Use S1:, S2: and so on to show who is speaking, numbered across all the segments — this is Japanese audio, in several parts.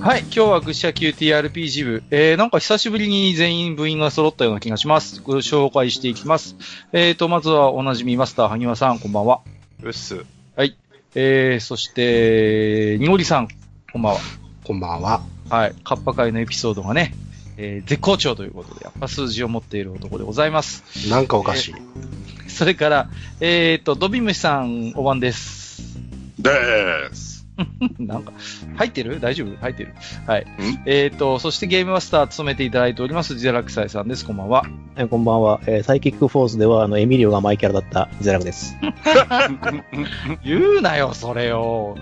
S1: はい、今日は愚者 QTRPG 部。えー、なんか久しぶりに全員部員が揃ったような気がします。ご紹介していきます。えーと、まずはおなじみマスター、萩和さん、こんばんは。
S2: うっす。
S1: えー、そして、にごりさん、こんばんは。
S3: こんばんは。
S1: はい、カッパ会のエピソードがね、えー、絶好調ということで、やっぱ数字を持っている男でございます。
S3: なんかおかしい。
S1: それから、えーと、ドビムシさん、お晩です。
S2: でーす。
S1: なんか、入ってる大丈夫入ってるはい。えっ、と、そしてゲームマスター務めていただいております、ジゼラクサイさんです。こんばんは。
S4: えーこんばんは、えーサイキックフォースでは、あの、エミリオがマイキャラだったジゼラクです。
S1: 言うなよ、それを。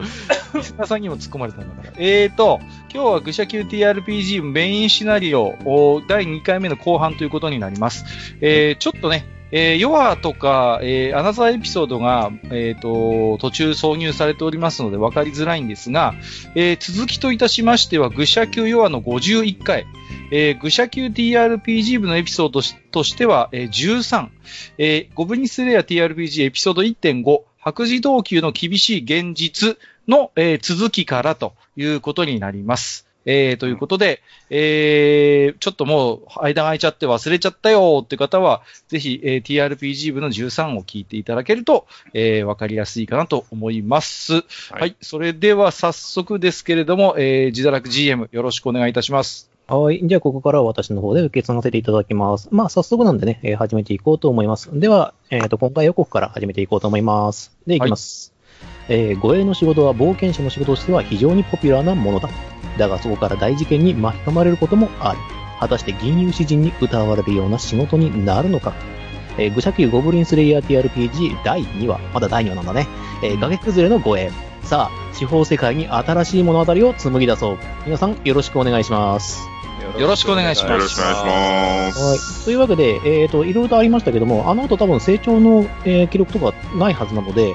S1: リスナーさんにも突っ込まれたんだから。えーと、今日は愚者 QTRPG メインシナリオを第2回目の後半ということになります。えー、ちょっとね、えー、ヨアとか、えー、アナザーエピソードが、えー、と、途中挿入されておりますので分かりづらいんですが、えー、続きといたしましては、愚者級ヨアの51回、えー、愚者級 TRPG 部のエピソードしとしては、えー、13、えーゴブリンスレイヤー TRPG エピソード1.5、白磁同級の厳しい現実の、えー続きからということになります。えーということで、えーちょっともう間が空いちゃって忘れちゃったよーって方は、ぜひ、えー TRPG 部の13を聞いていただけると、えーわかりやすいかなと思います。はい、
S2: はい
S1: それでは早速ですけれども、えー、自堕落 GM よろしくお願いいたします。
S4: はい。じゃあ、ここからは私の方で受け継がせていただきます。まあ、早速なんでね、えー始めていこうと思います。では、えっ、と、今回予告から始めていこうと思います。で、いきます。えー護衛の仕事は冒険者の仕事としては非常にポピュラーなものだ。だが、そこから大事件に巻き込まれることもある。果たして、銀融詩人に歌われるような仕事になるのか。えー、愚者級ゴブリンスレイヤー TRPG 第2話。まだ第2話なんだね。えー崖崩れの護衛。さあ、地方世界に新しい物語を紡ぎ出そう。皆さん、よろしくお願いします。
S1: よろしくお願いします
S2: よろしくお願いします。
S4: はい。というわけで、えっ、と、いろいろとありましたけども、あの後多分成長の、えー記録とかないはずなので、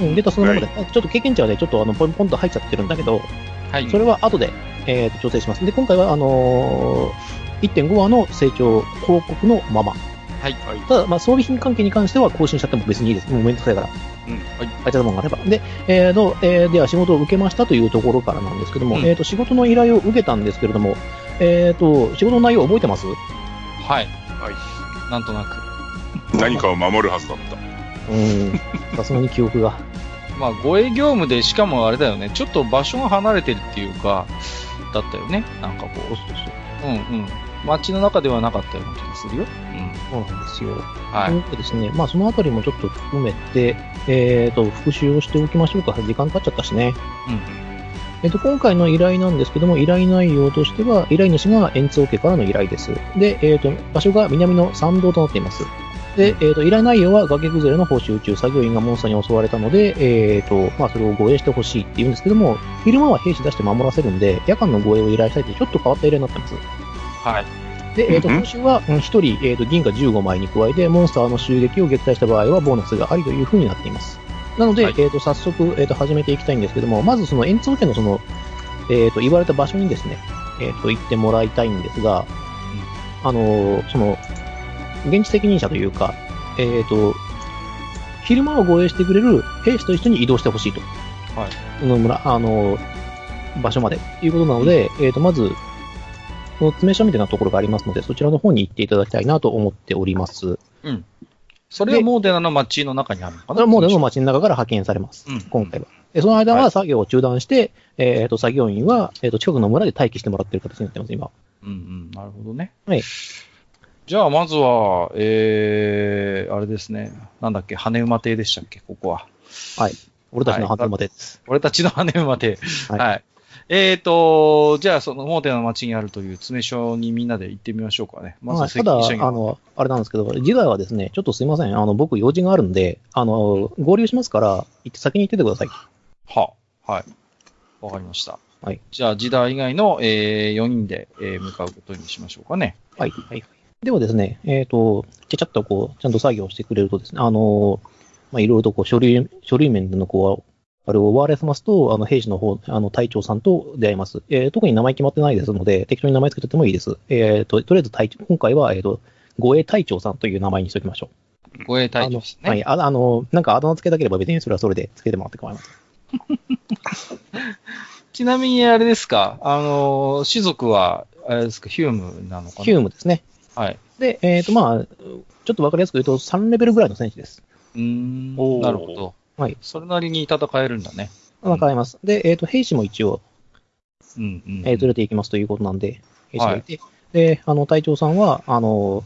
S4: うん。出たそのままで、あちょっと経験値はね、ちょっとあの、ポンポンと入っちゃってるんだけど、
S1: はい。
S4: それは後で、えーと、調整します。で、今回は、あのー1.5話の成長報告のまま。
S1: はい。
S4: ただ、まあ、装備品関係に関しては更新しちゃっても別にいいです。もうめんどくさいから。
S2: うん
S1: はい
S4: あいつのものがあれば。で、えーの、えーでは仕事を受けましたというところからなんですけども、
S1: うん
S4: えっ、と、仕事の依頼を受けたんですけれども、えっ、と、仕事の内容覚えてます
S1: はい。
S2: はい
S1: なんとなく。
S2: 何かを守るはずだった。
S4: うん、さすがに記憶が。
S1: まあ、護衛業務で、しかもあれだよね、ちょっと場所が離れてるっていうか、だったよね。なんかこう、うんうん。街の中ではなかったような気がするよ。うん。
S4: そうなんですよ。
S1: は
S4: という
S1: い。
S4: わけでですね、まあそのあたりもちょっと含めて、えっ、と、復習をしておきましょうか。時間経っちゃったしね。
S1: うん
S4: えっ、と、今回の依頼なんですけども、依頼内容としては、依頼主が円通家からの依頼です。で、えっ、と、場所が南の参道となっています。で、えっ、と、依頼内容は崖崩れの報酬中、作業員がモンスターに襲われたので、えっ、と、まあそれを護衛してほしいって言うんですけども、昼間は兵士出して守らせるんで、夜間の護衛を依頼したいってちょっと変わった依頼になってます。
S1: はい。
S4: で、えっ、と、
S2: うんうん
S4: 報酬は、うん1人、えっ、と、銀貨15枚に加えて、モンスターの襲撃を撃退した場合は、ボーナスがありという風になっています。なので、
S1: はい
S4: えっ、と、早速、えっ、と、始めていきたいんですけども、まずその、円通家のその、えっ、と、言われた場所にですね、えっ、と、行ってもらいたいんですが、あのーその、現地責任者というか、えっ、と、昼間を護衛してくれる兵士と一緒に移動してほしいと。
S1: はい。
S4: この村、あのー場所まで、ということなので、えっ、と、まず、この詰め所みたいなところがありますので、そちらの方に行っていただきたいなと思っております。
S1: それはモーデナの街の中にあるのか
S4: あ
S1: な
S4: ともうでも
S1: 街。
S4: 街の中から派遣されます。
S1: うん。
S4: 今回は。でその間
S2: は
S4: はい作業を中断して、えっ、と、作業員は、えっ、と、近くの村で待機してもらってる形になってます、今。
S1: うんうん。なるほどね。
S4: はい。
S1: じゃあ、まずは、えー、あれですね。なんだっけ、羽馬邸でしたっけ、ここは。
S4: 俺たちの判定までです。
S1: 俺たちの羽馬邸。は。
S4: はいい
S1: えーと、じゃあ、その、モーデナの街にあるという詰め所にみんなで行ってみましょうかね。ま
S4: はい
S1: ず、責
S4: た
S1: 任者に
S4: だ、あの、あれなんですけど、次回はですね、ちょっとすいません。あの、僕、用事があるんで、あの、合流しますから、行って先に行っててください。
S1: はあ、はい。わかりました。
S4: はい。
S1: じゃあ、時代以外の、えー、4人で、えー、向かうことにしましょうかね。
S4: はい。はい。ではですね、えっ、と、ちゃちゃっとこう、ちゃんと作業してくれるとですね、あのーまあ、いろいろとこう、書類、書類面でのこう、あれを終わらせますと、あの、兵士の方、あの、隊長さんと出会います。えー特に名前決まってないですので、適当に名前つけててもいいです。えっ、と、とりあえず隊長、今回は、えっ、と、護衛隊長さんという名前にしておきましょう。
S1: 護衛隊長です
S4: は
S1: ね。
S4: い。ああの、なんかあだ名つけたければ別にそれはそれでつけてもらって構いません。
S1: ちなみにあれですか、あの、種族は、あれですか、ヒュームなのかな
S4: ヒュー
S1: ム。
S4: ムですね。
S1: はい。
S4: で、えっ、と、まあ、ちょっとわかりやすく言うと、3レベルぐらいの選手です。
S1: うーん
S2: おー
S1: なるほど。
S4: はい。
S1: それなりに戦えるんだね。
S4: わかります。で、えっ、と、兵士も一応、
S1: うんうん。
S4: えー連れて行きますということなんで、兵士がいて、で、あの、隊長さんは、あの、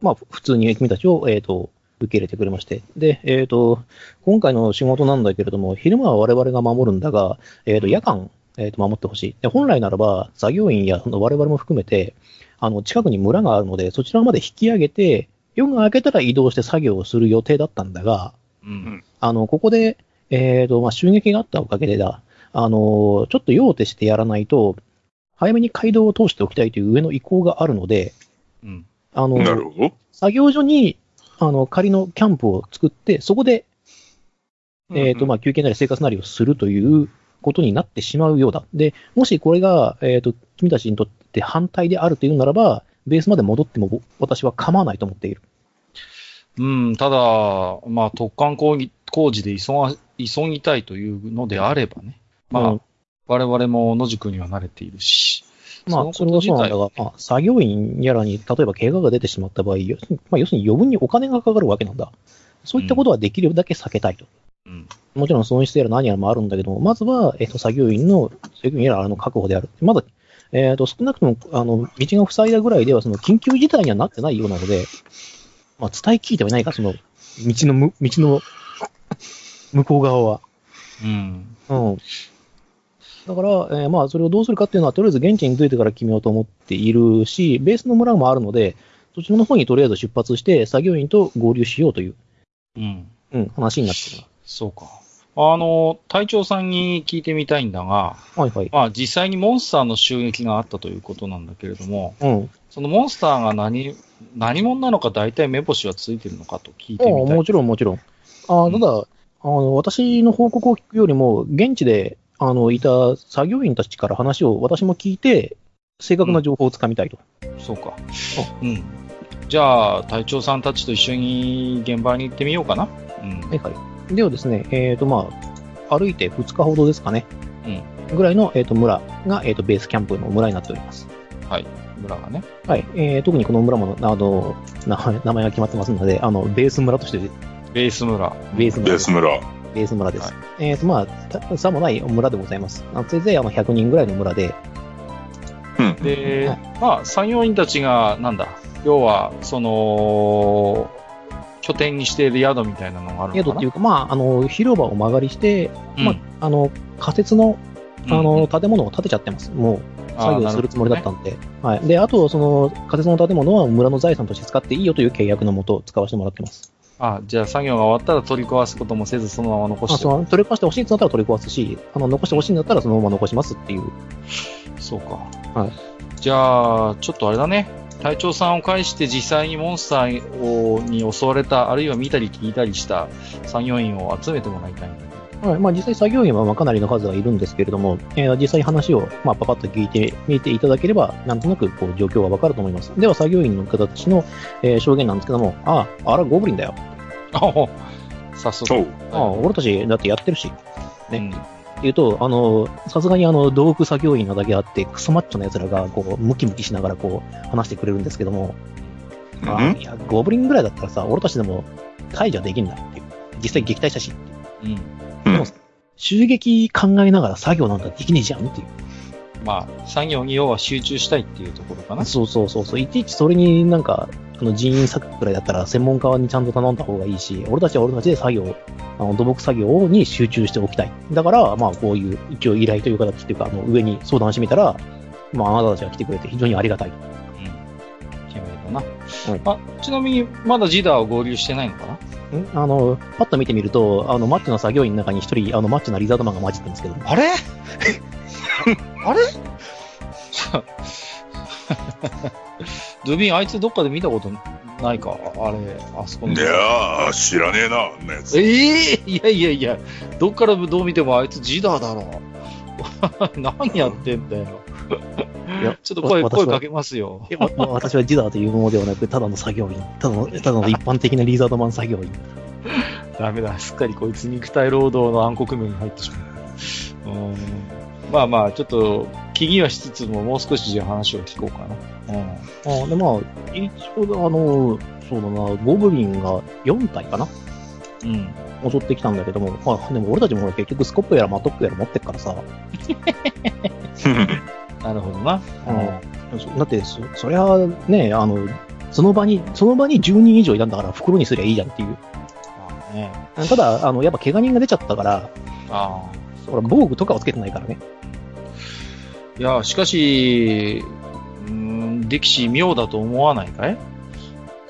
S4: まあ、普通に君たちを、えっ、と、受け入れてくれまして。で、えっ、と、今回の仕事なんだけれども、昼間は我々が守るんだが、えっ、と、夜間、えっ、と、守ってほしい。で、本来ならば、作業員やあの我々も含めて、あの、近くに村があるので、そちらまで引き上げて、夜が明けたら移動して作業をする予定だったんだが、
S1: うん。
S4: あの、ここで、えっ、と、まあ、襲撃があったおかげでだ、あの、ちょっと用手してやらないと、早めに街道を通しておきたいという上の意向があるので、
S1: うん。
S4: あの、
S2: なるほど。
S4: 作業所に、あの、仮のキャンプを作って、そこで、えっ、と、まあ、休憩なり生活なりをするということになってしまうようだ。で、もしこれが、えっ、と、君たちにとって反対であるというならば、ベースまで戻ってもぼ私は構わないと思っている。
S1: うん、ただ、まあ、突貫工事工事で急が急ぎたいというのであればね。まあ、
S4: うん
S1: 我々も野宿には慣れているし。
S4: まあ、それはそうなんだ
S1: が。
S4: が、まあ、作業員やらに、例えば怪我が出てしまった場合、よまあ、要するに余分にお金がかかるわけなんだ。そういったことはできるだけ避けたいと。
S1: うん
S4: もちろん損失やら何やらもあるんだけども、まずは、えっと、作業員の、作業員やらの確保である。まだ、えっと、少なくとも、あの、道が塞いだぐらいでは、その、緊急事態にはなってないようなので、まあ、伝え聞いてはいないか、その、道のむ、道の、向こう側は。
S1: うん。
S4: うん。だから、えーまあ、それをどうするかっていうのは、とりあえず現地に着いてから決めようと思っているし、ベースの村もあるので、そちらの方にとりあえず出発して、作業員と合流しようという、
S1: うん。
S4: うん、話になってる
S1: そうか。あの、隊長さんに聞いてみたいんだが、
S4: な。はいはい。
S1: まあ、実際にモンスターの襲撃があったということなんだけれども、
S4: うん。
S1: そのモンスターが何、何者なのか大体目星はついてるのかと聞いてみ
S4: ああ
S1: たい
S4: も。ちろん、もちろん。ああただ、あの、私の報告を聞くよりも、現地で、あの、いた作業員たちから話を私も聞いて、正確な情報をつかみたいと。
S1: そうか。うん。じゃあ、隊長さんたちと一緒に現場に行ってみようかな。うん。
S4: はいはい。ではですね、えっ、と、まあ、歩いて2日ほどですかね。うん。ぐらいの、えっ、と、村が、えっ、と、ベースキャンプの村になっております。
S1: 村がね。
S4: はい。えー特にこの村も、あの、名前名前が決まってますので、あの、ベース村として、
S1: ベース村。
S4: ベース村
S2: ベ
S4: で
S2: ー
S4: す
S2: ス。村。
S4: ベース村です。
S1: はい
S4: えっ、と、まあ、たさもない村でございます。あのせいぜい、あの、100人ぐらいの村で、
S2: うん。
S1: で、
S4: はい
S1: まあ、作業員たちが、なんだ、要は、その、拠点にしている宿みたいなのがあるの
S4: 宿
S1: か
S4: っ
S1: な
S4: ていうか、まあ、あの、広場を間借りして、
S1: うん
S4: まあ、あの、仮設の、あ
S1: うん
S4: の、建物を建てちゃってます。もう、
S1: あ
S4: 作
S1: ー
S4: 業
S1: な
S4: す
S1: ほど
S4: るつもりだったんで。はい。で、あと、その、仮設の建物は村の財産として使っていいよという契約のもと、使わせてもらってます。
S1: あ、じゃあ作業が終わったら取り壊すこともせず、そのまま残
S4: あ
S1: して
S4: その取り壊してほしいってなったら取り壊すし、あの、残してほしいんだったらそのまま残しますっていう。
S1: そうか。
S4: は
S1: じゃあ、ちょっとあれだね。隊長さんを介して実際にモンスターをに襲われた、あるいは見たり聞いたりした作業員を集めてもらいたいんだけど。
S4: はい。まあ、実際作業員はまあかなりの数はいるんですけれども、えー実際話を、まあ、パパッと聞いてみていただければ、なんとなく、こう、状況がわかると思います。では、作業員の方たちの、えー証言なんですけども、ああ、あら、ゴブリンだよ。
S1: あお早速。
S2: そう。
S4: ああ、俺たち、だってやってるし。ね
S1: うん
S4: っていうと、あの、さすがにあの、道具作業員なだけあって、クソマッチョな奴らが、こう、ムキムキしながら、こう、話してくれるんですけども、
S2: うん
S4: あいや、ゴブリンぐらいだったらさ、俺たちでも解除できんだっていう。実際撃退したし、
S1: うん。
S4: 襲撃考えながら作業なんかできねえじゃんっていう。
S1: まあ、作業に要は集中したいっていうところかな。
S4: そうそうそうそう。いちいちそれになんか、あの、人員削減ぐらいだったら、専門家にちゃんと頼んだ方がいいし、俺たちは俺たちで作業、あの、土木作業に集中しておきたい。だから、まあ、こういう、一応依頼という形っていうか、あの、上に相談してみたら、まあ、あなたたちが来てくれて非常にありがた
S1: う
S4: い。
S1: ん。決めだな。あ、ちなみに、まだジダーを合流してないのかなん
S4: あの、パッと見てみると、あの、マッチョな作業員の中に一人、あの、マッチョなリザードマンが混じってますけども。
S1: あ れあれ ドゥビン、あいつどっかで見たことないかあれ、あそこの
S2: い。やー、知らねえな、あんなやつ。
S1: ええいやいやいや、どっからどう見てもあいつジダーだろ。 何やってんだよ。
S4: いや
S1: ちょっと声、
S4: わ
S1: 声
S4: 私は
S1: かけますよ。
S4: いやわ 私はジダーというものではなく、ただの作業員。ただの、ただの一般的なリザードマン作業員。
S1: ダメだ、すっかりこいつ肉体労働の暗黒面に入ってしまう。うーんまあまあ、ちょっと、気にはしつつも、もう少しじゃあ話を聞こうかな。うん。
S4: あで、まあ、一応、あの、そうだな、ゴブリンが4体かな
S1: うん。
S4: 襲ってきたんだけども、まあ、でも俺たちもほら結局スコップやらマトップやら持ってっからさ、
S1: なるほどな。
S4: そだってそ、そりゃ、ね、あの、その場に、その場に10人以上いたんだから袋にすりゃいいじゃんっていう。
S1: まあね。
S4: ただ、あの、やっぱ怪我人が出ちゃったから、
S1: ああ。
S4: ほら、防具とかはつけてないからね。
S1: いや、しかし、うーん、力士妙だと思わないかい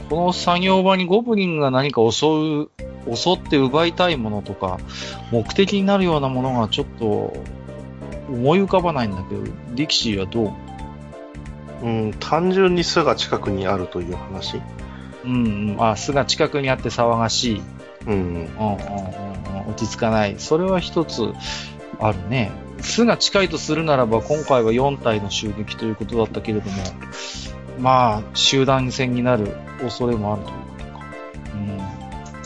S1: この作業場にゴブリンが何か襲う、襲って奪いたいものとか、目的になるようなものがちょっと思い浮かばないんだけど、力士はどう
S5: うん、単純に巣が近くにあるという話。
S1: うん、うん、あ、巣が近くにあって騒がしい。
S5: うん。
S1: うんうんうんうん、落ち着かない。それは一つあるね。巣が近いとするならば、今回は4体の襲撃ということだったけれども、まあ、集団戦になる恐れもあるという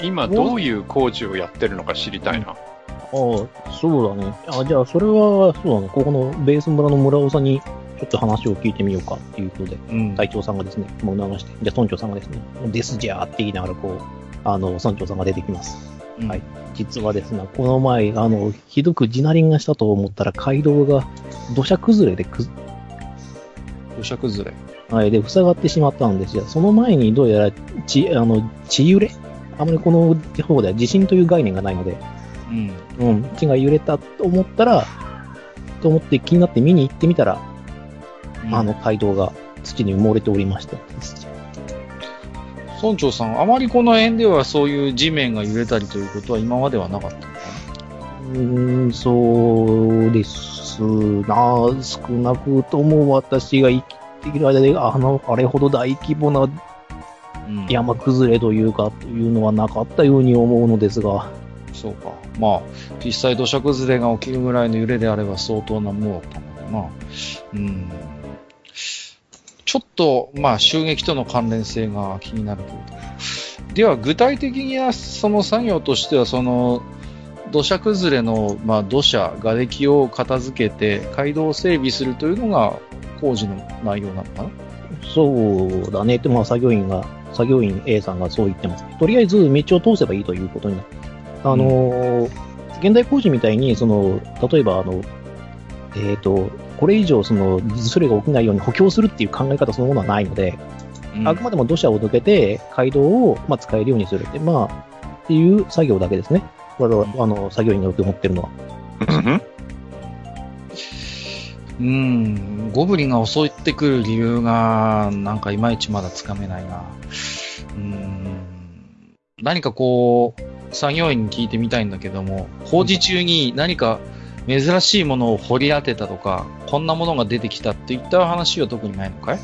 S6: 今どういう工事をやってるのか知りたいな。
S4: ああ、そうだね。あじゃあ、それは、そうだね。ここのベース村の村尾さんに、ちょっと話を聞いてみようかっていうこと
S1: こ
S4: で、
S1: とか。うん。うん。
S4: 隊長さんがですね、もう流して、じゃあ村長さんがですね、ですじゃーって言いながら、こう、あの、村長さんが出てきます。
S1: うん
S4: はい実はですね、この前、あの、ひどく地鳴りがしたと思ったら、街道が土砂崩れでくず、
S1: 土砂崩れ。
S4: はい、で、塞がってしまったんですよ。その前にどうやら、地、あの、地揺れあまりこの地方では地震という概念がないので、
S1: うん。
S4: うん、地が揺れたと思ったら、と思って気になって見に行ってみたら、あの、街道が土に埋もれておりました。
S1: 村長さん、あまりこの辺ではそういう地面が揺れたりということは今まではなかったのか
S4: うーん、そうですな、少なくとも私が生きている間で、あの、あれほど大規模な
S1: な。うん。
S4: 山崩れというか、というのはなかったように思うのですが、
S1: そうか。まあ、実際土砂崩れが起きるぐらいの揺れであれば相当なものだったんだろうな。うん。ちょっと、まあ、襲撃との関連性が気になるけれど。では、具体的には、その作業としては、その、土砂崩れの、まあ、土砂、瓦礫を片付けて、街道を整備するというのが工事の内容なのかな
S4: そうだねって、まあ、作業員が、作業員 A さんがそう言ってます。とりあえず道を通せばいいということになる。あのー現代工事みたいに、その、例えば、あの、えっ、と、これ以上、その、それが起きないように補強するっていう考え方そのものはないので、あくまでも土砂をどけて、街道を、まあ、使えるようにするって、まあ、っていう作業だけですね。我々は、あの、作業員のよく持ってるのは。
S1: うん、ゴブリンが襲ってくる理由が、なんかいまいちまだつかめないな。うん、何かこう、作業員に聞いてみたいんだけども、工事中に何か珍しいものを掘り当てたとか、こんなものが出てきたっていった話は特にないのかい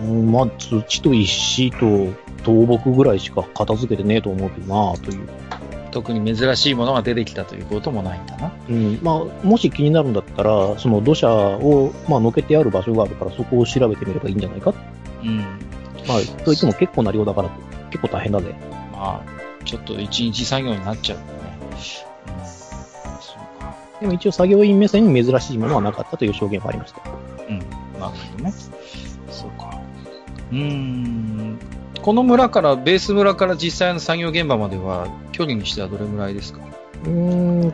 S4: うんまあ、土と石と倒木ぐらいしか片付けてねえと思うけどなという。
S1: 特に珍しいものが出てきたということもないんだな。
S4: うんまあ、もし気になるんだったら、その土砂を、まあ、のけてある場所があるから、そこを調べてみればいいんじゃないか。
S1: うん。
S4: まあ、といっても結構な量だから、結構大変だね。
S1: まあ、ちょっと一日作業になっちゃうよね。うん、そうか。
S4: でも一応作業員目線に珍しいものはなかったという証言がありました。
S1: なるほどね。そうか。うーん。この村から、ベース村から実際の作業現場までは、距離にしてはどれぐらいですか
S4: うーん、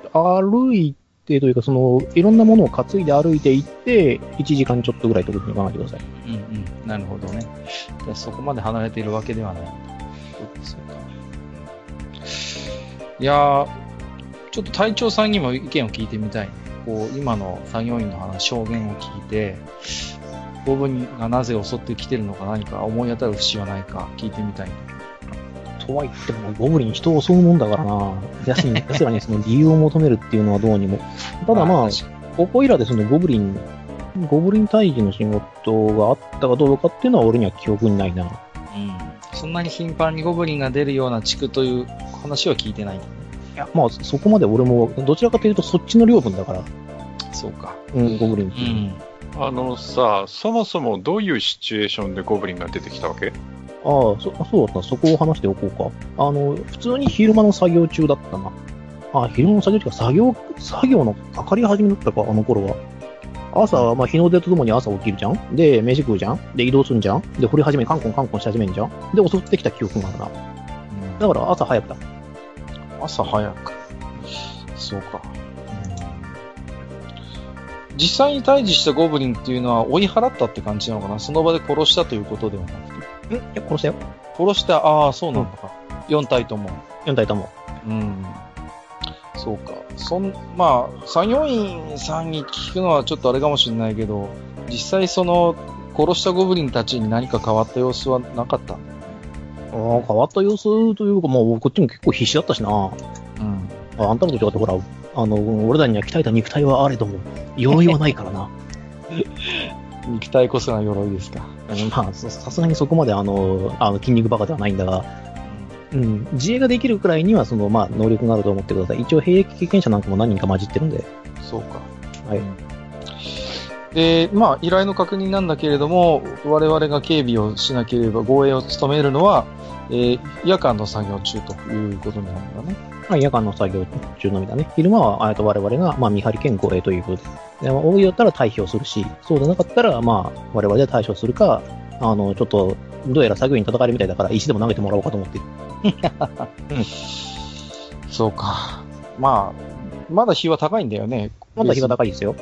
S4: 歩いてというか、その、いろんなものを担いで歩いていって、1時間ちょっとぐらいということに考えてください。
S1: うんうん。なるほどね。じゃあそこまで離れているわけではない。そうか。いやー、ちょっと隊長さんにも意見を聞いてみたい。こう、今の作業員の話、証言を聞いて、ゴブリンがなぜ襲ってきてるのか何か思い当たる節はないか聞いてみたい。
S4: とはいっても、ゴブリン人を襲うもんだからな やしに、やつらにその理由を求めるっていうのはどうにも。ただまあ、ここいらでそのゴブリン、ゴブリン退治の仕事があったかどうかっていうのは俺には記憶にないな。
S1: そんなに頻繁にゴブリンが出るような地区という話は聞いてないんだね。
S4: いや、まあそこまで俺も、どちらかというとそっちの領分だから、
S1: そうか。
S4: うん、ゴブリンっていうの
S1: ん。
S4: は
S6: あのさ、そもそもどういうシチュエーションでゴブリンが出てきたわけ
S4: ああ、そそうだった。そこを話しておこうか。あの、普通に昼間の作業中だったな。あ、昼の作業時間、作業、作業の明かり始めだったか、あの頃は。朝、まあ、日の出とともに朝起きるじゃんで、飯食うじゃんで、移動するんじゃんで、掘り始め、カンコンカンコンし始めんじゃんで、襲ってきた記憶があるな。だから朝早くだ。
S1: 朝早く。そうか。実際に退治したゴブリンっていうのは追い払ったって感じなのかなその場で殺したということではなくて。
S4: んいや、殺したよ。
S1: 殺した、ああ、そうなのか。4体とも。
S4: 4体とも。
S1: うん。そうか。そん、まあ、作業員さんに聞くのはちょっとあれかもしれないけど、実際その、殺したゴブリンたちに何か変わった様子はなかった。
S4: ああ、変わった様子というか、もうこっちも結構必死だったしな。
S1: うん。
S4: ああんたのと違ってほら、あの、俺らには鍛えた肉体はあれども、鎧はないからな。
S1: 肉体こそが鎧ですか。
S4: あのまあ、そさすがにそこまであの、あの筋肉バカではないんだが、うん、自衛ができるくらいには、その、まあ、能力があると思ってください。一応、兵役経験者なんかも何人か混じってるんで。
S1: そうか。
S4: はい
S1: で、まあ、依頼の確認なんだけれども、我々が警備をしなければ、護衛を務めるのは、えー夜間の作業中ということになるんだね。
S4: まあ、夜間の作業中のみだね。昼間は、あえっと我々が、まあ、見張り兼護衛ということで。でまあ多いよったら退避をするし、そうでなかったら、まあ、我々で対処するか、あの、ちょっと、どうやら作業に戦えるみたいだから、石でも投げてもらおうかと思ってる。
S1: そうか。まあ、まだ日は高いんだよね。
S4: まだ日が高いですよ。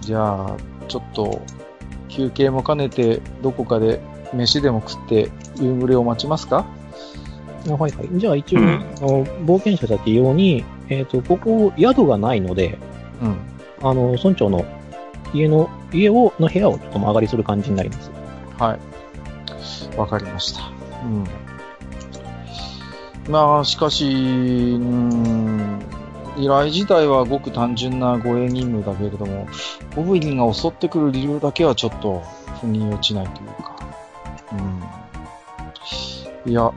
S1: じゃあ、ちょっと、休憩も兼ねて、どこかで飯でも食って、夕暮れを待ちますか
S4: あはいはい。じゃあ一応、
S2: うん
S4: あの冒険者たち用に、えっ、と、ここ、宿がないので、
S1: うん。
S4: あの、村長の家の、家を、の部屋をちょっと間上がりする感じになります。
S1: はい。わかりました。うん。まあ、しかし、うーん、依頼自体はごく単純な護衛任務だけれども、ゴブリンが襲ってくる理由だけはちょっと、腑に落ちないというか。うん。いや、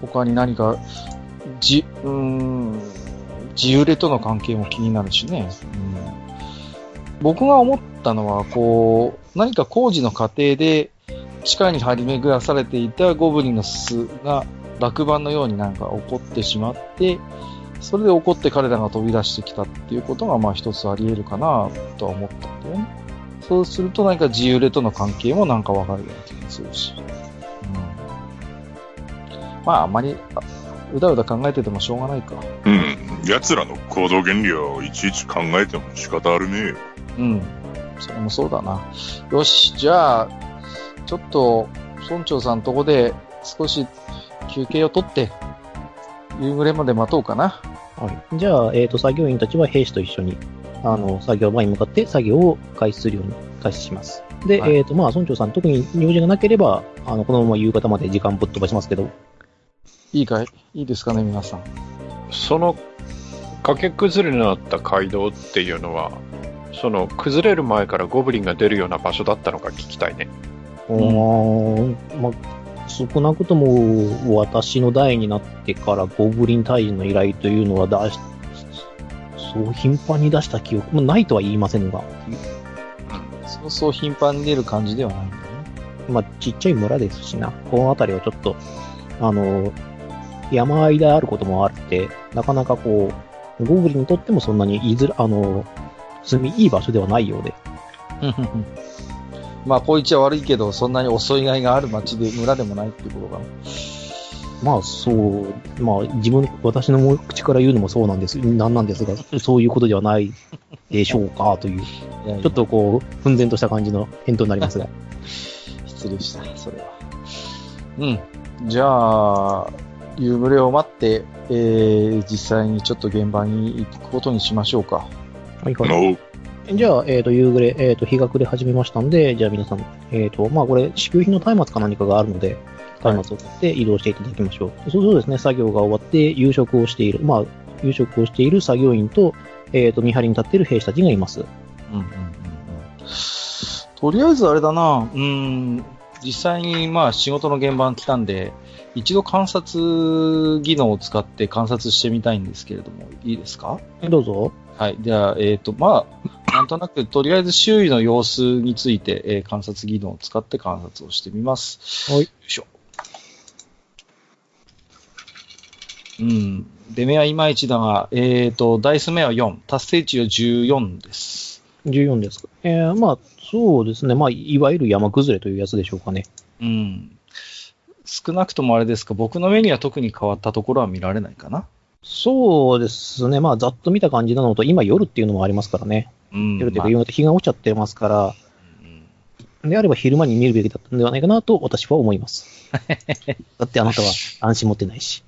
S1: 他に何か、じ、うーん、自由れとの関係も気になるしね。うん、僕が思ったのは、こう、何か工事の過程で、地下に張り巡らされていたゴブリンの巣が落盤のようになんか起こってしまって、それで起こって彼らが飛び出してきたっていうことがまあ一つあり得るかなとは思ったんだよね。そうすると何か自由れとの関係もなんかわかるような気がするし。うん、まああまりあうだうだ考えててもしょうがないか。
S2: うん。奴らの行動原理をいちいち考えても仕方あるねえよ。
S1: うん。それもそうだな。よし、じゃあ、ちょっと、村長さんとこで少し休憩を取って、夕暮れまで待とうかな。
S4: はい。じゃあ、えっ、と、作業員たちは兵士と一緒に、あの、作業場に向かって作業を開始するように開始します。で、
S1: はい
S4: えっ、と、まあ、村長さん、特に用事がなければ、あの、このまま夕方まで時間ぶっ飛ばしますけど、
S1: いいかいいいですかね、皆さん。
S6: その崖崩れになった街道っていうのはその崩れる前からゴブリンが出るような場所だったのか聞きたいね
S4: うん、まあ、少なくとも私の代になってからゴブリン退治の依頼というのは出し、そう頻繁に出した記憶、まあ、ないとは言いませんが、
S1: そうそう頻繁に出る感じではないんだね。
S4: まあ、ちっちゃい村ですしな、この辺りはちょっと、あの、山あいであることもあって、なかなかこう、ゴブリンにとってもそんなにいずら、あの、住みいい場所ではないようで、
S1: まあ、こいつは悪いけど、そんなに襲いがいがある町で、村でもないっていうことかな。
S4: まあそう、まあ自分、私の口から言うのもそうなんです、なんなんですが、そういうことではないでしょうかという、ち
S1: いやいや
S4: ょっとこう、奮然とした感じの返答になります が。
S1: 失礼した、それは。うん。じゃあ、夕暮れを待って、えー、実際にちょっと現場に行くことにしましょうか。
S4: はいはい。
S2: の、
S4: じゃあ、えっ、と、夕暮れ、えっ、と、日が暮れ始めましたんで、じゃあ皆さん、えっ、と、まあこれ、支給品の松明か何かがあるので、松明を取って移動していただきましょう。そうそうですね、作業が終わって夕食をしている、まあ、夕食をしている作業員と、えっ、と、見張りに立っている兵士たちがいます。
S1: うんうんうんうん。とりあえずあれだな、うん、実際にまあ仕事の現場に来たんで、一度観察技能を使って観察してみたいんですけれども、いいですか
S4: どうぞ。
S1: はい。じゃあ、えっ、と、まあ、なんとなく、とりあえず周囲の様子について、えー観察技能を使って観察をしてみます。
S4: はい
S1: よいしょ。うん。出目はいまいちだが、えっ、と、ダイス目は4、達成値は14です。
S4: 14ですか。えー、まあ、そうですね。まあ、いわゆる山崩れというやつでしょうかね。
S1: うん。少なくともあれですか、僕の目には特に変わったところは見られないかな。
S4: そうですね。まあ、ざっと見た感じなのと、今夜っていうのもありますからね。
S1: うん。
S4: 夜とい
S1: ま
S4: うか、
S1: あ
S4: 夕方日が落ちちゃってますから、
S1: うん
S4: であれば昼間に見るべきだったんではないかなと私は思い ます。だってあなたは安心持ってないし。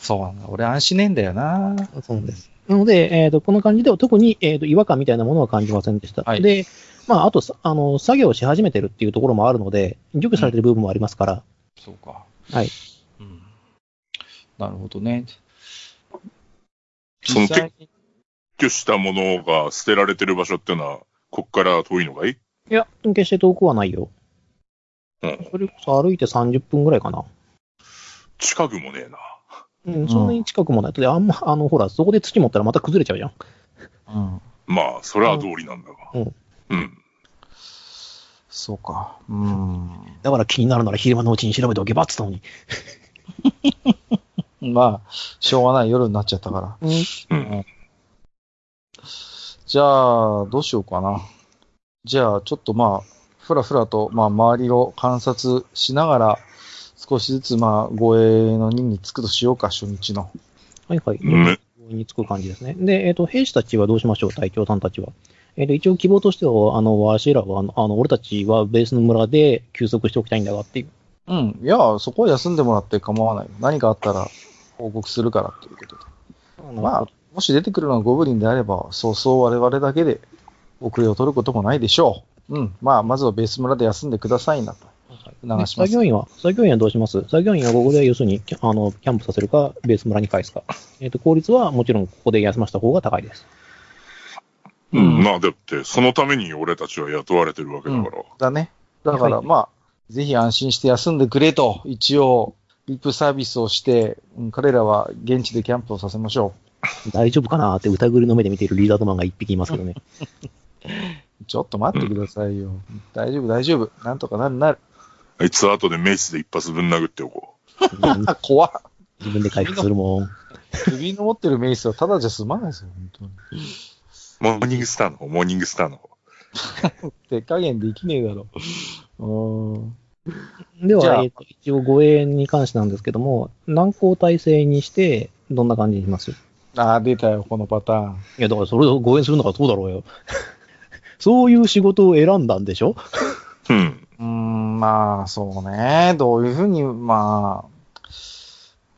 S1: そうなんだ。俺、安心ねえんだよな。
S4: そうです。なので、えー、とこの感じでは特に、えー、と違和感みたいなものは感じませんでした。
S1: はい
S4: で、まあ、あとさあの、作業し始めてるっていうところもあるので、除去されてる部分もありますから、
S1: そうか。
S4: はい。
S1: うん。なるほどね。
S2: その
S1: 実際に
S2: 撤去したものが捨てられてる場所っていうのは、こっから遠いのがいい
S4: いや、決して遠くはないよ。
S2: うん。
S4: それこそ歩いて30分ぐらいかな。
S2: 近くもねえな。
S4: うん、そんなに近くもない。で、あんま、 あの、ほら、そこで土持ったらまた崩れちゃうじゃん。
S1: うん。
S2: まあ、それは道理なんだが。
S4: うん。
S2: うん。
S1: そうか。うん。
S4: だから気になるなら昼間のうちに調べておけばって言っ
S1: まあ、しょうがない夜になっちゃったから。
S4: たのに。
S1: じゃあ、どうしようかな。じゃあ、ちょっとまあ、ふらふらと、まあ、周りを観察しながら、少しずつ、まあ、護衛の任につくとしようか、初日の。
S4: はいはい。
S2: ね
S4: 合意につく感じですね。で、えっ、と、兵士たちはどうしましょう、隊長さんたちは。えっ、と、一応希望としては、あの、わしらは、あの、あの俺たちはベースの村で休息しておきたいんだがっていう。
S1: うん。いや、そこは休んでもらって構わない。何かあったら、報告するから、ということで。まあ、もし出てくるのはゴブリンであれば、そうそう我々だけで遅れを取ることもないでしょう。うん。まあ、まずはベース村で休んでくださいなと。
S4: あ、
S1: 促しま
S4: 作
S1: す。
S4: 業員は、作業員はどうします作業員はここで、要するに、キャあの、キャンプさせるか、ベース村に返すか。えっ、と、効率はもちろんここで休ませた方が高いです。
S1: うん
S2: まあ、だって、そのために俺たちは雇われてるわけだから。
S1: だね。だから、
S4: はい
S1: まあ、ぜひ安心して休んでくれと、一応、リップサービスをして、うん彼らは現地でキャンプをさせましょ
S4: 大丈夫かなって疑りの目で見ているリーダートマンが一匹いますけ どね。
S1: う。ちょっと待ってくださいよ。大丈夫、大丈夫。なんとかなるなる。
S2: あいつは後でメイスで一発ぶん殴っておこ
S1: あ、怖っ。
S4: 自分で回復するもん。
S1: 首の持ってるメイスはただじゃ済まないですよ、本当に。
S2: う。モーニングスターの方、モーニングスターの方。
S1: 手加減できねえだろ。うーん。
S4: で
S1: じゃ
S4: は、
S1: あ
S4: えーと一応護衛に関してなんですけども、難航体制にして、どんな感じにしますい
S1: あー、出たよ、このパターン。
S4: や、だからそれを護衛するのがそうだろうよ。 そういう仕事を選んだんでしょ
S2: うん。
S1: うーん、まあ、そうね。どういうふうに、まあ。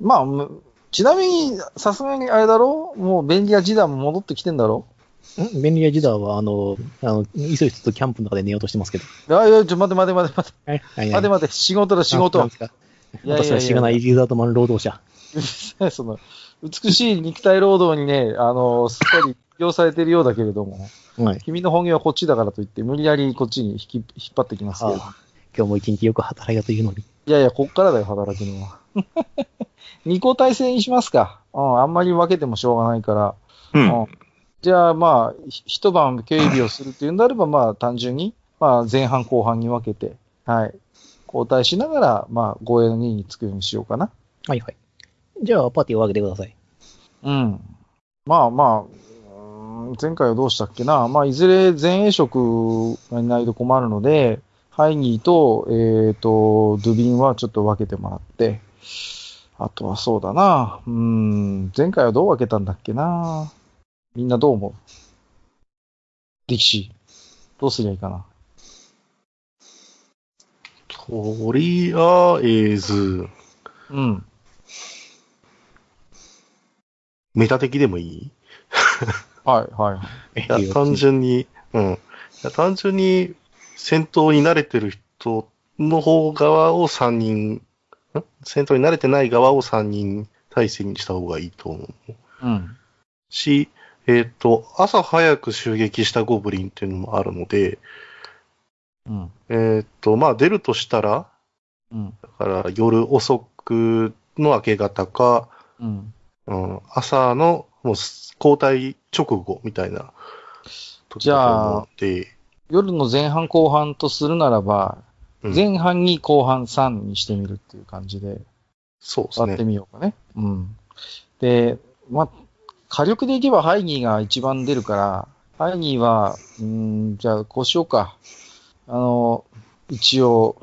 S1: まあむ、ちなみに、さすがにあれだろもう便利屋時代も戻ってきてんだろ
S4: ん便利屋ジダーは、あの、あの、いそいそとキャンプの中で寝ようとしてますけど。
S1: あ、いや、ちょ、待て待て待て待て。
S4: はい、はい、
S1: 待て待て、仕事だ、仕事。いやいやい
S4: 私
S1: や
S4: は死がないリーダートマン労働者。
S1: その、美しい肉体労働にね、あの、すっかり利用されてるようだけれども、
S4: はい。
S1: 君の本業はこっちだからといって、無理やりこっちに引き、引っ張ってきますけど。
S4: ああ今日も一日よく働いたというのに。
S1: いやいや、こっからだよ、働くの は。二個体制にしますか。うん、あんまり分けてもしょうがないから。
S2: うん。
S1: うんじゃあ、まあ、ひ一晩警備をするっていうんであれば、まあ、単純に、まあ、前半後半に分けて、はい。交代しながら、まあ、護衛の任につくようにしようかな。
S4: はいはい。じゃあ、パーティーを分けてください。
S1: うん。まあまあ、うーん前回はどうしたっけな。まあ、いずれ前衛職がいないと困るので、ハイニーと、えっ、と、ドゥビンはちょっと分けてもらって、あとはそうだな。うーん、前回はどう分けたんだっけな。みんなどう思う力士、どうすりゃいいかな。
S5: とりあえず、
S1: うん。
S5: メタ的でもいい
S1: はい、はい。
S4: え
S5: いや、単純に、うん。いや単純に、戦闘に慣れてる人の方側を3人、ん戦闘に慣れてない側を3人体制にした方がいいと思う
S1: うん。
S5: し、えっ、と、朝早く襲撃したゴブリンっていうのもあるので、
S1: うん。
S5: えっ、と、まあ、出るとしたら、
S1: うん。
S5: だから夜遅くの明け方か、
S1: うん。
S5: うん、朝のもう交代直後みたいな時
S1: じ
S5: だと
S1: ゃあ
S5: 思って、
S1: 夜の前半後半とするならば、
S5: うん
S1: 前半に後半3にしてみるっていう感じで
S5: そうです
S1: 割って
S5: ね。
S1: みようかね。うん。で、まあ、火力でいけばハイニーが一番出るから、ハイニーは、うーん、じゃあこうしようか。あの、一応、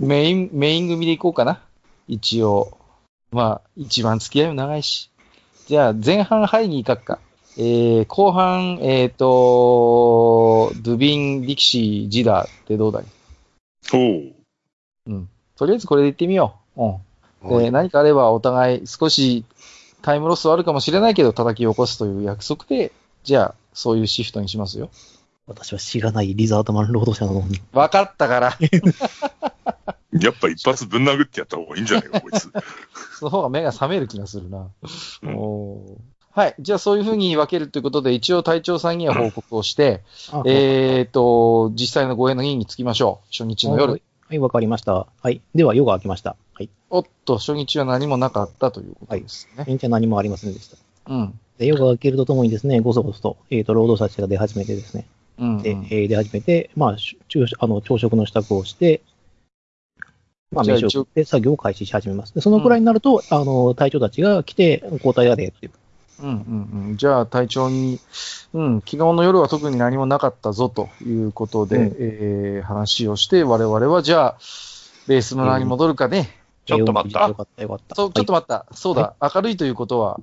S1: メイン、メイン組でいこうかな。一応。まあ、一番付き合いも長いし。じゃあ、前半ハイニー書くか。えー、後半、えっ、と、ドゥビン、ディキシー、ジダーってどうだい
S2: おう。
S1: とりあえずこれでいってみよう。うん。
S5: は
S1: で、
S5: い
S1: 何かあればお互い少しタイムロスはあるかもしれないけど叩き起こすという約束で、じゃあ、そういうシフトにしますよ。
S4: 私は知らないリザードマン労働者なのに。
S1: 分かったから、
S2: やっぱ一発ぶん殴ってやった方がいいんじゃない か、こいつ。
S1: その方が目が覚める気がするな。
S2: うん
S1: おーはい。じゃあ、そういうふうに分けるということで、一応隊長さんには報告をして、
S4: あ
S1: えっと、実際の護衛の任につきましょう。初日の夜。
S4: はい、わかりました。はい。では、夜が明けました。はい。
S1: おっと、初日は何もなかったということですね。
S4: 現地は何もありませんでした。
S1: うん。
S4: で、夜が明けるとともにですね、ごそごそと、えっ、と、労働者たちが出始めてですね、
S1: うん、
S4: で、えー出始めて、まあ、し昼あの朝食の支度をして、まあ、
S1: じゃあ
S4: 飯を食って作業を開始し始めます。で、そのくらいになると、あの、隊長たちが来て、交代だねっていう。
S1: うんうんうん、じゃあ、隊長に、うん、昨日の夜は特に何もなかったぞということで、
S4: うん
S1: えー話をして、我々はじゃあ、ベースの名に戻るかね。
S6: ちょっと待っ
S4: え
S6: た
S4: ーよかった、よかった。
S1: そう、ちょっと待った。そうだ、
S4: は
S1: 明るいということは、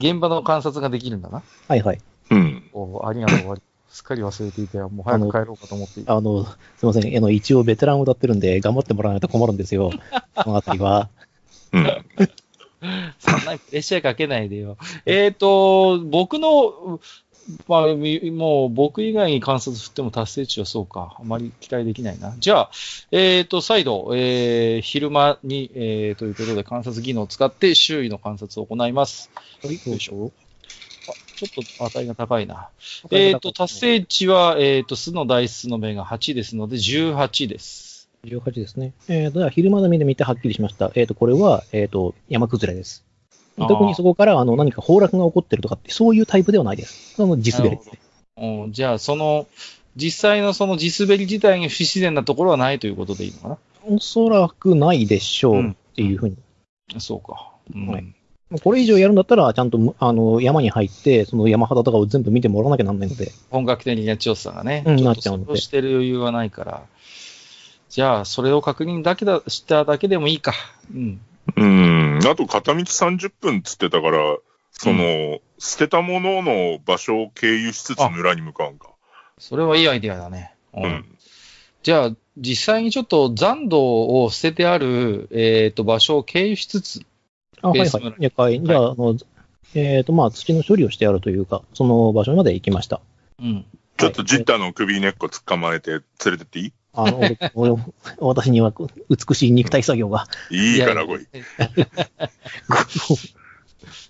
S1: 現場の観察ができるんだな。
S4: はい、はいはい。
S2: うん。
S1: おありがとう終わり。すっかり忘れていたよ。もう早く帰ろうかと思っていた。
S4: あの、すいません。あの、一応ベテランを歌ってるんで、頑張ってもらわないと困るんで すよ。このあたりは。
S2: うん。
S7: そんなにプレッシャーかけないでよ。 えっと、僕の、まあ、みもう僕以外に観察振っても達成値はそうか。あまり期待できないな。じゃあ、えっ、と、再度、えー昼間に、えーということで観察技能を使って周囲の観察を行います。
S4: はい、どうしよう。
S7: ちょっと値が高いな。えっ、と、達成値は、えっ、と、素のダイスの目が8ですので、18です。
S4: 18ですね。えーと、では昼間の目で見てはっきりしました。えっ、と、これは、えっ、と、山崩れです。
S7: あー
S4: 特にそこから、あの、何か崩落が起こってるとかって、そういうタイプではないです。その地滑りですね。
S7: うん、じゃあ、その、実際のその地滑り自体に不自然なところはないということでいいのかな
S4: おそらくないでしょ
S7: う
S4: うんっていうふうに。
S7: そうか。うん
S4: はいこれ以上やるんだったら、ちゃんとむ、あの、山に入って、その山肌とかを全部見てもらわなきゃなんないので。
S7: 本格的な調査がね、
S4: うん
S7: ちょ
S4: な
S7: っ
S4: っ
S7: と
S4: ちゃうんで
S7: それをしてる余裕はないから、じゃあ、それを確認だけだしただけでもいいか。うん。
S2: うん。あと、片道30分っつってたから、その、捨てたものの場所を経由しつつ村に向かうんか。
S7: それはいいアイディアだね。う
S2: うん。
S7: じゃあ、実際にちょっと残土を捨ててある、えっ、と、場所を経由しつつ、
S4: あ、は
S7: ベ
S4: いは
S7: ー
S4: い。
S7: ス村
S4: 了解。じゃあ、あの、えっ、と、まあ、土の処理をしてあるというか、その場所まで行きました。
S7: うん。
S2: ちょっとジッターの首根っこ捕まえて連れてっていい
S4: あの、俺俺私には美しい肉体作業が。
S2: いいから来い。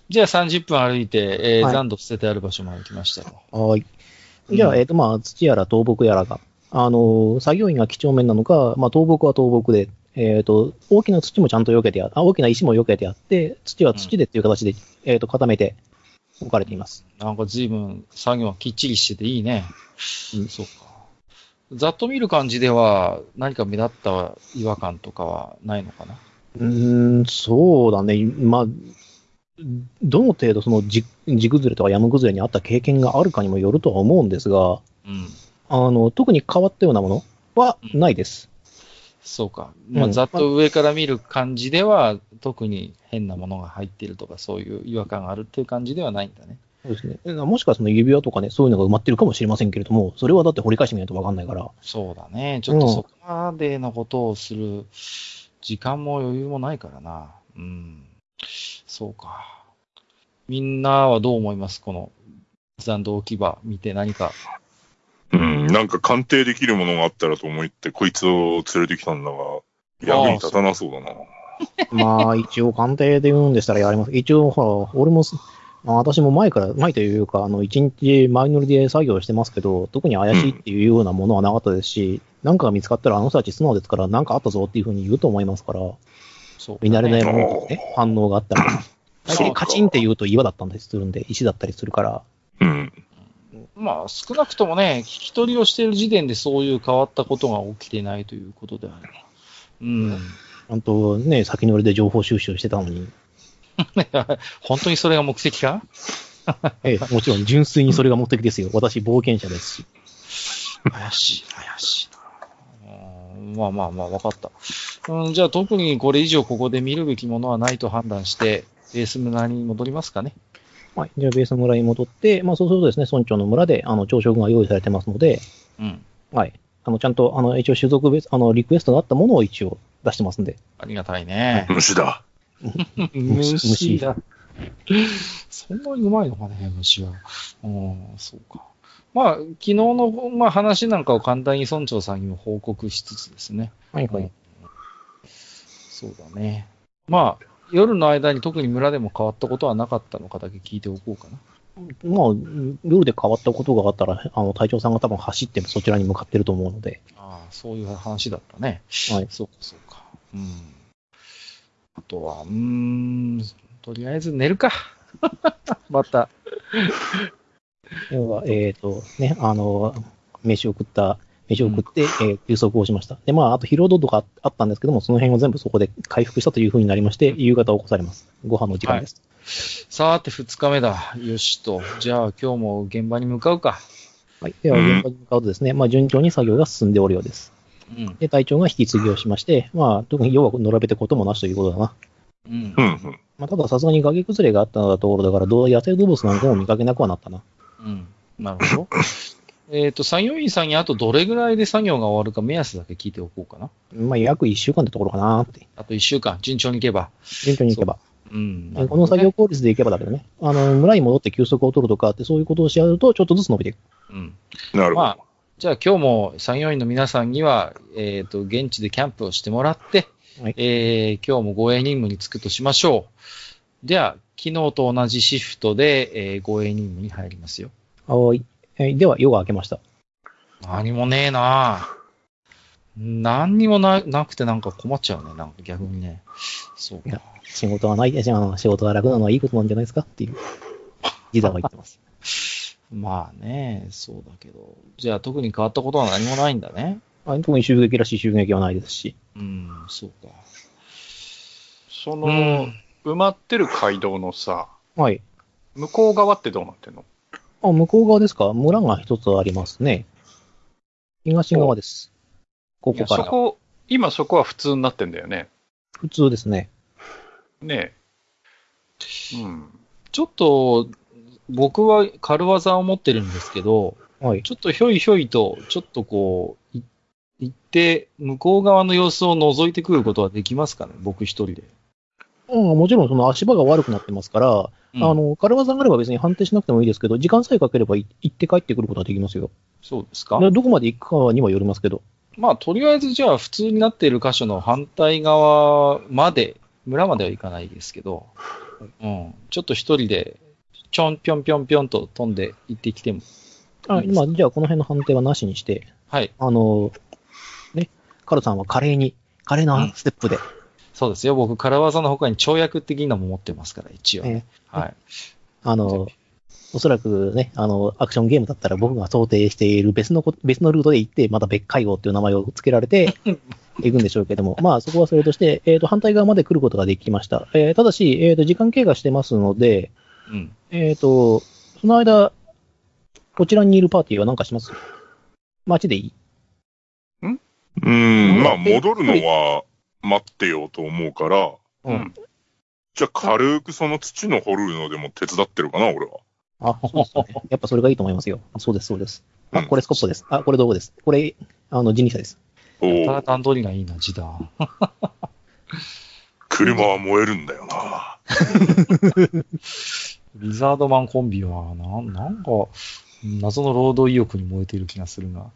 S7: じゃあ30分歩いて、えー
S4: はい
S7: 残土捨ててある場所まで行きましたと。
S4: はい。じゃあ、えっ、と、まあ、土やら倒木やらが、あのー作業員が几帳面なのか、まあ、倒木は倒木で、えっ、と、大きな土もちゃんと避けてやあ、大きな石も避けてやって、土は土でっていう形で、えっ、と、固めて置かれています。
S7: なんか随分作業はきっちりしてていいね。うん、そうか。ざっと見る感じでは、何か目立った違和感とかはないのかな
S4: うーん、そうだね。まあ、どの程度その地地崩れとか山崩れにあった経験があるかにもよるとは思うんですが、
S7: うん。
S4: あの、特に変わったようなものはないです。
S7: そうか。ま
S4: う
S7: あ、
S4: ん
S7: ざっと上から見る感じでは、特に変なものが入ってるとか、そういう違和感があるっていう感じではないんだね。
S4: そうですね。えもしかその指輪とかね、そういうのが埋まってるかもしれませんけれども、それはだって掘り返してみないとわかんないから。
S7: そうだね。ちょっとそこまでのことをする時間も余裕もないからな。うん。そうか。みんなはどう思いますこの残土置き場見て何か。
S2: うん、なんか鑑定できるものがあったらと思って、こいつを連れてきたんだが、役に立たなそうだな。
S4: まあ、一応鑑定で言うんでしたらやります。一応、ほら、俺もす、まあ私も前から、前というか、あの、一日マイノリで作業してますけど、特に怪しいっていうようなものはなかったですし、なんかが見つかったらあの人たち素直ですから、なんかあったぞっていうふうに言うと思いますから、
S7: そうかね、
S4: 見慣れないものとかね、反応があった ら。大
S2: そう
S4: 体
S2: か
S4: カチンって言うと岩だったんでするんで、石だったりするから。
S2: うん。
S7: まあ、少なくともね、聞き取りをしている時点でそういう変わったことが起きてないということである。うん。
S4: ちゃんとね、先乗りで情報収集してたのに。
S7: 本当にそれが目的か
S4: ええ、もちろん純粋にそれが目的ですよ。私、冒険者ですし。
S1: 怪しい、怪しいな。うんまあまあまあ、わかった。うん、じゃあ特にこれ以上ここで見るべきものはないと判断して、ベース村に戻りますかね。
S4: はい。じゃあ、ベース村に戻って、まあ、そうするとですね、村長の村で、あの、朝食が用意されてますので、
S1: うん。
S4: はい。あの、ちゃんと、あの、一応、種族別、あの、リクエストのあったものを一応出してますんで。
S1: ありがたいね。
S2: 虫だ。
S4: 虫
S1: 虫だ。そんなにうまいのかね、虫は。うん、そうか。まあ、昨日の、まあ、話なんかを簡単に村長さんにも報告しつつですね。
S4: はい、は
S1: うん
S4: い。
S1: そうだね。まあ、夜の間に特に村でも変わったことはなかったのかだけ聞いておこうかな。
S4: まあ、夜で変わったことがあったら、あの、隊長さんが多分走ってそちらに向かってると思うので。
S1: ああ、そういう話だったね。
S4: はい。
S1: そうか、そうか。うん。あとは、うーん、とりあえず寝るか。 また。
S4: では、えっ、と、ね、あの、飯を食った、飯を食って、えー休息をしました。で、まあ、あと疲労度とかあったんですけども、その辺を全部そこで回復したというふうになりまして、夕方起こされます。ご飯の時間です。
S1: さて、二日目だ。よしと。じゃあ、今日も現場に向かうか。
S4: はい。では、現場に向かうとですね、まあ、順調に作業が進んでおるようです。
S1: うん。
S4: で、隊長が引き継ぎをしまして、まあ、特に要は並べてこともなしということだな。
S1: うん
S2: う。んうん。
S4: まあ、ただ、さすがに崖崩れがあったのだところだから、どう野生動物なんかも見かけなくはなったな。
S1: うん。なるほど。 えっと、作業員さんにあとどれぐらいで作業が終わるか目安だけ聞いておこうかな。
S4: まあ、約1週間ってところかなって。
S1: あと一週間、順調にいけば。
S4: 順調にいけば。
S1: うん。
S4: この作業効率でいけばだけどね。あの、村に戻って休息を取るとかって、そういうことをし合うと、ちょっとずつ伸びていく。
S1: うん。
S2: なるほ
S1: まあ
S2: ど。、
S1: じゃあ今日も作業員の皆さんには、えっ、と、現地でキャンプをしてもらって、
S4: はい
S1: えー今日も護衛任務に就くとしましょう。では、昨日と同じシフトで、えー護衛任務に入りますよ。
S4: はい。えーでは、夜が明けました。
S1: 何もねえなあ何にもななくてなんか困っちゃうね、なんか逆にね。そう
S4: いや
S1: か。
S4: 仕事はないでしょ。仕事が楽なのはいいことなんじゃないですかって いう、ギザが言ってます。
S1: まあね、そうだけど。じゃあ特に変わったことは何もないんだね。
S4: あ特に襲撃らしい襲撃はないですし。
S1: うん、そうか。
S6: そうの、
S1: ん
S6: 埋まってる街道のさ、
S4: はい。
S6: 向こう側ってどうなってんの
S4: あ、向こう側ですか村が一つありますね。東側です。こ
S6: い
S4: こ
S6: や
S4: か
S6: そ
S4: ら。
S6: こ、今そこは普通になってんだよね。
S4: 普通ですね。
S6: ねえ。うん。
S1: ちょっと、僕は軽技を持ってるんですけど、
S4: はい。
S1: ちょっとひょいひょいと、ちょっとこう、い行って、向こう側の様子を覗いてくることはできますかね僕一人で。
S4: うん、もちろんその足場が悪くなってますから、
S1: うん
S4: あの、軽技があれば別に判定しなくてもいいですけど、時間さえかければい行って帰ってくることはできますよ。
S1: そうですか
S4: どこまで行くかにもよりますけど。
S1: まあ、とりあえずじゃあ、普通になっている箇所の反対側まで、村までは行かないですけど、うん、ちょっと一人で、ちょんぴょんぴょんぴょんと飛んで行ってきても、
S4: あ今、じゃあこの辺の判定はなしにして、
S1: はい、
S4: あの、ね、カルさんは華麗に、華麗なステップで、
S1: そうですよ。僕、空技の他に跳躍的なのも持ってますから、一応ね。
S4: ね
S1: はい。
S4: あの、おそらくね、あの、アクションゲームだったら僕が想定している別のこ、別のルートで行って、また別海王っていう名前を付けら れて、行くんでしょうけども、まあそこはそれとして、えっ、と、反対側まで来ることができました。えーただし、えっ、と、時間経過してますので、
S1: うん。
S4: えっ、と、その間、こちらにいるパーティーは何かします街でいい
S2: うん、まあ、戻るのは待ってようと思うから、
S4: うん。
S2: じゃあ軽くその土の掘るのでも手伝ってるかな、俺は。
S4: あ、そうで すね。やっぱそれがいいと思いますよ。そうです、そうです。
S2: う
S4: あ、
S2: ん
S4: これスコップです。あ、これ道具です。これ、あの、人力車です。
S2: お
S1: ただ
S2: お、
S1: 段取りがいいな、時短。
S2: 車は燃えるんだよな。
S1: リザードマンコンビは、なん、なんか、謎の労働意欲に燃えている気がするが。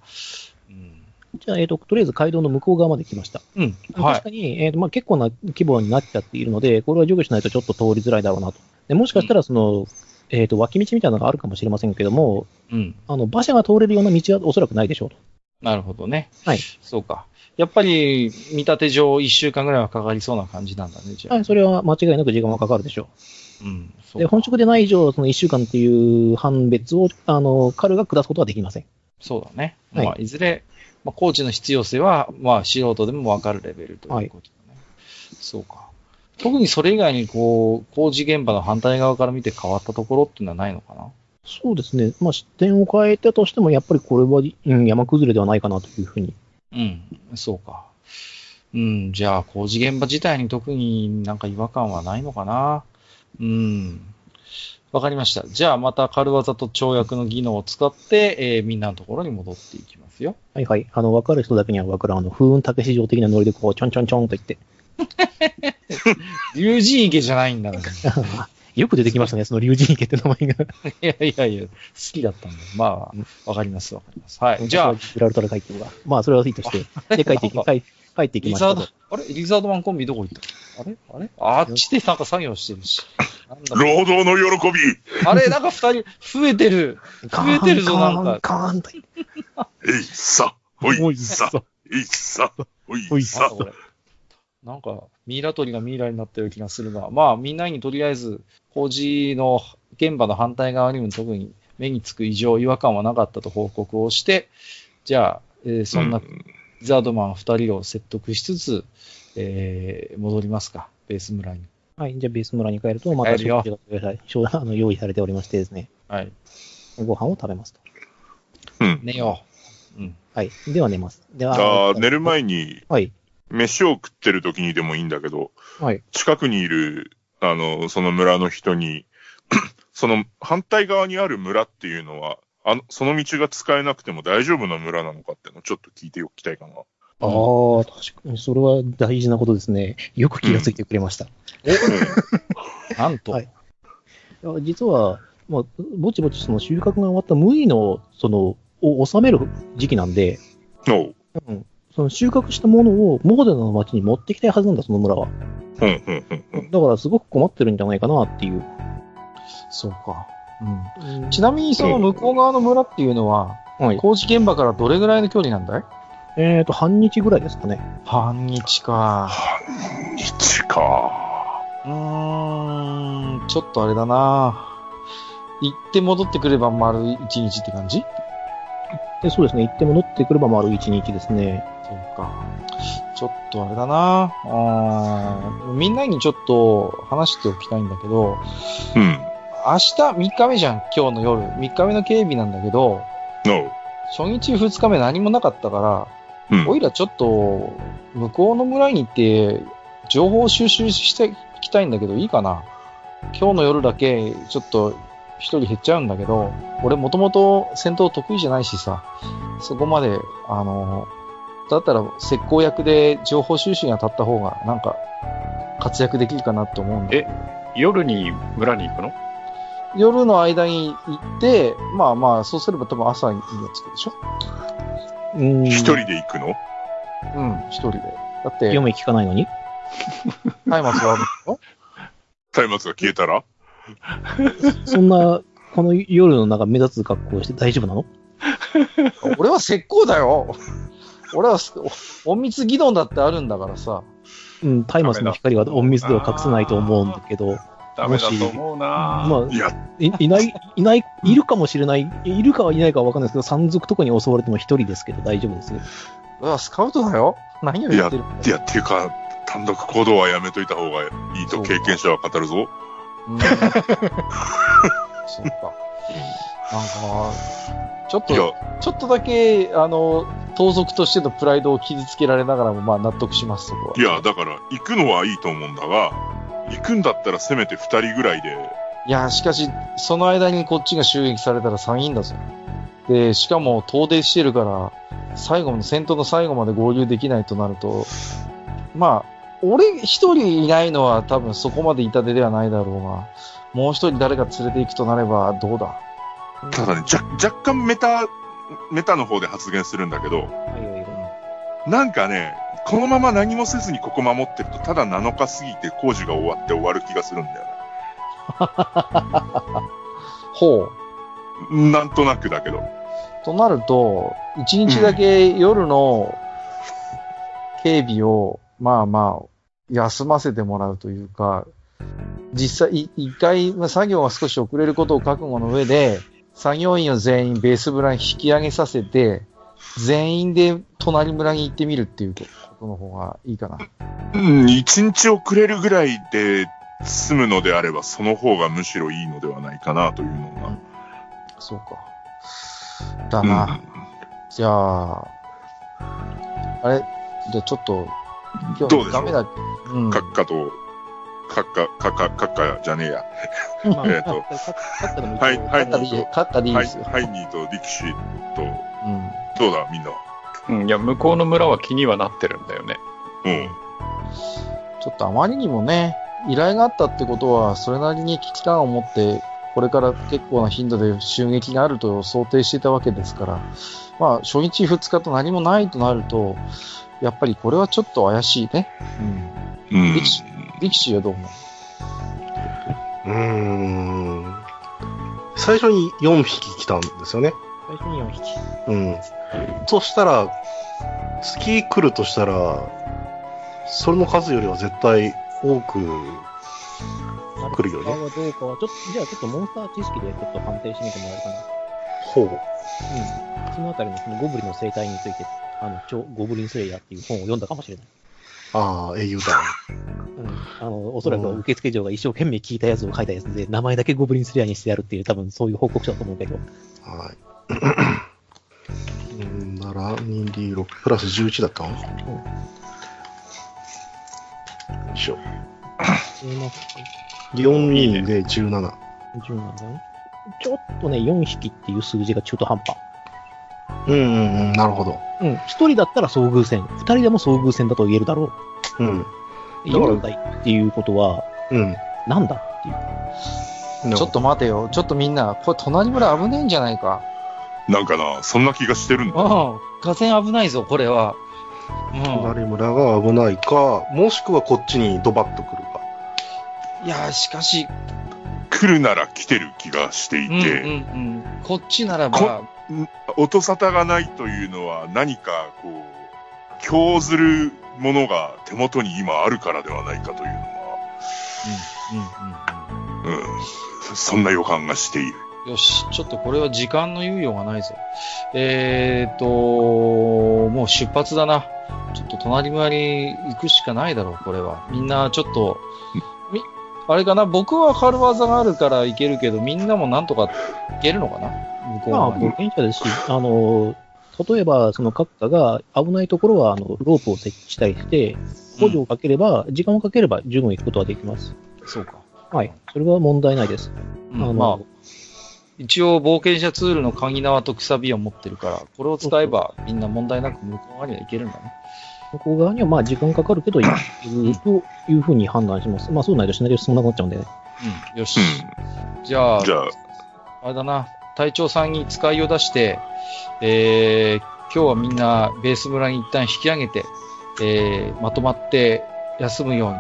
S1: うん。
S4: じゃあ、えっ、と、とりあえず街道の向こう側まで来ました。
S1: うん。はい
S4: 確。かに、えーとまあ、結構な規模になっちゃっているので、これは除去しないとちょっと通りづらいだろうなと。でもしかしたら、その、えーと、脇道みたいなのがあるかもしれませんけども、
S1: うん。
S4: あの、馬車が通れるような道はおそらくないでしょうと。
S1: なるほどね。
S4: はい。
S1: そうか。やっぱり、見立て上、一週間ぐらいはかかりそうな感じなんだね、じゃあ。
S4: はい、それは間違いなく時間はかかるでしょ。
S1: うん。そうう
S4: で、
S1: か
S4: 本職でない以上、その1週間という判別を、あの、彼が下すことはできません。
S1: そうだね。
S4: はい
S1: まあ、いずれ、まあ、コーチの必要性は、まあ、素人でもわかるレベルということだね。そうか。特にそれ以外にこう、工事現場の反対側から見て変わったところっていうのはないのかな
S4: そうですね。まあ、視点を変えたとしても、やっぱりこれは、うん、山崩れではないかなというふうに。
S1: うん、そうか。うん、じゃあ工事現場自体に特になんか違和感はないのかな。うん。わかりました。じゃあまた軽技と跳躍の技能を使って、えーみんなのところに戻っていきますよ。
S4: はいはい。あの、わかる人だけにはわかる、あの、風雲竹市場的なノリで、こう、ちょんちょんちょんと言って、
S1: 竜神池じゃないんだ から。
S4: よく出てきましたね、その竜神池って名前が。
S1: いやいやいや、好きだったんだ。まあ、わかります、わかります。はい。 じゃあ、
S4: ブラルタル海峡が。まあ、それはいいとして。で、帰っていき、帰帰っていき
S1: リ
S4: まし
S1: ザ
S4: た
S1: ード
S4: と。、
S1: あれリザードマンコンビどこ行ったあれあれあっちでなんか作業してるし。なんだろう
S2: 労働の喜び
S1: あれなんか二人、増えてる。増えてるぞ、なんか。
S4: カーンカーンと言って。
S2: えいさ、ほ
S4: もう
S2: い
S4: い
S2: さ、えいさ、ほ
S4: ほ
S2: い
S4: い
S1: なん
S2: さ
S1: だ。これなんか、ミイラ取りがミイラになったような気がするが、まあ、みんなにとりあえず、工事の現場の反対側にも特に目につく異常、違和感はなかったと報告をして、じゃあ、えーそんな
S2: う
S1: リザードマン2人を説得しつつ、えー戻りますか、ベース村に。
S4: はい。じゃあ、ベース村に帰ると、また
S1: 帰るよ
S4: 食事が用意 あの用意されておりましてですね、
S1: はい。
S4: ご飯を食べますと。
S2: うん。
S1: 寝よう。うん。
S4: はい。では寝ます。では、
S2: あー寝る前に、
S4: はい。
S2: 飯を食ってる時にでもいいんだけど、
S4: はい。
S2: 近くにいる、あの、その村の人に、 その反対側にある村っていうのは、あの、その道が使えなくても大丈夫な村なのかっていうのをちょっと聞いておきたいかな。
S4: ああ、確かに、それは大事なことですね。よく気がついてくれました。
S1: なんと。
S4: はいいや実は、まあ、ぼちぼちその収穫が終わった麦の、その、を収める時期なんで、
S2: おう
S4: うん、その収穫したものをモーデナの町に持ってきたいはずなんだ、その村は。
S2: うん、うん、うん、うん。
S4: だからすごく困ってるんじゃないかなっていう。
S1: そうか。うん。
S4: ち
S1: ちなみに、その向こう側の村っていうのは、
S4: はい、
S1: 工事現場からどれぐらいの距離なんだい
S4: えっ、と、半日ぐらいですかね。
S1: 半日か。
S2: 一か。
S1: うーん、ちょっとあれだな行って戻ってくれば丸一日って感じ
S4: でそうですね、行って戻ってくれば丸一日ですね。
S1: そうか。ちょっとあれだなうーんみんなにちょっと話しておきたいんだけど、
S2: うん。
S1: 明日3日目じゃん、今日の夜。3日目の警備なんだけど、
S2: おう
S1: 初日2日目何もなかったから、
S2: うん。
S1: おいらちょっと、向こうの村に行って、情報を収集していきたいんだけど、いいかな今日の夜だけ、ちょっと、一人減っちゃうんだけど、俺もともと戦闘得意じゃないしさ、そこまで、あの、だったら石膏役で情報収集に当たった方が、なんか、活躍できるかなと思うんだ。
S6: え夜に村に行くの
S1: 夜の間に行って、まあまあ、そうすれば多分朝に家着くでしょ
S4: うーん。
S2: 一人で行くの
S1: うん、一人で。だって、
S4: 読め聞かないのに。
S1: 松明はあるの
S2: 松明が消えたら
S4: そんな、この夜の中目立つ格好をして大丈夫なの
S1: 俺は石膏だよ。俺はすお隠密技能だってあるんだからさ。
S4: うん、松明の光は隠密では隠せないと思うんだけど、
S6: ダメだと思うな
S4: まあ
S2: いや、
S4: い いない、いない、いるかもしれない、いるかはいないかはわかんないですけど、山賊とかに襲われても一人ですけど大丈夫ですよ。
S1: 俺はスカウトだよ。何を言ってる
S2: いや、っていうか、単独行動はやめといた方がいいと経験者は語るぞ。
S1: うんそうか。なんか、ちょっ
S2: いや
S1: と、、ちょっとだけ、あの、盗賊としてのプライドを傷つけられながらも、まあ納得します、そこは。
S2: いや、だから、行くのはいいと思うんだが、行くんだったらせめて二人ぐらいで、
S1: いや、しかし、その間にこっちが襲撃されたら3人だぞ。で、しかも遠出してるから、最後の、戦闘の最後まで合流できないとなると、まあ、俺一人いないのは多分そこまで痛手ではないだろうが、もう一人誰か連れて行くとなればどうだ。
S2: ただね、じゃ若干メタ、メタの方で発言するんだけど、なんかね、このまま何もせずにここ守ってると、ただ7日過ぎて工事が終わって終わる気がするんだよ
S1: ほう。
S2: ね。なんとなくだけど。
S1: となると、一日だけ夜の警備を、まあまあ、休ませてもらうというか、実際、い一回、まあ作業が少し遅れることを覚悟の上で、作業員を全員ベースブラに引き上げさせて、全員で隣村に行ってみるっていうことの方がいいかな。
S2: うん、一日遅れるぐらいで済むのであれば、その方がむしろいいのではないかなというのが。
S1: そうか。だな。じゃあ、あれじゃあちょっと、今
S2: どうで
S1: 日
S2: しょう
S1: ダメだ。うん。
S2: 閣下と、閣下、閣下、閣下じゃねえや。
S4: まあ
S2: えーと
S4: 勝勝ったのも一応
S2: はい、は
S1: 勝ったらい
S2: い、
S1: い勝ったらいい
S2: はい、
S1: ですよ。
S2: ハイニーと力士と、
S1: うん。
S2: どうだ、みんな。
S6: うん、いや、向こうの村は気にはなってるんだよね。
S2: うん。
S1: ちょっとあまりにもね、依頼があったってことは、それなりに危機感を持って、これから結構な頻度で襲撃があると想定していたわけですから、まあ、初日2日と何もないとなると、やっぱりこれはちょっと怪しいね。うん。
S2: うん。
S1: 力士力士はどう思う
S5: うーん。最初に4匹来たんですよね。
S4: 最初に4匹。
S5: うん。そしたら、月来るとしたら、それの数よりは絶対多く、来るよね
S4: あれはどうかは、ちょっと、じゃあちょっとモンスター知識でちょっと判定してみてもらえるかな。
S5: ほう。
S4: うん。そのあたりのそのゴブリンの生態について、あの、超ゴブリンスレイヤーっていう本を読んだかもしれない。
S5: ああ、英雄だ。
S4: うん。あの、おそらく
S5: うん
S4: 受付嬢が一生懸命聞いたやつを書いたやつで、名前だけゴブリンスレイヤーにしてやるっていう、多分そういう報告書だと思うんだけど。
S5: はい。 うんなら、2D6 プラス11だったのよいしょ。42で
S4: 10
S5: 17。
S4: なんだね。ちょっとね、4匹っていう数字が中途半端。
S5: うんうんうん、なるほど。
S4: うん。1人だったら遭遇戦、2人でも遭遇戦だと言えるだろ
S5: うん。
S4: う。
S5: だから
S4: 4体っていうことは、
S5: うん。
S4: なんだっていう。
S1: ちょっと待てよ。ちょっとみんな、これ隣村危ねえんじゃないか。
S2: なんかな、そんな気がしてるんだ。
S1: うん。河川危ないぞ、これは。うん。
S5: 隣村が危ないか、もしくはこっちにドバッと来るか。
S1: いやー、しかし、
S2: 来るなら来てる気がしてい
S1: うんうん
S2: て、
S1: うん。こっちならば
S2: こ、音沙汰がないというのは何かこう、強ずるものが手元に今あるからではないかというのは、うん、そそんな予感がしている。
S1: よし、ちょっとこれは時間の猶予がないぞ。えーと、もう出発だな。ちょっと隣村に行くしかないだろう、これは。みんなちょっと、み、あれかな、僕は軽技があるから行けるけど、みんなもなんとか行けるのかな向こう
S4: まあ、
S1: 側に
S4: 冒険者ですし、あの、例えば、その閣下が危ないところは、あの、ロープを設置したりして、補助をかければ、時間をかければ十分行くことはできます。
S1: そうか。
S4: はい。それは問題ないです。
S1: うん
S4: あの
S1: まあ、一応冒険者ツールの鍵縄とくさびを持ってるから、これを使えばみんな問題なく向こう側には行けるんだね。
S4: 向こう側には、まあ、時間かかるけど、行くというふうに判断します。まあ、そうないとシナリオ進んなくなっちゃうんでね。
S1: うん、よし。じゃあ、
S2: じゃあ、
S1: あれだな、隊長さんに使いを出して、えー、今日はみんなベース村に一旦引き上げて、えー、まとまって休むように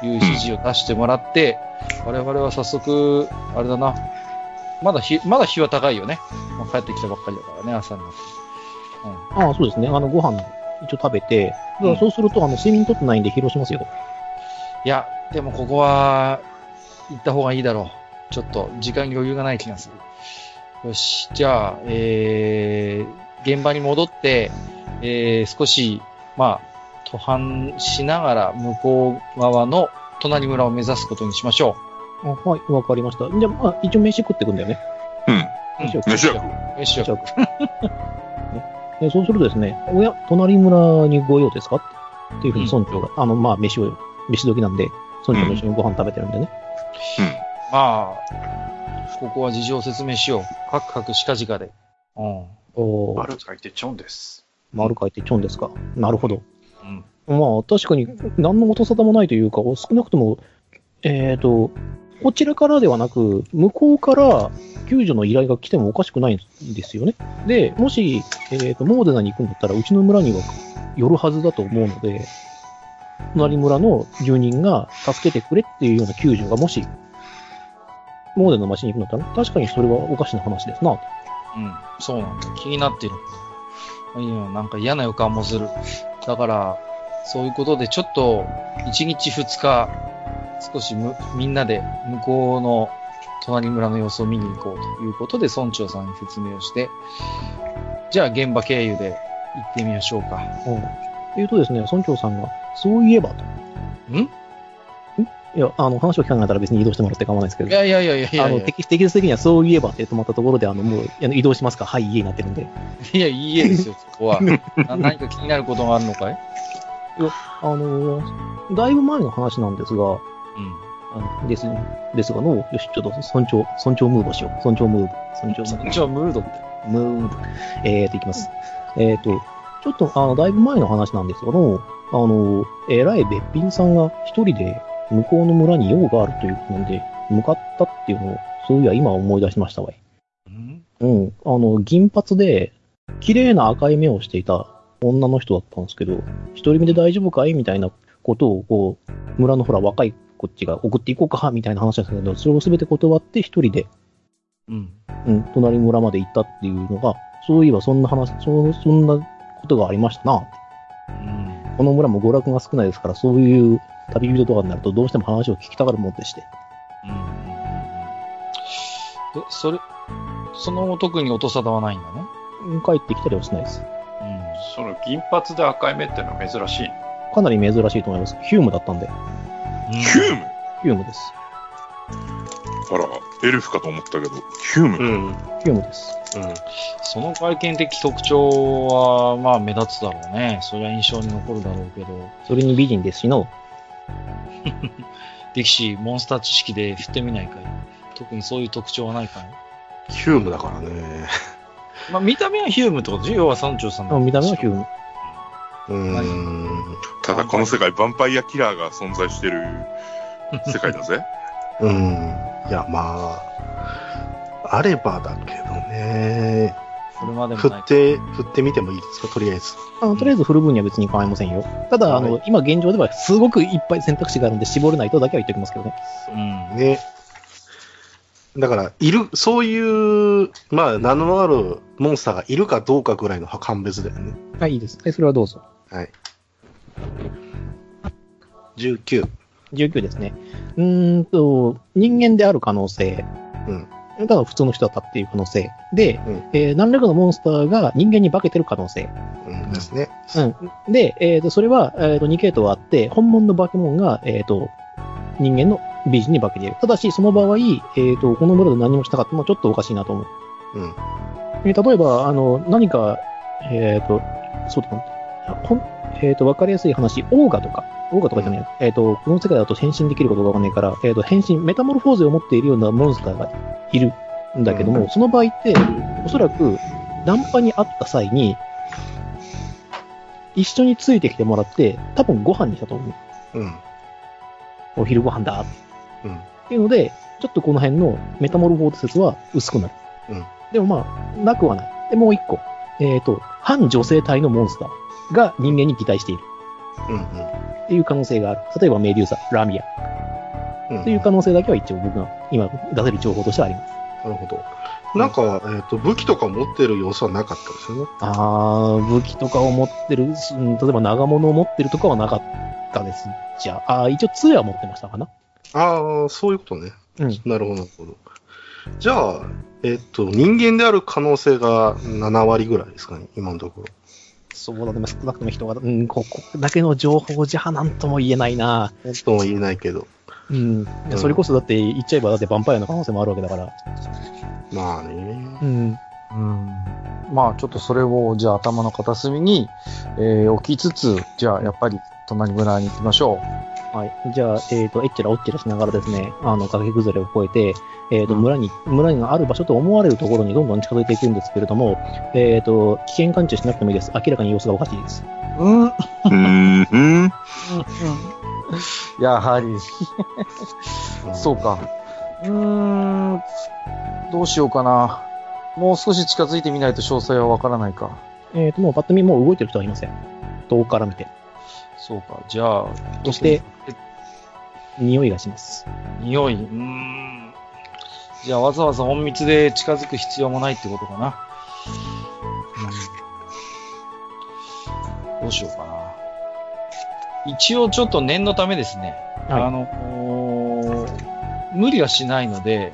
S1: という指示を出してもらって、我々は早速、あれだな、まだ日、まだ日は高いよね。まあ、帰ってきたばっかりだからね、朝になって。
S4: ああ、そうですね。あの、ご飯、一応食べて、
S1: うん
S4: そうすると、あの、睡眠取ってないんで疲労しますよ。
S1: いや、でもここは、行った方がいいだろう。ちょっと、時間に余裕がない気がする。よし、じゃあ、えー、現場に戻って、えー、少し、まあ、途半しながら、向こう側の隣村を目指すことにしましょ
S4: あはい、わかりました。じゃあ、まあ、一応飯食ってくんだよね。
S1: うん
S4: 飯を食っ
S2: 飯
S4: て
S2: 役。
S1: う。よしよ
S4: 飯。を食う ねでそうするとですね、おや、隣村にご用ですかっていうふうに村長が、あの、まあ、飯を、飯時なんで、村長も一緒にご飯食べてるんでね。
S1: まあ、ここは事情を説明しよう。カクカクしかじかで。うん。
S4: おー
S6: ルとか言ってちょんです。
S4: 丸書いてちょんですか。なるほど。
S1: うん。
S4: まあ、確かに、何の音沙汰もないというか、少なくとも、えっ、と、こちらからではなく、向こうから救助の依頼が来てもおかしくないんですよね。で、もし、えっ、と、モーデナに行くんだったら、うちの村には寄るはずだと思うので、隣村の住人が助けてくれっていうような救助がもし、モーデナの町に行くんだったら、確かにそれはおかしな話ですな。
S1: うん、そうなんだ。気になってる。いや、なんか嫌な予感もする。だから、そういうことで、ちょっと、1日2日、少しむみんなで向こうの隣村の様子を見に行こうということで、村長さんに説明をして、じゃあ現場経由で行ってみましょうか。
S4: 言うとですね、村長さんが、そういえばと。
S1: ん
S4: いや、あの、話を聞かないたら別に移動してもらって構わないですけ
S1: い
S4: ど、
S1: やいやいやいやいや
S4: あの、テキテキスト的にはそういえばって止まったところで、あの、もう、あの移動しますかはい、家になってるんで。
S1: いや、いいえですよ、そこ は。な何か気になることがあるのかい
S4: あのーだいぶ前の話なんですが、あのです、ですがの、よし、ちょっと村長、村長ムーブをしよう。村長ムーブ。村長ムー
S1: うん。じゃあ、ムードって。
S4: ブ。ムーブ。えーと、いきます。えーと、ちょっと、あの、だいぶ前の話なんですがの、あのー、えらいべっぴんさんが一人で向こうの村に用があるということなんで、向かったっていうのを、そういや、今思い出しましたわい。
S7: うん
S4: うん。あの、銀髪で、綺麗な赤い目をしていた女の人だったんですけど、一人目で大丈夫かいみたいなことを、こう、村のほら、若いこっちが送っていこうか、みたいな話だったんですけど、それを全て断って一人で、
S7: うん。
S4: うん、隣村まで行ったっていうのが、そういえばそんな話、そそんなことがありましたな。
S7: うん。
S4: この村も娯楽が少ないですから、そういう旅人とかになると、どうしても話を聞きたがるもんでして。
S1: で、それ、その後特に音沙汰はないんだね。
S4: うん帰ってきたりはしないです。
S6: その銀髪で赤い目ってのは珍しい。
S4: かなり珍しいと思います。ヒュームだったんで、
S2: ヒューム
S4: ヒュームです。
S2: あら、エルフかと思ったけど、ヒューム。
S5: うん。うん。
S4: ヒュームです。
S1: その外見的特徴は、まあ目立つだろうね。それは印象に残るだろうけど、
S4: それに美人ですしの、
S1: 力士、モンスター知識で振ってみないかい特にそういう特徴はないかい
S5: ヒュームだからね。
S7: まあ、見た目はヒュームってことでしょ要は村長さんの。
S4: 見た目はヒュー
S7: ム。
S4: ム。
S5: うー
S2: ただこの世界、ヴァンパイアキラーが存在してる世界だぜ。
S5: ん。うん。いや、まあ、あればだけどね。
S1: それまでも
S5: 振
S1: ない
S5: っ。て、振ってみてもいいですか、とりあえず。
S4: あのとりあえず振る分には別に構いませんよ。ただ、あの、今現状ではすごくいっぱい選択肢があるんで絞れないとだけは言っておきますけどね。
S1: うん。
S5: ね。だから、いる、そういう、まあ、名のあるモンスターがいるかどうかぐらいの判別だよね。
S4: はい、いいです。はい、それはどうぞ。
S5: 19。
S4: 19ですね。うーんと、人間である可能性。
S5: う
S4: た
S5: ん。
S4: だ普通の人だったっていう可能性。で、
S5: うん
S4: えー何らかのモンスターが人間に化けてる可能性。
S5: うんですね。
S4: うん。で、えーと、それは、えーと、2系統あって、本物の化け物が、えーと、人間の美人に化けている。ただし、その場合、えーと、この村で何もしたかったのはちょっとおかしいなと思う。
S5: うん。
S4: えー例えば、あの、何か、えっ、と、そうだな、ほん、えっ、と、わかりやすい話、オーガとか、オーガとかじゃない、えっ、と、この世界だと変身できることがわかんないから、えっ、と、変身、メタモルフォーゼを持っているようなモンスターがいるんだけども、その場合って、おそらく、ナンパにあった際に、一緒についてきてもらって、多分ご飯にしたと思う。
S5: うん。
S4: お昼ご飯だ。
S5: うん
S4: っていうので、ちょっとこの辺のメタモルフォーズ説は薄くなる。
S5: うん
S4: でもまあ、なくはない。で、もう一個。えっ、と、反女性体のモンスターが人間に擬態している
S5: うん。
S4: っていう可能性がある。例えばメデューサ、ラミア
S5: うん。
S4: という可能性だけは一応僕が今出せる情報としてはあります。
S5: なるほど。なんか、えっ、と、武器とか持ってる様子はなかったですよね。
S4: あー、武器とかを持ってる、うん例えば長物を持ってるとかはなかったです。じゃあ、あー一応杖は持ってましたかな。
S5: ああ、そういうことね。
S4: うん
S5: なるほど、なるほど。じゃあ、えっ、と、人間である可能性が7割ぐらいですかね、今のところ。
S4: そうだね。少なくとも人が、うん、ここだけの情報じゃなんとも言えないな
S5: 本当も言えないけど。
S4: うん、
S5: うん
S4: それこそだって言っちゃえばだってヴァンパイアの可能性もあるわけだから。
S5: まあね。
S4: うん。
S1: うん。まあちょっとそれを、じゃあ頭の片隅に、えー置きつつ、じゃあやっぱり隣村に行きましょ
S4: はい。じゃあ、えっ、と、エッチラオッチラしながらですね、あの、崖崩れを越えて、えっ、と、村に、村にある場所と思われるところにどんどん近づいていくんですけれども、えっ、と、危険感知しなくてもいいです。明らかに様子がおかしいです。
S1: う。うん。
S2: うーん。
S1: やはり。そうか。うーん、どうしようかな。もう少し近づいてみないと詳細はわからないか。
S4: えっ、と、もうパッと見もう動いてる人はいません。遠くから見て。
S1: そうか。じゃあ、
S4: そして、匂いがします。
S1: 匂い。うーん。じゃあ、わざわざ隠密で近づく必要もないってことかな。うん、どうしようかな。一応、ちょっと念のためですね。
S4: はい
S1: あの、おー無理はしないので、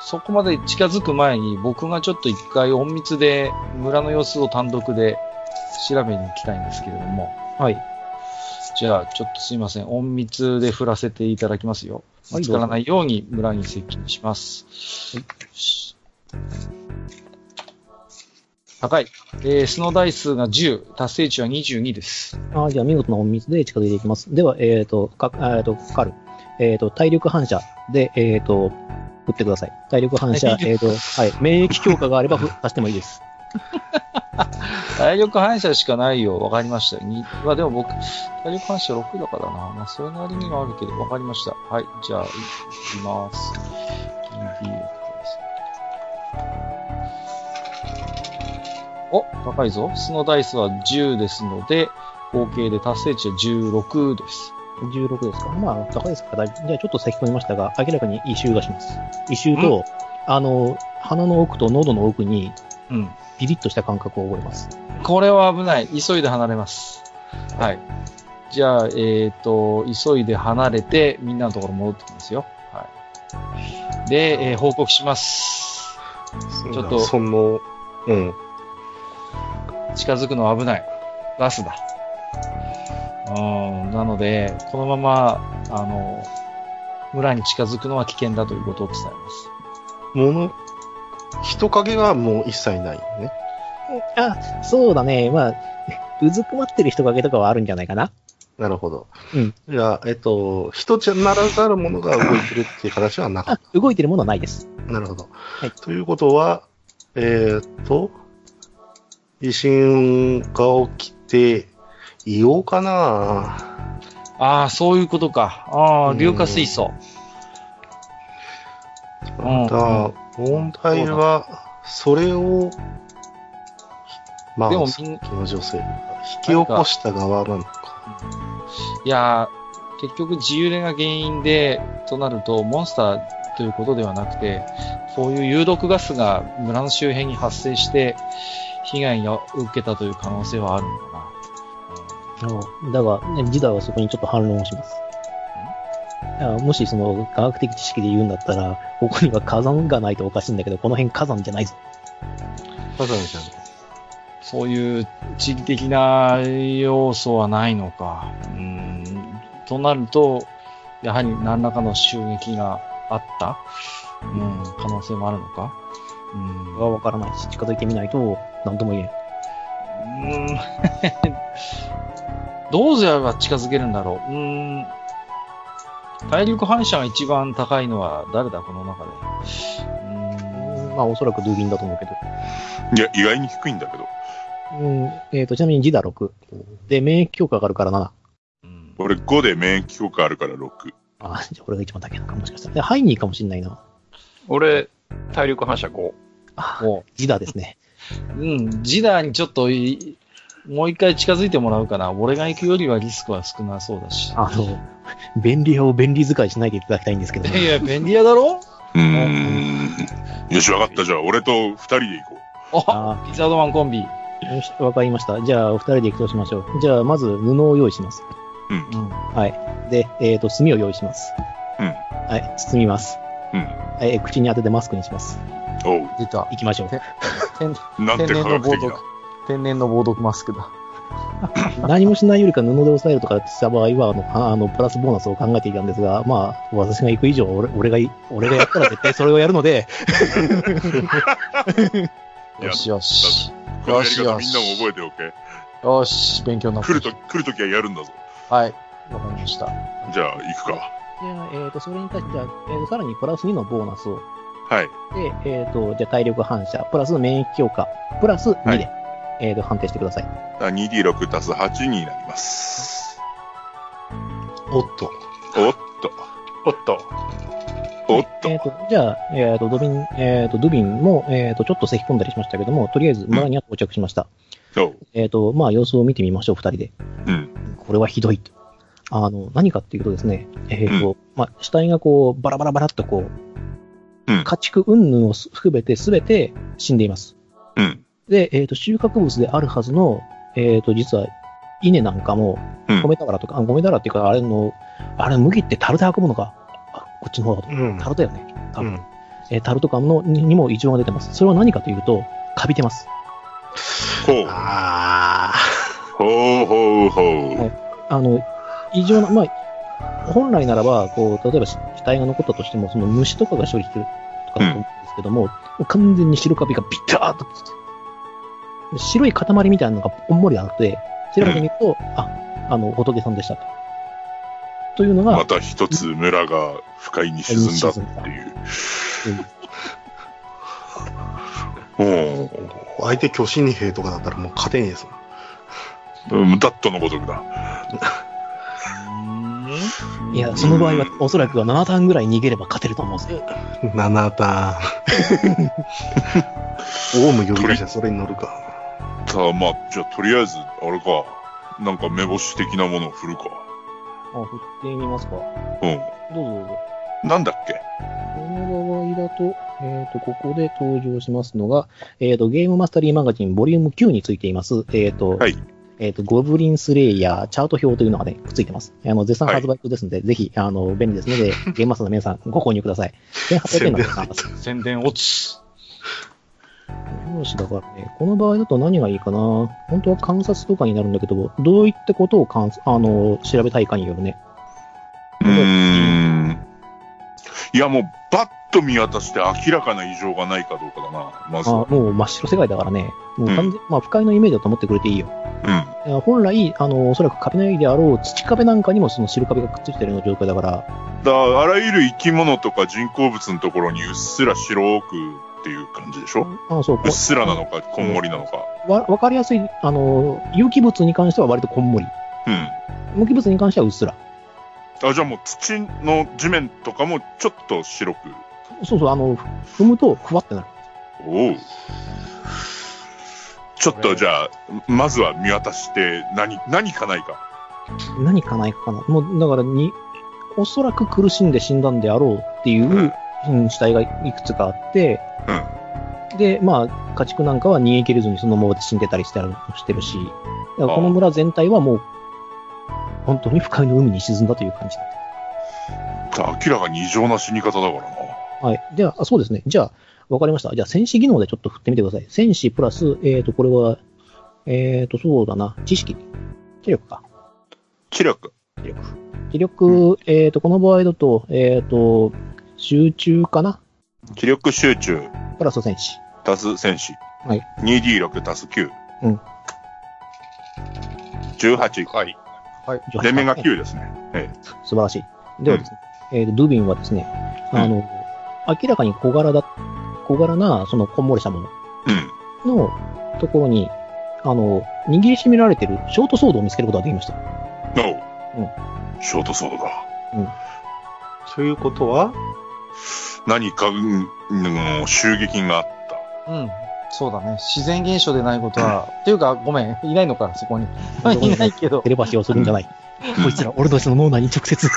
S1: そこまで近づく前に僕がちょっと一回隠密で村の様子を単独で調べに行きたいんですけれども。
S4: はい。
S1: じゃあちょっとすいません。隠密で振らせていただきますよ。
S4: は
S1: 見
S4: い
S1: つからないように村に接近します。高い。えー、スノーダイスが10、達成値は22です。
S4: あーじゃあ見事な隠密で近づいていきます。では、えっ、と、か、えーと、かかる。えっ、と、体力反射で、えっ、と、振ってください。体力反射、えっ、と、はい。免疫強化があればふ足してもいいです。
S1: 体力反射しかないよ。わかりました。にまあでも僕、体力反射6だからな。まあそれなりにはあるけど、わかりました。はい。じゃあ、いきます。DD をお、高いぞ。スノーダイスは10ですので、合計で達成値は16です。
S4: 16ですか。まあ、高いですから、じゃあちょっと先込みましたが、明らかに異臭がします。異臭と、あの、鼻の奥と喉の奥に、
S1: うん。
S4: ピリッとした感覚を覚えます。
S1: これは危ない。急いで離れます。はい。じゃあ、えっ、と、急いで離れて、みんなのところ戻ってきますよ。はい。で、えー報告します。ちょっと
S5: その、うん。
S1: 近づくのは危ない。ガスだ。うん、なので、このまま、あの、村に近づくのは危険だということを伝えます。
S5: もの、人影はもう一切ないね。
S4: あ、そうだね。まあ、うずくまってる人影とかはあるんじゃないかな。
S5: なるほど。
S4: うん。
S5: じゃあ、えっと、人じゃならざるものが動いてるっていう形はなかっ
S4: あ、動いてるものはないです。
S5: た。なるほど。
S4: い
S5: ということは、えーっと、地震が起きて、いようかな
S1: ああ、そういうことか。ああ、
S5: うん
S1: 硫化水素。うん
S5: ただ、問題は、それを、まあ、
S1: でも
S5: さっ
S1: みん
S5: きの女性、引き起こした側なのか。
S1: いやー、結局自由れが原因で、となると、モンスターということではなくて、こういう有毒ガスが村の周辺に発生して、被害を受けたという可能性はあるのか
S4: だが、ね、ジダはそこにちょっと反論をします。あもしその科学的知識で言うんだったら、ここには火山がないとおかしいんだけど、この辺火山じゃないぞ。
S5: まさにじゃん。
S1: な。そういう地理的な要素はないのか。うーんとなると、やはり何らかの襲撃があった、うん、可能性もあるのか。うん
S4: はわからないし、近づいてみないと、なんとも言えん。
S1: うーんどうすれば近づけるんだろう。うーん。体力反射が一番高いのは誰だ、この中で。うーん
S4: まあ、おそらくドゥーギンだと思うけど。
S2: いや、意外に低いんだけど。
S4: うん、えっ、と、ちなみにジダ6。で、免疫強化があるから7。
S1: うん
S2: 俺5で免疫効果あるから6。
S4: あ、じゃあ俺が一番高いのか、もしかしたら。で、ハイニーかもしんないな。
S6: 俺、体力反射5。
S4: あ、
S1: も
S4: ジダですね。
S1: う、うん、ジダーにちょっとい、もう一回近づいてもらうかな。俺が行くよりはリスクは少なそうだし。
S4: あの、便利を便利使いしないでいただきたいんですけど。
S1: いや、便利屋だろ
S2: うーん。よし、わかった。じゃあ、俺と2人で行こ
S1: あ
S4: あ
S1: ピザードマンコンビ。
S4: よしわかりました。じゃあ、お二人で行くとしましょう。じゃあ、まず布を用意します。
S1: うん。
S4: はい。で、えっ、と、炭を用意します。
S2: うん
S4: はい、包みます。
S2: うん
S4: はい、えー口に当ててマスクにします。
S2: う。お
S1: 出た。
S4: 行き ましょう。
S2: う。なん
S1: 天
S2: て
S1: 然
S2: 科
S1: の
S2: 学
S1: 防
S2: 的
S1: 毒
S2: だ。。
S1: 天然の防毒マスクだ。
S4: 何もしないよりか布で抑えるとかした場合は、あの、ああのプラスボーナスを考えていたんですが、まあ、私が行く以上、俺俺がい、俺がやったら絶対 それをやるので、
S2: いや
S1: よしよし。
S2: この
S1: よ
S2: やり
S1: し
S2: 方
S1: よ
S2: み
S1: し
S2: んなも覚えておけ。
S1: よし、勉強になった。
S2: 来ると、来るときはやるんだぞ。
S1: はい。わかりました。
S2: じゃあ、行くか。
S4: じゃあ、えっ、と、それに対して、じゃあ、えーとさらにプラス2のボーナスを。
S2: はい。
S4: で、えっ、と、じゃあ体力反射、プラス免疫強化、プラス2で、
S2: はい
S4: えっ、と、判定してください。
S2: だ 2D6 足す8になります。
S5: おっと。
S2: おっと。
S6: おっと、
S2: おっ
S4: え
S2: と
S4: っ、。と、じゃあ、えっ、と、ドビン、えっ、と、ドゥビンも、えっ、と、ちょっと咳き込んだりしましたけども、とりあえず村には到着しました。
S2: おう
S4: えっ、と、まあ、様子を見てみましょう、二人で。
S2: うん。
S4: これはひどいと。あの、何かっていうとですね、えっ、と、まあ、死体がこう、バラバラバラっとこう、
S2: うん
S4: 家畜云々を含めて全て死んでいます。
S2: うん。
S4: で、えっ、と、収穫物であるはずの、えっ、と、実は、稲なんかも、
S2: うん
S4: 米俵とか、あ米俵っていうか、あれの、あれ、麦って樽で運ぶのか。あ、こっちの方だと。
S5: うん。
S4: 樽だよね。多
S5: う
S4: 分。
S5: ん。
S4: えータルト感のににも異常が出てます。それは何かというと、カビてます。
S2: ほう。
S3: あ
S2: ほうほうほう。
S4: あの、異常な、まあ、本来ならば、こう、例えば死死体が残ったとしても、その虫とかが処理してるとかだと思うんですけども、完全に白カビがビターっとついてる白い塊みたいなのがこんもりあって、調べてみると、あ、あの、仏さんでしたと。というのが、
S2: また一つ村が不快に沈んだっていう。
S5: もう相手巨神兵とかだったらもう勝てねえですもん。
S2: うん、ダットのごとくだ。
S4: いや、その場合は、おそらくは7ターンぐらい逃げれば勝てると思うんですよ。
S5: 7ターン。オウム呼び出してそれに乗るか。
S2: ただまあ、じゃあとりあえず、あれか、なんか目星的なものを振るか。
S4: あ、振ってみますか。
S2: う
S4: どうぞどうぞ。
S2: ん。なんだっけ
S4: この場合だと、えっ、と、ここで登場しますのが、えっ、と、ゲームマスタリーマガジンボリューム9についています、えっ、と、
S2: はい
S4: えっ、と、ゴブリンスレイヤーチャート表というのがね、くっついてます。あの、絶賛
S2: はい
S4: 発売中ですので、ぜひ、あの、便利です ので、ゲームマスターの皆さん、ご購入ください。1800円の方です。
S7: 宣伝落ち。
S4: よし、だからね、この場合だと何がいいかな本当は観察とかになるんだけど、どういったことを観察あの、調べたいかによるね。
S2: うーん。いやもう、バッと見渡して明らかな異常がないかどうかだな、まず
S4: あ
S2: は。
S4: もう真っ白世界だからね、もう完全、まあ、不快のイメージだと思ってくれていいよ。
S2: うん。
S4: いや本来、あの、おそらく壁のよいであろう土壁なんかにもその白壁がくっついてるような状態だから、
S2: だあらゆる生き物とか人工物のところにうっすら白くっていう感じでしょ
S4: あそう、こ
S2: うっすらなのか、こんもりなのか。
S4: わわかりやすい、あの、有機物に関しては割とこんもり。
S2: うん。
S4: 無機物に関してはうっすら。
S2: あ、じゃあもう土の地面とかもちょっと白く。
S4: そうそう、あの、踏むとふわってなる。
S2: おう。ちょっとじゃあ、まずは見渡して、何、何かないか。
S4: 何かないかな。もう、だからに、おそらく苦しんで死んだんであろうっていう、
S2: うん
S4: うん死体がいくつかあって、で、まあ、家畜なんかは逃げ切れずにそのまま死んでたりしてるしてるし、だからこの村全体はもう、本当に深いの海に沈んだという感じ。
S2: 明らかに異常な死に方だからな。
S4: はい。では、あそうですね。じゃあ、わかりました。じゃあ、戦士技能でちょっと振ってみてください。戦士プラス、えっ、と、これは、えっ、と、そうだな。知識。知力か。
S2: 知力。
S4: 知力。知力、えっ、と、この場合だと、えっ、と、集中かな
S2: 知力集中、
S4: プラス戦士。
S2: 足す戦士。
S4: はい。
S2: 2D6 足す9。
S4: うん。
S2: 18。
S6: はい。
S4: 18
S2: 出目が9ですね。え
S4: 素晴らしい。ではですね、えーとドゥビンはですね、
S2: うん
S4: あの、明らかに小柄だ、小柄な、その、こんもりしたもの
S2: え。
S4: のところに、あの、握りしめられてるショートソードを見つけることができました。
S2: うん。おう。ショートソードだ。
S5: ということは、
S2: 何か、うん、うん襲撃があった。
S1: うん。そうだね。自然現象でないことは。っていうか、ごめん。いないのか、そこに。 いないけど
S4: テ。レパシーをするんじゃない。
S2: うん
S4: こいつら、俺たちの脳内に直接。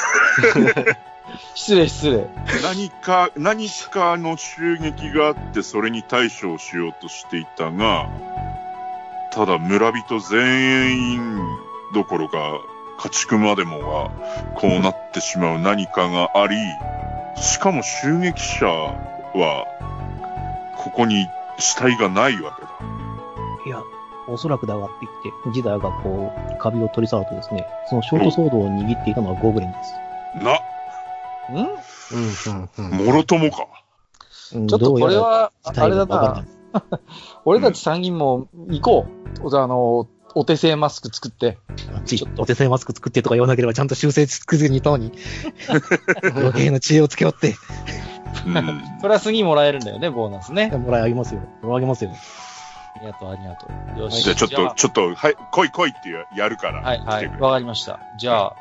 S1: 失礼、失礼。
S2: 何か、何かの襲撃があって、それに対処をしようとしていたが、ただ村人全員どころか、家畜までもが、こうなってしまう何かがあり、しかも襲撃者は、ここに死体がないわけだ。
S4: いや、おそらくだがって言って、ジダーがこう、カビを取り去るとですね、そのショートソードを握っていたのはゴブリンです。
S2: な、
S1: ん
S5: うんうんうん。
S2: もろともか。
S4: うん
S1: ちょっとこれ、は、
S4: どう
S1: あ
S4: や
S1: れだ
S4: ら事態がわから
S1: な。俺たち三人も行こう。あの、お手製マスク作って。
S4: ないちょっとお手製マスク作ってとか言わなければ、ちゃんと修正作りにいたの に、余計な知恵をつけよって、
S2: うん。
S1: プラスにもらえるんだよね、ボーナスね。
S4: もらいあげますよ。もらいあげますよ。
S1: ありがとう、ありがとう。よし。
S2: じゃあちょっ
S1: じ
S2: と、ちょっと、はい、来い来いってやるから。
S1: はい、は
S2: 来て
S1: い
S2: く。れ
S1: わかりました。じゃあ、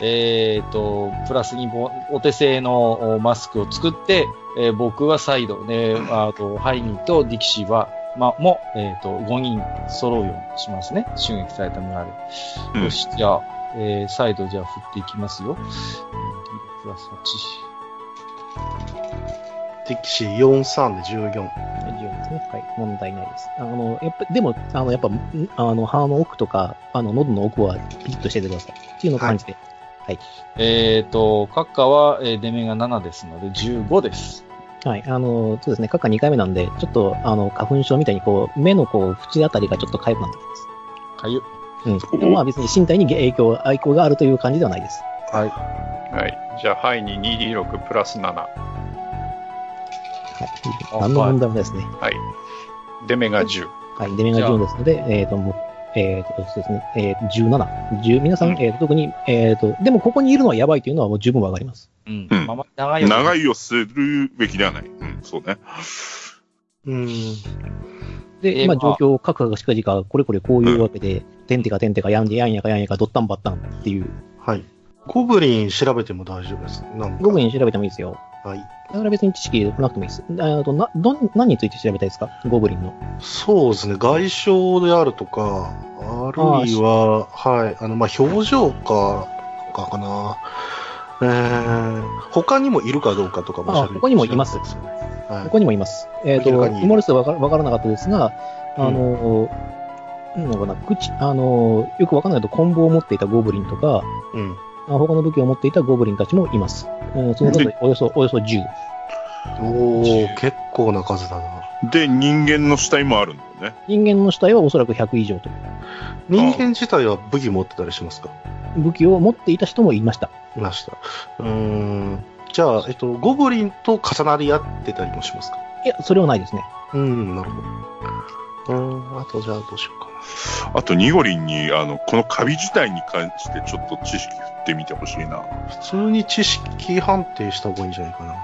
S1: えっ、と、プラスにぼお手製のおマスクを作って、えー僕はサイド、で、あと、ハイニーとディキシーは、まあ、も、えっ、と、5人揃うようにしますね。襲撃された村で。
S2: うん
S1: よし、じゃあ、えーサイドじゃあ振っていきますよ。えープラス
S5: 敵士43で14。
S4: 大丈夫ですね。はい。問題ないです。あの、やっぱ、でも、あの、やっぱ、んあの、鼻の奥とか、あの、喉の奥はピリッとしててください。っていうのを感じて。
S1: 8。えっ、と、カッカは、えー出目が7ですので、15です。
S4: はい、あの、そうですね、過去2回目なんで、ちょっと、あの、花粉症みたいに、こう、目のこう、縁あたりがちょっと痒くなってきます。
S1: かゆ。
S4: うん。でもまあ別に身体に影響、影響があるという感じではないです。
S6: はい。じゃあ、ハイに2D6プラス7。は
S4: はい。
S7: あ
S4: 何の問題もないですね。
S6: い。デメが10。
S4: はい。デメガ10ですので、えっ、と、もう、えっ、と、そうですね、えー、17。10、皆さん、
S6: うん
S4: えーと特に、えっ、と、でもここにいるのはやばいというのはもう十分わかります。
S7: うん。
S2: うん
S7: まあまあ長いよね
S2: 長いをするべきではない。うん、そうね。
S5: うん。
S1: え
S4: で、
S1: ー
S4: 今
S1: ま
S4: 状
S1: あ
S4: 況、カクカクしかじか、これこれこういうわけで、てんてかてんてか、やんでやんやかやんやか、どったんばったんっていう、
S5: はい。ゴブリン調べても大丈夫です。なんか
S4: 僕に調べてもいいですよ。
S5: はい。
S4: だから別に知識なくてもいいです。あとなどん何について調べたいですかゴブリンの。
S5: そうですね、外傷であるとか、あるいは、はい、あの、まあ、表情か、とかかな。えー、他にもいるかどうかとかも
S4: あ他にもいます
S5: 調べてですよね
S4: こ
S5: は
S4: こにもいます。えっ、と、
S5: 明らかに
S4: モルスはわからわからなかったですが、あの、なんだろうな、口、あの、よくわかんないけど、棍棒を持っていたゴブリンとか、
S5: い。うん。
S4: あ他の武器を持っていたゴブリンたちもいます。うん、その数およそ、およそ10。
S5: おー、結構な数だな。
S2: で、人間の死体もあるんだよね。
S4: 人間の死体はおそらく100以上と。
S5: 人間自体は武器持ってたりしますか
S4: 武器を持っていた人もいました。
S5: いました。うーん。じゃあ、えっと、ゴブリンと重なり合ってたりもしますか
S4: いや、それはないですね。
S5: うん、なるほど。うーん、あとじゃあどうしようかな。
S2: あと、ニゴリンに、あの、このカビ自体に関してちょっと知識振ってみてほしいな。
S5: 普通に知識判定した方がいいんじゃないかな。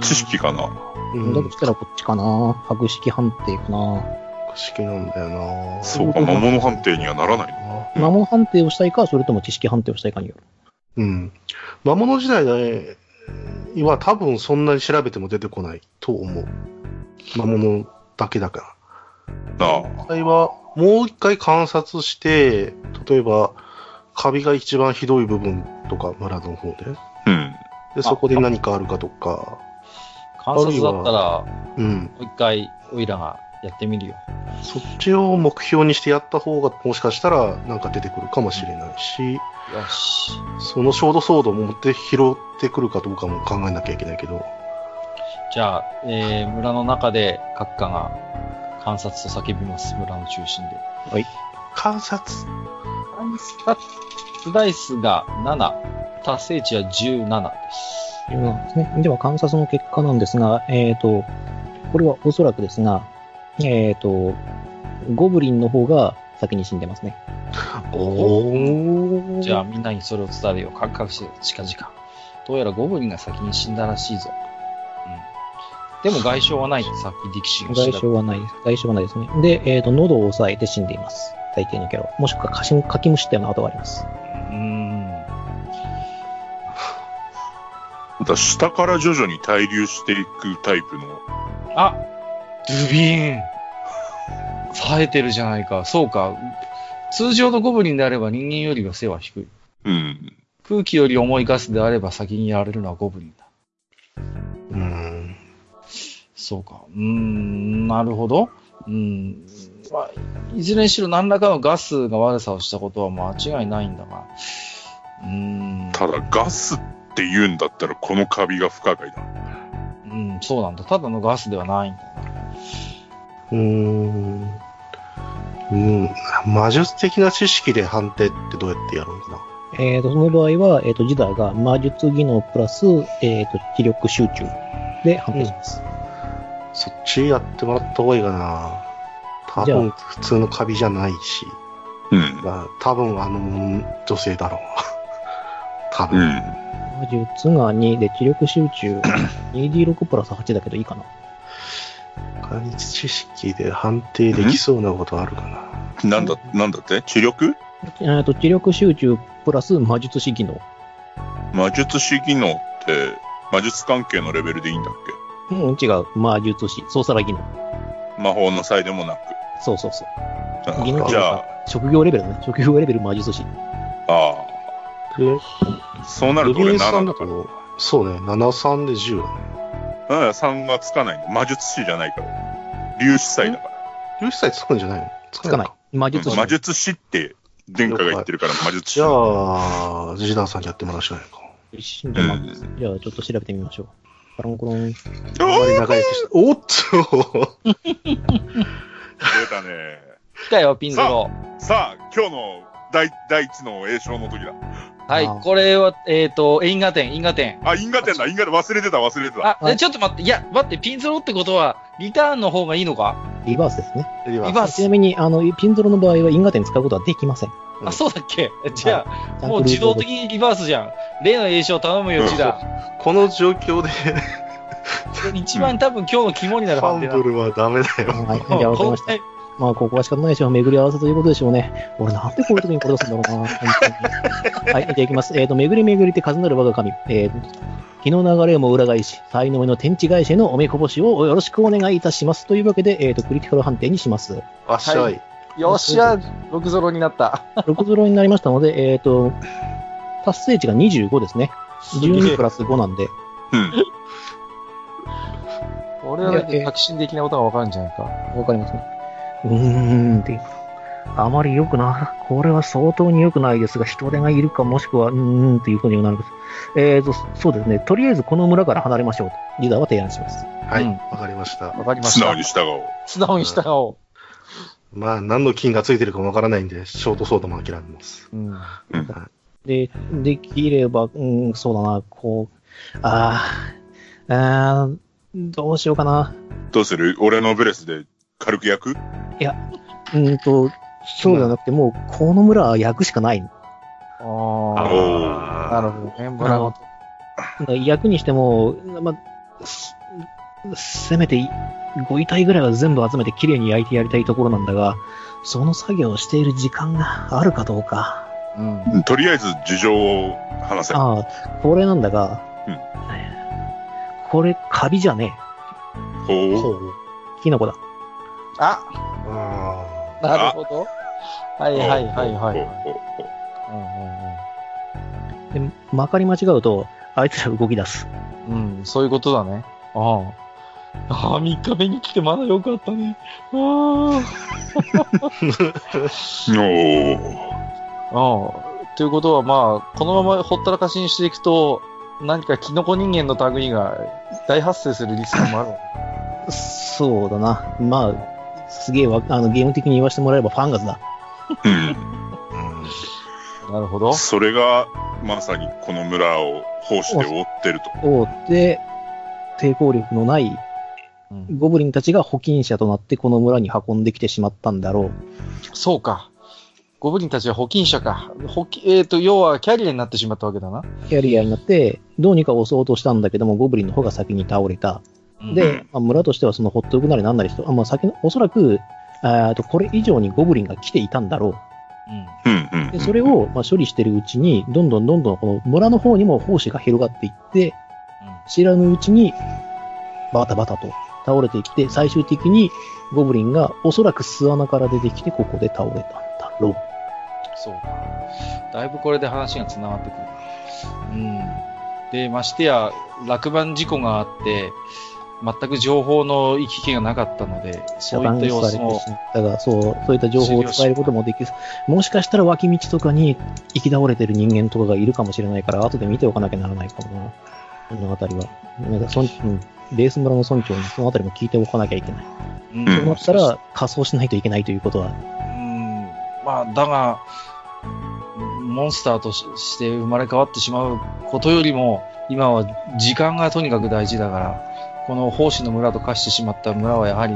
S2: 知識かな。
S5: うん、
S4: だとしたらこっちかな。白式判定かな。
S5: 格式なんだよな
S2: そう か、魔物判定にはならない
S4: 魔物判定をしたいか、それとも知識判定をしたいかによる。
S5: うん。魔物時代ね、は多分そんなに調べても出てこないと思う。魔物だけだから。
S2: な。
S5: 実際は、もう一回観察して、例えば、カビが一番ひどい部分とか、村の方で。
S2: うん。
S5: で、そこで何かあるかとか。
S1: 観察だったら、も
S5: うん。
S1: う一回、オイラがやってみるよ。
S5: そっちを目標にしてやった方が、もしかしたらなんか出てくるかもしれないし、
S1: よし。
S5: そのショートソードを持って拾ってくるかどうかも考えなきゃいけないけど。
S1: じゃあ、えー、村の中で、閣下が観察と叫びます。村の中心で。
S5: 観察
S1: 観察ダイスが7、達成値は17です。
S4: ということなんですね。では、観察の結果なんですが、えっ、と、これはおそらくですが、えっ、と、ゴブリンの方が先に死んでますね。
S5: おお。
S1: じゃあみんなにそれを伝えるよ。カクカクして、近々。どうやらゴブリンが先に死んだらしいぞ。うん。でも外傷はないってさっきディキシーが調
S4: 外
S1: べ
S4: 傷はないです。外傷はないですね。で、えっ、と、喉を押さえて死んでいます。大抵のキャラ。もしくはかしかきむしったような跡があります。
S1: うーん。
S2: だから下から徐々に滞留していくタイプの、
S1: あドゥビーン冴えてるじゃないか。そうか。通常のゴブリンであれば人間よりは背は低い。
S2: うん。
S1: 空気より重いガスであれば先にやられるのはゴブリンだ。
S5: うん。
S1: そうか。うーん、なるほど。うん。まあ、いずれにしろ何らかのガスが悪さをしたことは間違いないんだが。うーん。
S2: ただ、ガスって言うんだったら、このカビが不可解だ。
S1: うん、そうなんだ。ただのガスではないんだな。
S5: うーん。うん。魔術的な知識で判定ってどうやってやるのかな
S4: えっ、と、その場合は、えっ、と、ジダーが魔術技能プラス、えっ、と、気力集中で判定します。
S5: そっちやってもらった方がいいかな。多
S4: じゃ
S5: 分普通のカビじゃないし、
S2: うん。
S5: まあ、多分あの女性だろう。 多
S2: う
S5: 分。
S2: ん。
S4: 魔術が2で気力集 中 2D6 プラス8だけどいいかな。
S5: 他に知識で判定できそうなことあるかな。
S2: なんだ、なんだって知力
S4: えっと、気力集中プラス魔術師技能。
S2: 魔術師技能って、魔術関係のレベルでいいんだっ
S4: うん、違う。魔術師。操作ら技能。
S2: け魔法の際でもなく。
S4: そうそうそう。
S2: あ
S4: 技能
S2: じゃあ、
S4: 職業レベルだね。職業レベル魔術師。
S2: あ
S5: で、
S2: あ。そうな
S5: ル
S2: ると
S5: ビ
S2: 俺
S5: ンさん
S2: 7
S5: だ
S2: だから。
S5: と、そうね、73で10だね。
S2: うん、3がつかないんだ。魔術師じゃないから。粒子祭だから。
S5: 粒子さえつくんじゃないのつ
S4: つかない
S5: か。
S4: 魔術
S2: うん
S4: 師。
S2: 魔術師って、殿下が言ってるから魔術師。
S5: じゃあ、ジダーさんにやってもらうしかないか。
S4: 師。じ
S2: う
S4: ゃあ、
S2: ん。
S4: ちょっと調べてみましょう。カランコロン。
S5: あんまり長いとして。おっと
S2: 出たね。
S1: 来たよ、ピンゾロ。
S2: さあ、今日の第第一の栄唱の時だ。
S1: はい
S4: あー、
S1: これは、えっ、と、因果点、因果点。
S2: あ、因果点だ、因果点。忘れてた、忘れてた。
S1: あ、えちょっと待って、いや、待って、ピンゾロってことは、リターンの方がいいのか
S4: リバースですね。
S5: リバ
S1: リ
S5: ース
S1: バー
S4: ちな
S1: ス。
S4: みに、あの、ピンゾロの場合は因果点使うことはできません。
S5: うん
S1: あ、そうだっけじゃあ、もう自動的にリバースじゃん。例の栄唱頼むよ、ちだ。
S5: この状況で、
S1: 一番多分今日の肝にな
S5: フ
S1: る判
S5: ァ
S1: 定
S5: ン
S1: だ
S5: ブ。ルはダメだよ。
S4: はい。じゃあ、わかり ました。まあ、ここは仕方ないでしょう。巡り合わせということでしょうね。俺、なんでこういう時にこれ出すんだろうな、本当 に。はい、じゃあ行きます。えっ、と、巡り巡りて数なる我が神。えー、気の流れも裏返し、才能の天地返しへのおめこぼしをよろしくお願いいたします。というわけで、えっ、と、クリティカル判定にします。
S5: あっしゃ。
S1: はいよっしゃ、6ゾロになった。
S4: 6ゾロになりましたので、えっ、と、達成値が25ですね。12プラス5なんで。
S2: うん。
S1: 俺はだって革新的なことがわかるんじゃないか。
S4: わかりますね。うーんって。あまり良くな、 これは相当に良くないですが、人手がいるか、もしくは、うーんっていうふうになるんです。えーと、そうですね。とりあえずこの村から離れましょうと、リーダーは提案します。
S5: はい、
S1: うん
S5: わかりました。
S1: わかりまし
S2: 素
S1: た
S2: 直。に従おう。
S1: 素直に従おう。
S5: まあ、何の金がついてるかもわからないんで、ショートソードも諦めます。
S1: うん。
S4: で、できれば、うん、そうだな、こう、あー、あーどうしようかな。
S2: どうする俺のブレスで軽く焼く
S4: うーんと、そうじゃなくて、もう、この村は焼くしかない。
S1: あ
S2: お
S1: あ。
S2: ー
S1: なるほどね。ブラボー
S4: 役にしても、まあ、すせめてご遺体ぐらいは全部集めて綺麗に焼いてやりたいところなんだが、その作業をしている時間があるかどうか。
S1: うん。
S2: うんとりあえず事情を話せ。
S4: ああ、これなんだが、
S2: うん
S4: これカビじゃね
S2: ほう。
S5: う。
S4: え。キノコだ。
S1: あ、
S5: あ
S1: なるほど。はいはいはいはい。
S2: ほうほうほう
S4: でまかり間違うと、あいつら動き出す。
S1: うんうんうん。うん、そういうことだね。ああ。ああ、3日目に来てまだよかったね。あ
S2: お
S1: あ。ああ。ということはまあ、このままほったらかしにしていくと、何かキノコ人間の類が大発生するリスクもある。
S4: そうだな。まあ、すげえわ、あの、ゲーム的に言わせてもらえばファンガスだ。
S2: ー
S1: なるほ
S2: う
S1: ど
S2: ん。。それが、まさにこの村を奉仕で覆ってると。
S4: を追って、抵抗力のない
S1: うん
S4: ゴブリンたちが保菌者となってこの村に運んできてしまったんだろ
S1: そうか。ゴブリンたちは保菌者か。保菌えっ、と、要はキャリアになってしまったわけだな。
S4: う。キャリアになって、どうにか襲おうとしたんだけども、ゴブリンの方が先に倒れた。
S2: う
S4: で
S2: ん、
S4: まあ、村としてはそのほっとくなりなんなりして、あまあ、先のおそらく、あーとこれ以上にゴブリンが来ていたんだろ
S2: うんうん
S4: う。で、それ、をまあ処理してるうちに、どんどんどんどんこの村の方にも胞子が広がっていって、知らぬうちに、バタバタと倒れてきて、最終的にゴブリンがおそらく巣穴から出てきて、ここで倒れたんだろう。
S1: そうか。だいぶこれで話が繋がってくる。うん。で、ましてや、落盤事故があって、全く情報の行き来がなかったので、そういった様子も、
S4: だが、そう、そういった情報を伝えることもできず、もしかしたら脇道とかに行き倒れてる人間とかがいるかもしれないから、後で見ておかなきゃならないかもな、物語は。なんか村うんレース村の村長にそのあたりも聞いておかなきゃいけない。
S1: うん
S2: うん
S4: そうなったら、仮装しないといけないということは、
S1: うん、まあ、だが、モンスターとしして生まれ変わってしまうことよりも、今は時間がとにかく大事だから、この奉仕の村と化してしまった村はやはり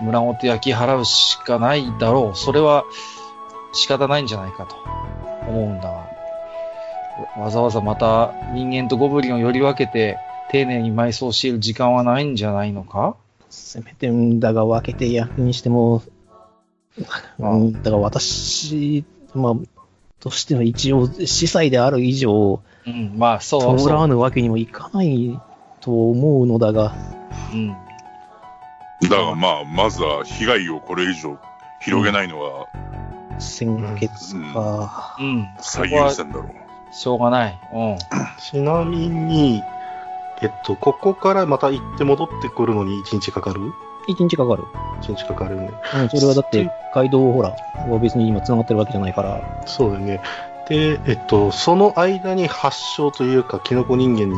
S1: 村ごと焼き払うしかないだろう。それは仕方ないんじゃないかと思うんだが、わざわざまた人間とゴブリンをより分けて丁寧に埋葬している時間はないんじゃないのか
S4: せめてんだが分けて役にしても、
S1: あ
S4: うん、だから私、まあ、としては一応、司祭である以上、
S1: うん、まあそうそう。
S4: 弔わぬわけにもいかないと思うのだが、
S1: うん
S2: だがまあ、まずは被害をこれ以上広げないのは
S4: 先月か。
S1: うん、
S2: 最優先だろう。
S1: しょうがない。うん。
S5: あ。ちなみに、えっと、ここからまた行って戻ってくるのに1日かかる
S4: 一日かかる。
S5: ?1 日かかるね。
S4: うん、それはだって、街道をほら、は別に今繋がってるわけじゃないから。
S5: そうだよね。で、えっと、その間に発症というか、キノコ人間に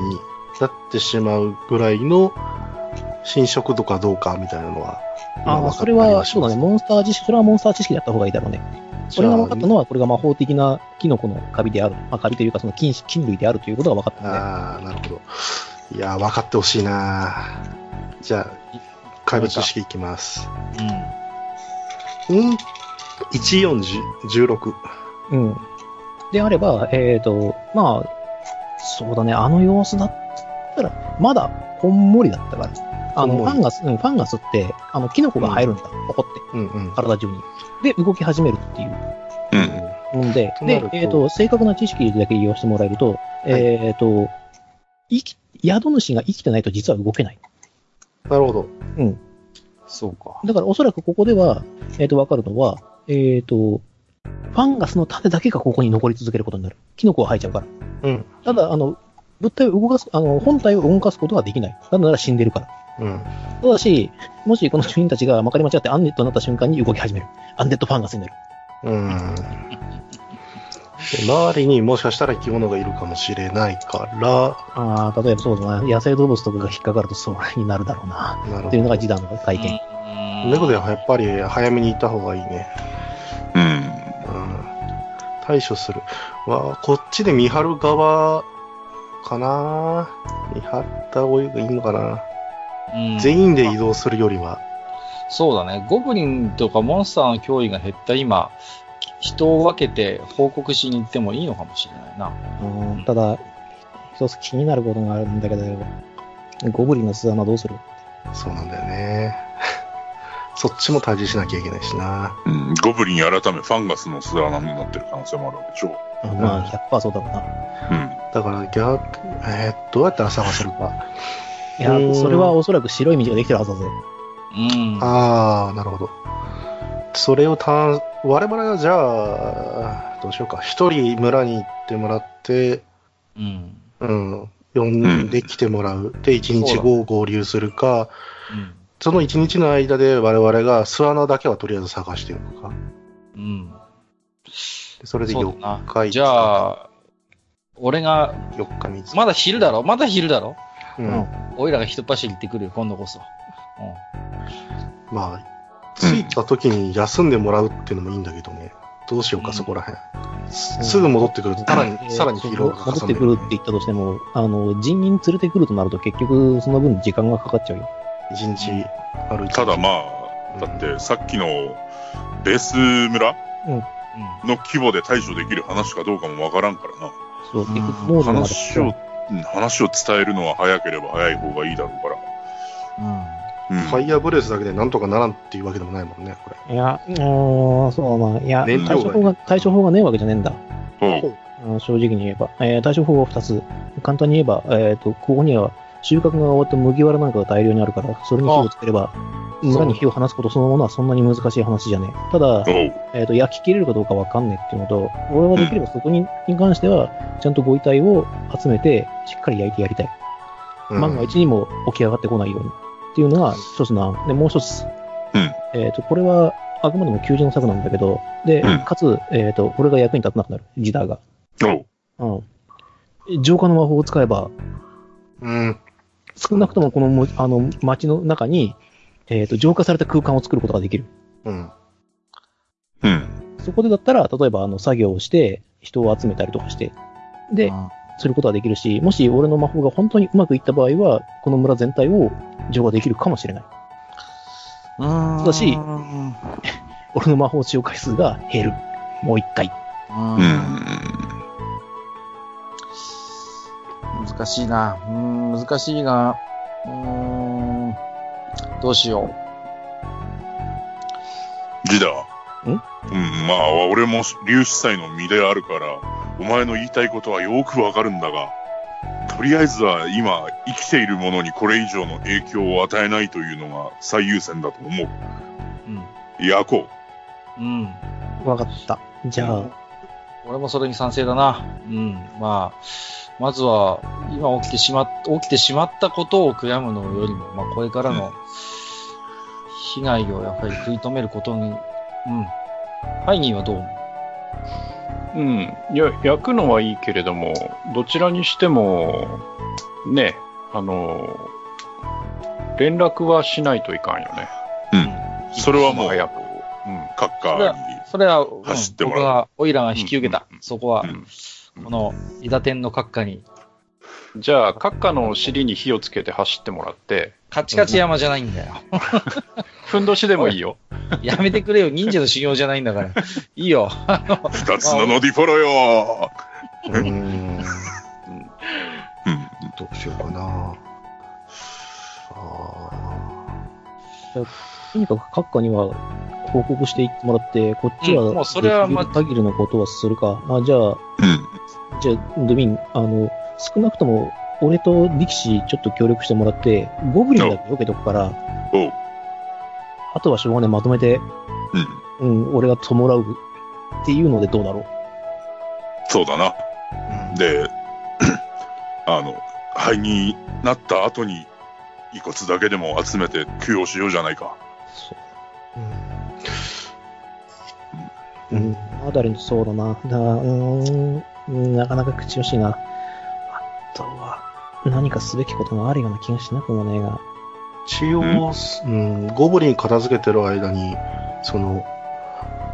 S5: なってしまうぐらいの侵食度かどうかみたいなのは。
S4: あ
S5: ま
S4: あ、
S5: 分か
S4: そ
S5: った
S4: れ
S5: りは
S4: は、
S5: し
S4: そう
S5: ま
S4: だ
S5: す
S4: ね、モンスター知識、それはモンスター知識でやった方がいいだろうね。それが分かったのは、これが魔法的なキノコのカビである、まあ、カビというか、その菌菌類であるということが分かったので、
S5: ああ、なるほど。いやー、分かってほしいなーじゃあ、怪物式いきます。うん。1416。
S4: うん。であれば、えっ、と、まあ、そうだね、あの様子だったら、まだ、こんもりだったから。あの、
S5: こん
S4: フ
S5: もり
S4: ァンガス、うん、ファンガスって、あの、キノコが入るんだ。ポコって、
S5: うんうん。
S4: 体中に。で、動き始めるっていう。
S2: うん。
S4: ので、
S5: とな
S4: で
S5: る、と
S4: えっ、と、正確な知識だけ利用してもらえると、えっ、と、生き、宿主が生きてないと実は動けない。
S5: なるほど。
S1: そうか。
S4: だからおそらくここでは、えっ、と、わかるのは、えっ、と、ファンガスの種だけがここに残り続けることになる。キノコは生えちゃうから。
S5: うん。
S4: ただ、あの、物体を動かす、あの、本体を動かすことはできない。なぜなら死んでるから。
S5: うん。
S4: ただし、もしこの住人たちがまかり間違ってアンデッドになった瞬間に動き始める。アンデッドファンガスになる。
S5: うん。で周りにもしかしたら生き物がいるかもしれないか
S4: ああ、例えばそうだな。野生動物とかが引っかかるとそうになるだろうな。
S5: ら、なる
S4: っていう
S5: ほ
S4: のが示談の会見。
S5: ど。猫ではやっぱり早めに行った方がいいね。
S2: うん。
S5: うん。対処する。わあ、こっちで見張る側かな見張った方がいいのかな、
S1: うん
S5: 全員で移動するよりは。
S1: そうだね。ゴブリンとかモンスターの脅威が減った今、人を分けて報告しに行ってもいいのかもしれないな。
S4: うんただ、一つ気になることがあるんだけど、ゴブリンの巣穴どうする
S5: そうなんだよね。 そっちも対峙しなきゃいけないしな。
S2: うん。ゴブリン改めファンガスの巣穴になってる可能性もあるわけでしょ。
S4: まあ、100%そうだろうな。
S2: うん。
S5: だから逆、えー、どうやったら探せるか。
S4: いや
S5: うーん、
S4: それはおそらく白い道ができてるはずだぜ。
S1: うん。
S5: あー、なるほど。それをた、我々はじゃあ、どうしようか。一人村に行ってもらって、
S1: うん。
S5: うん、呼んできてもらう。で、一日後合流するか、
S1: うん。
S5: その一日の間で我々が巣穴だけはとりあえず探しておくか。
S1: うん。
S5: でそれで
S1: そう
S5: 4
S1: だ
S5: 日
S1: な。じゃあ、俺が、
S5: 4日3日。
S1: まだ昼だろまだ昼だろ
S5: うん
S1: うんおいらが一走り行ってくるよ、今度こそ。
S5: まあ、着いた時に休んでもらうっていうのもいいんだけどね。どうしようか、
S1: うん
S5: そこら辺。すすぐ戻ってくると、さらに、さらに疲労がか
S4: 戻
S5: さ
S4: っ
S5: んで
S4: てくるって言ったとしても、あの、人員連れてくるとなると結局その分時間がかかっちゃうよ。
S5: 一日歩いて。
S2: ただま
S5: う
S2: あ、
S5: ん
S2: だってさっきのベース村
S1: う
S2: の規模で対処できる話かどうかもわからんからな。
S4: そう、結局、モードがまだ
S2: 話を、うん話を伝えるのは早ければ早い方がいいだろうから。
S1: ん。うん。
S2: うん。
S5: ファイヤーブレスだけでなんとかならんっていうわけでもないもんね、これ。
S4: いや、うーん、そうだな。いや、
S5: 燃
S4: 対
S5: 料
S4: 処
S5: が
S4: 法が、対処法がねえわけじゃねえんだ。
S2: そう。
S4: うん正直に言えば。えー対処法は2つ。簡単に言えば、えっ、と、ここには収穫が終わった麦わらなんかが大量にあるから、それに火をつければ、村に火を放すことそのものはそんなに難しい話じゃねえ。ただ、
S2: そう。
S4: えっ、と、焼き切れるかどうかわかんねえっていうのと、俺はできればそこに,、に関しては、ちゃんとご遺体を集めて、しっかり焼いてやりたい。
S5: うん
S4: 万が一にも起き上がってこないように。っていうのが一つの案。で、もう一つ。
S2: うん
S4: えっ、と、これは、あくまでも救助の策なんだけど、で、
S2: うん
S4: かつ、えっ、と、これが役に立たなくなる。ジダーが。
S2: そう。
S4: うん。浄化の魔法を使えば、
S5: うん。
S4: 少なくともこのも、あの、街の中に、えっ、と、浄化された空間を作ることができる。
S5: うん。
S2: うん。
S4: そこでだったら、例えば、あの、作業をして、人を集めたりとかして、で、することができるし、もし俺の魔法が本当にうまくいった場合は、この村全体を浄化できるかもしれない。
S1: うん。
S4: ただし
S1: うん。
S4: 俺の魔法使用回数が減る。もう一回。
S2: う
S1: 難
S2: ん。
S1: しいな。うん、難しいが、うん、どうしよ
S2: ジダ。
S4: ん
S2: うん、まあ、俺も粒子祭の身であるから、お前の言いたいことはよくわかるんだが、とりあえずは今、生きているものにこれ以上の影響を与えないというのが最優先だと思う。
S1: う。うん。
S2: やこ
S1: うん。
S4: わかった。じゃあ、
S1: 俺もそれに賛成だな。うん。まあ、まずは、今起きてしまっ、起きてしまったことを悔やむのよりも、まあ、これから
S2: う
S1: の
S2: ん
S1: 被害をやっぱり食い止めることに、うん。ハイニーはどう思
S6: うん。いや、焼くのはいいけれども、どちらにしても、ね、あの、連絡はしないといかんよね。
S2: それはもう、
S6: 早く。
S2: カッカーに。
S1: それは、うん
S2: 走っても
S1: 僕
S2: らう
S1: は、オイラが引き受けた。そこは、
S2: うん
S1: この、伊達天の閣下に、
S6: うん。じゃあ、閣下の尻に火をつけて走ってもらって、
S1: カチカチ山じゃないんだよ。
S6: ふんどしでもいいよ。
S1: やめてくれよ、忍者の修行じゃないんだから。いいよ。
S2: 二つのノディフォロよ
S3: うーん。
S2: うん。
S3: どうしようかな。あ
S4: とにかく閣下には報告していってもらって、こっち
S7: う
S4: は、
S7: んもうそれはま
S4: できる限りのことはするか。あ、じゃあ、
S2: うん。
S4: じゃあ、ドミン、あの、少なくとも、俺と力士ちょっと協力してもらって、ゴブリンだけ避けとくから、
S2: おう
S4: あとはしょうがない、まとめて、
S2: うん。
S4: うん、俺が弔うっていうのでどうだろう。
S2: そうだな。
S3: ー
S2: で、 あの、灰になった後に、遺骨だけでも集めて供養しようじゃないか。
S4: うん。うん。あだれにそうだな。な、うーん、なかなか口惜しいな。あとは、何かすべきことがあるような気がしなくもねえが。
S5: 一応、うん、ゴブリン片付けてる間に、その、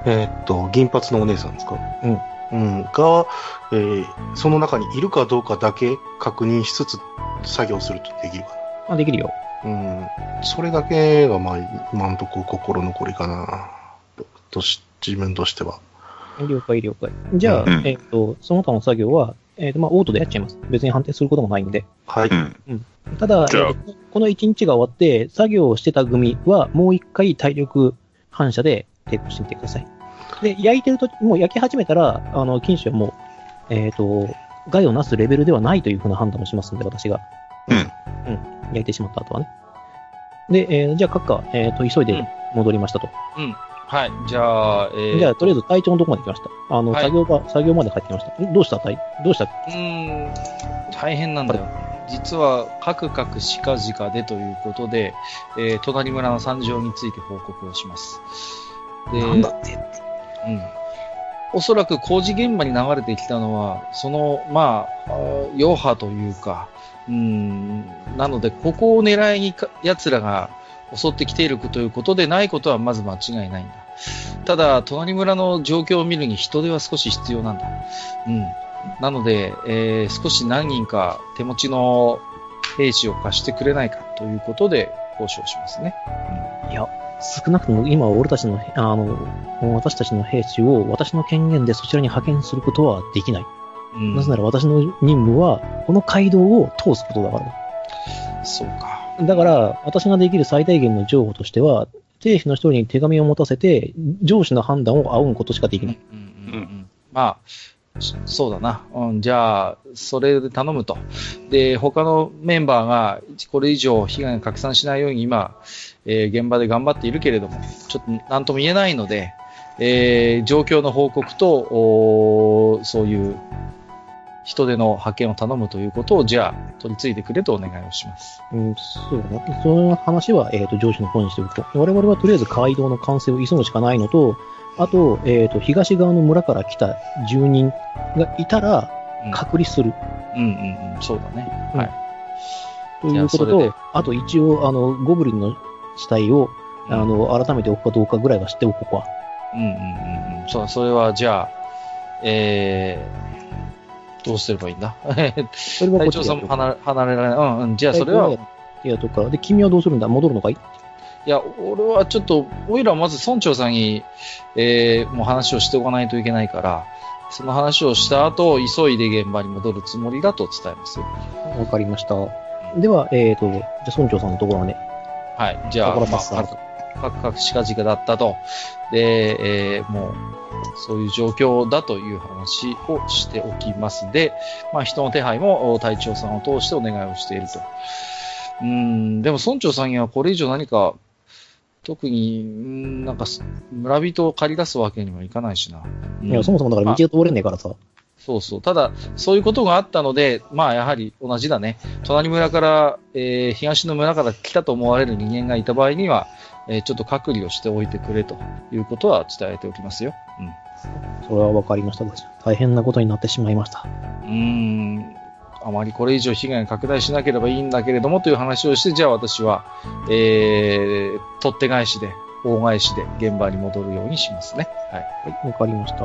S5: えーっと、銀髪のお姉さんですかうん。うん。が、えーその中にいるかどうかだけ確認しつつ作業するとできるか
S4: あ、できるよ。
S5: な。うん。それだけが、まあ、今んとこ心残りかな。ととし、自分としては。
S4: 了解、了解。じゃあ、
S2: うん
S4: えっ、と、その他の作業は、えっ、と、まあ、オートでやっちゃいます。別に判定することもないんで。
S5: はい。
S2: うん。
S4: ただ、
S2: じゃあ
S4: えーとこの1日が終わって、作業をしてた組は、もう1回体力反射で抵抗してみてください。で、焼いてると、もう焼き始めたら、あの、金種はもう、えっ、と、害をなすレベルではないというふうな判断をしますんで、私が。
S2: うん
S4: うん。焼いてしまった後はね。で、えーじゃあ、閣下、えっ、と、急いで戻りましたと。
S7: はい。じゃあ、えー、
S4: じゃあ、とりあえず隊長のとこまで来ました。あの、
S7: はい
S4: 作業場、作業まで帰ってきました。んどうした隊どうした
S1: うーん、大変なんだよ。実は、カクカクしかじかでということで、えー隣村の惨状について報告をします。で、
S3: なんだって。
S1: うん。おそらく工事現場に流れてきたのは、その、まああー、余波というか、うん、なので、ここを狙いにか奴らが襲ってきているということでないことはまず間違いないんだ。ただ、隣村の状況を見るに人手は少し必要なんだ。うん。なので、えー少し何人か手持ちの兵士を貸してくれないかということで交渉しますね。
S4: 少なくとも今は俺たちの、あの、私たちの兵士を私の権限でそちらに派遣することはできない。
S1: うん
S4: なぜなら私の任務は、この街道を通すことだから
S1: そうか。
S4: だ。だから、私ができる最大限の譲歩としては、兵士の一人に手紙を持たせて、上司の判断を仰ぐことしかできない。
S1: うんうんうんうんまあ、そそうだな。うん、じゃあ、それで頼むと。で、他のメンバーが、これ以上被害が拡散しないように今、えー現場で頑張っているけれども、ちょっと何とも言えないので、えー状況の報告と、おーそういう人手の派遣を頼むということを、じゃあ、取り継いでくれとお願いをします。
S4: うん、そうだね。その話は、えっ、と、上司の方にしておくと。我々はとりあえず街道の完成を急ぐしかないのと、あと、えっ、と、東側の村から来た住人がいたら、
S1: うん
S4: 隔離する
S1: うんうんうん、そうだね。
S4: ということ
S1: じゃあそれで
S4: と、あと一応、あの、ゴブリンの死体を、
S1: うん
S4: あの、改めて置くかどうかぐらいは知っておこうか。
S1: うんうんうんうん。そう、それはじゃあ、えー、どうすればいいん だ
S4: それは
S1: 隊
S4: こっち
S1: 長
S4: で
S1: さ
S4: や
S1: ん
S4: る
S1: も離れ離れられない。うんうん。じゃあそれ
S4: い
S1: は、い
S4: や、とくから。で、君はどうするんだ戻るのかい
S1: や、俺はちょっと、おいらまず村長さんに、えー、もう話をしておかないといけないから、その話をした後、急いで現場に戻るつもりだと伝えますよ。
S4: わかりました。では、えっ、と、じゃあ村長さんのところはね、
S1: はい。じゃあ、
S4: 心
S1: ま
S4: パ
S1: あ、
S4: ス
S1: かかくかくしかじかだったと。で、えーもう、そういう状況だという話をしておきます。で、まあ、人の手配もお隊長さんを通してお願いをしていると。うーん、でも村長さんにはこれ以上何か、特に、うーんなんかす、村人を借り出すわけにもいかないしな。うん
S4: いや、そもそもだから道が通れねえからさ。
S1: そうそう。ただ、そういうことがあったので、まあやはり同じだね。隣村から、えー東の村から来たと思われる人間がいた場合には、えーちょっと隔離をしておいてくれということは伝えておきますよ。
S4: それは分かりました。大変なことになってしまいました。
S1: うーん、あまりこれ以上被害が拡大しなければいいんだけれどもという話をして、じゃあ私は、えー、取っ手返しで、大返しで現場に戻るようにしますね。はい。
S4: はい、わかりました。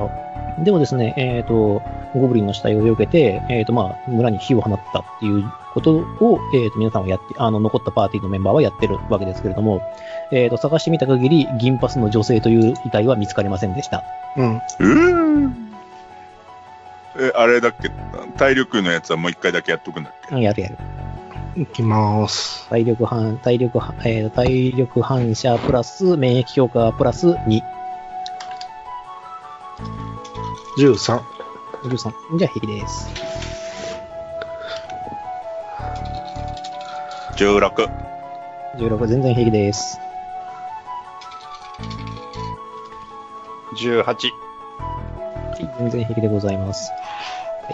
S4: でもですね、えっ、と、ゴブリンの死体を避けて、えっ、と、まあ、村に火を放ったっていうことを、えっ、と、皆さんはやって、あの、残ったパーティーのメンバーはやってるわけですけれども、えっ、と、探してみた限り、銀パスの女性という遺体は見つかりませんでした。
S5: うん。
S2: うーんえ、あれだっけ体力のやつはもう一回だけやっとくんだっけ
S4: うんやるやる。
S5: いきます。
S4: 体力反、体力反、えーと、体力反射プラス、免疫強化プラス2、
S5: 13。
S4: 13。じゃあ平気です。
S2: ?16。
S4: 16、全然平気です。
S6: 18。
S4: 全然平気でございます。は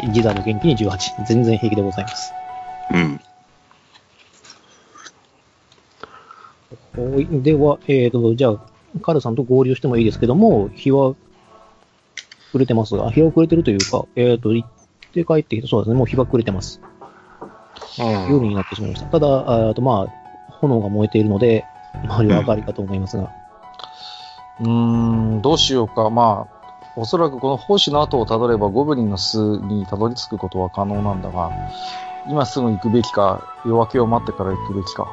S4: いギザの元気に18。全然平気でございます。
S2: うん。
S4: はいでは、えーと、じゃあ、カルさんと合流してもいいですけども、日は暮れてますが、日は暮れてるというか、えーと、行って帰ってきて、そうですね、もう日は暮れてます。
S5: うん。
S4: 夜になってしまいました。ただ、あーあとまあ、炎が燃えているので、周りは明かりかと思いますが、
S1: うーん、どうしようか。まあ、おそらくこの奉仕の後をたどればゴブリンの巣にたどり着くことは可能なんだが、今すぐ行くべきか、夜明けを待ってから行くべきか。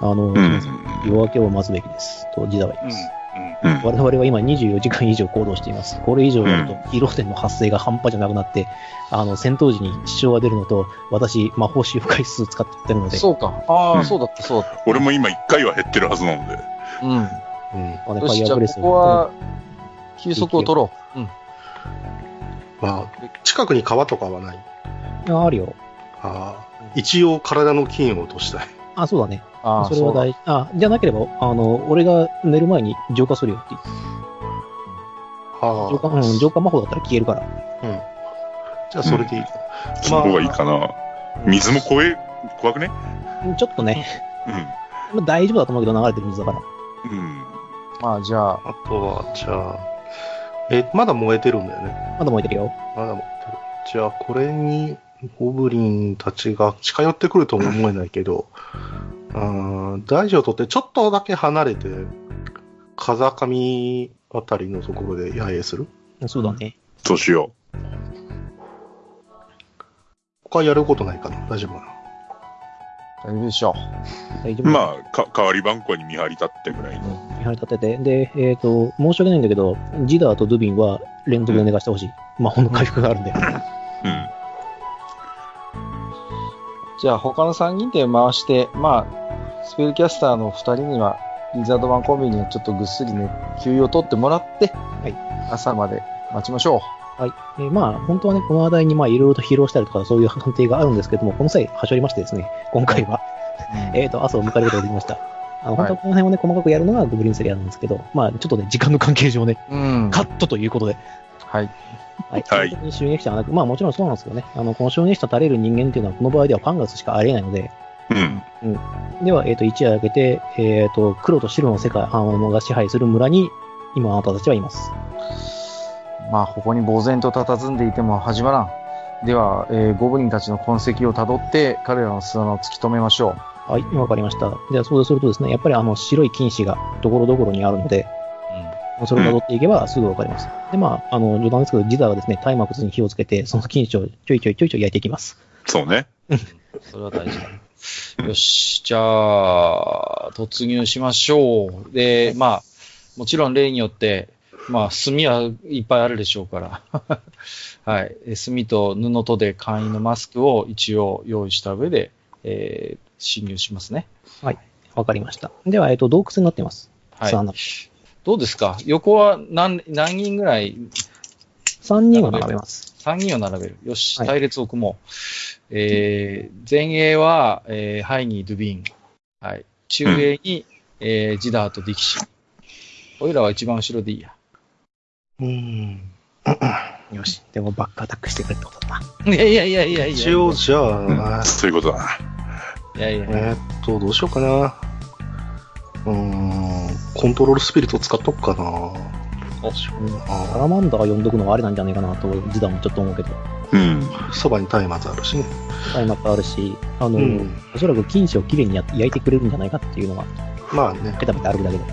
S4: あの、
S2: うん。
S4: 夜明けを待つべきです。と、ジダは言います。
S6: う
S2: うん。
S4: 我々は今24時間以上行動しています。これ以上やると、疲労点の発生が半端じゃなくなって、あの、戦闘時に支障が出るのと、私、魔法使用回数使ってるので、
S1: そうか。ああ、
S2: うん
S1: そうだった、そうだっ
S2: 俺も今一回は減ってるはずなので。
S1: た。うん。
S5: うん。
S4: あの
S1: よ
S4: ファ
S1: し、
S4: イ
S1: じ
S4: ア
S1: ゃあ
S4: ブ
S1: こ
S4: レスを
S1: こは、休息を取ろう。うん。
S5: まあ、近くに川とかはない。
S4: ああるよ。
S5: ああ。一応体の菌を落としたい。
S4: あ、そうだね。
S1: ああ、
S4: それは
S1: そうだ
S4: 大事。あ、じゃなければ、あの、俺が寝る前に浄化するよって言って
S5: は
S4: 浄化、うん、浄化魔法だったら消えるから。
S5: あ。うん。じゃあ、それでいい。
S2: その方がいいかな。水も怖え、怖くね
S4: ちょっとね、
S2: う
S4: まあ大丈夫だと思うけど流れてる水だから。
S2: ん。うん。
S1: まあ、じゃあ、
S5: あとは、じゃあ、え、まだ燃えてるんだよね。
S4: まだ燃えてるよ。
S5: まだ燃えてる。じゃあ、これに、ゴブリンたちが近寄ってくるとも思えないけど、 うーん、大を取ってちょっとだけ離れて、風上あたりのところで野営する
S4: そうだね。
S2: そうしよ
S5: 他やることないかな大丈夫かな
S1: 大丈夫でしょ
S4: 大丈
S2: う。
S4: 夫。
S2: まあ、か、代わり番号に見張り立ってぐらいに。
S4: 見張り立てて。で、えっ、と、申し訳ないんだけど、ジダーとドゥビンは連続で寝かしてほしい。魔法の回復があるんだよ。
S2: うん。
S1: う。じゃあ、他の3人で回して、まあ、スペルキャスターの2人には、リザードマンコンビニをちょっとぐっすりね、休養取ってもらって、朝まで待ちましょ
S4: えーまあ、本当はね、この話題にまあ、いろいろと疲労したりとか、そういう判定があるんですけども、この際、はしょりましてですね、今回は、
S1: う。
S4: えっ、と、朝を迎えることができました。あの、
S1: はい
S4: 本当はこの辺をね、細かくやるのがグブリンセリアなんですけど、まあ、ちょっとね、時間の関係上ね、
S1: うん。
S4: カットということで、
S1: はい。
S4: はい。
S2: はい
S4: 基本的に襲撃者はなく、まあ、もちろんそうなんですけどね、あの、この襲撃者たれる人間っていうのは、この場合ではファンガスしかありえないので、
S2: うん。
S4: では、えっ、と、一夜明けて、えっ、と、黒と白の世界、あの、が支配する村に、今あなたたちはいます。
S1: まあ、ここに呆然と佇んでいても始まらん。では、えーゴブリンたちの痕跡をたどって、彼らの巣穴を突き止めましょ
S4: はい、わかりました。じゃあ、そうするとですね、やっぱりあの、白い菌糸が、ところどころにあるので、それを辿っていけばすぐわかります。で、まあ、あの、冗談ですけど、ジダーはですね、松明に火をつけて、その菌糸をちょいちょいちょいちょい焼いていきます。
S2: そうね。
S1: う。それは大事だ。よし、じゃあ、突入しましょう。で、まあ、もちろん例によって、まあ、炭はいっぱいあるでしょうから。 はい。え炭と布とで簡易のマスクを一応用意した上で、えー侵入しますね。
S4: わかりました。では、えっと、洞窟になっています。
S1: はい
S4: 巣。穴
S1: どうですか横は何、何人ぐらい
S4: 3人は並べます。
S1: 3人を並べる。よし、
S4: はい
S1: 隊列を組もう。えー、前衛は、えーハイニー、ドゥビン。はい。中衛に、えージダーとディキ シー。おいらは一番後ろでいいや。
S5: うん。
S4: よし。でもバックアタックしてくれってことだな。
S7: いやいやいやいやいや。
S5: 一応、じゃあ、
S2: そういうことだな。
S7: いやいや。
S5: えーっと、どうしようかな。うーん、コントロールスピリット使っとくかな。
S4: サラマンダー呼んどくのはあれなんじゃないかなと、時短もちょっと思うけど。
S2: うん。
S5: そばに松明あるしね。
S4: タイマーあるし、あの、
S5: うん
S4: おそらく金糸をきれいにや焼いてくれるんじゃないかっていうのが、
S5: まあね、
S4: ペタペタ歩くだけで。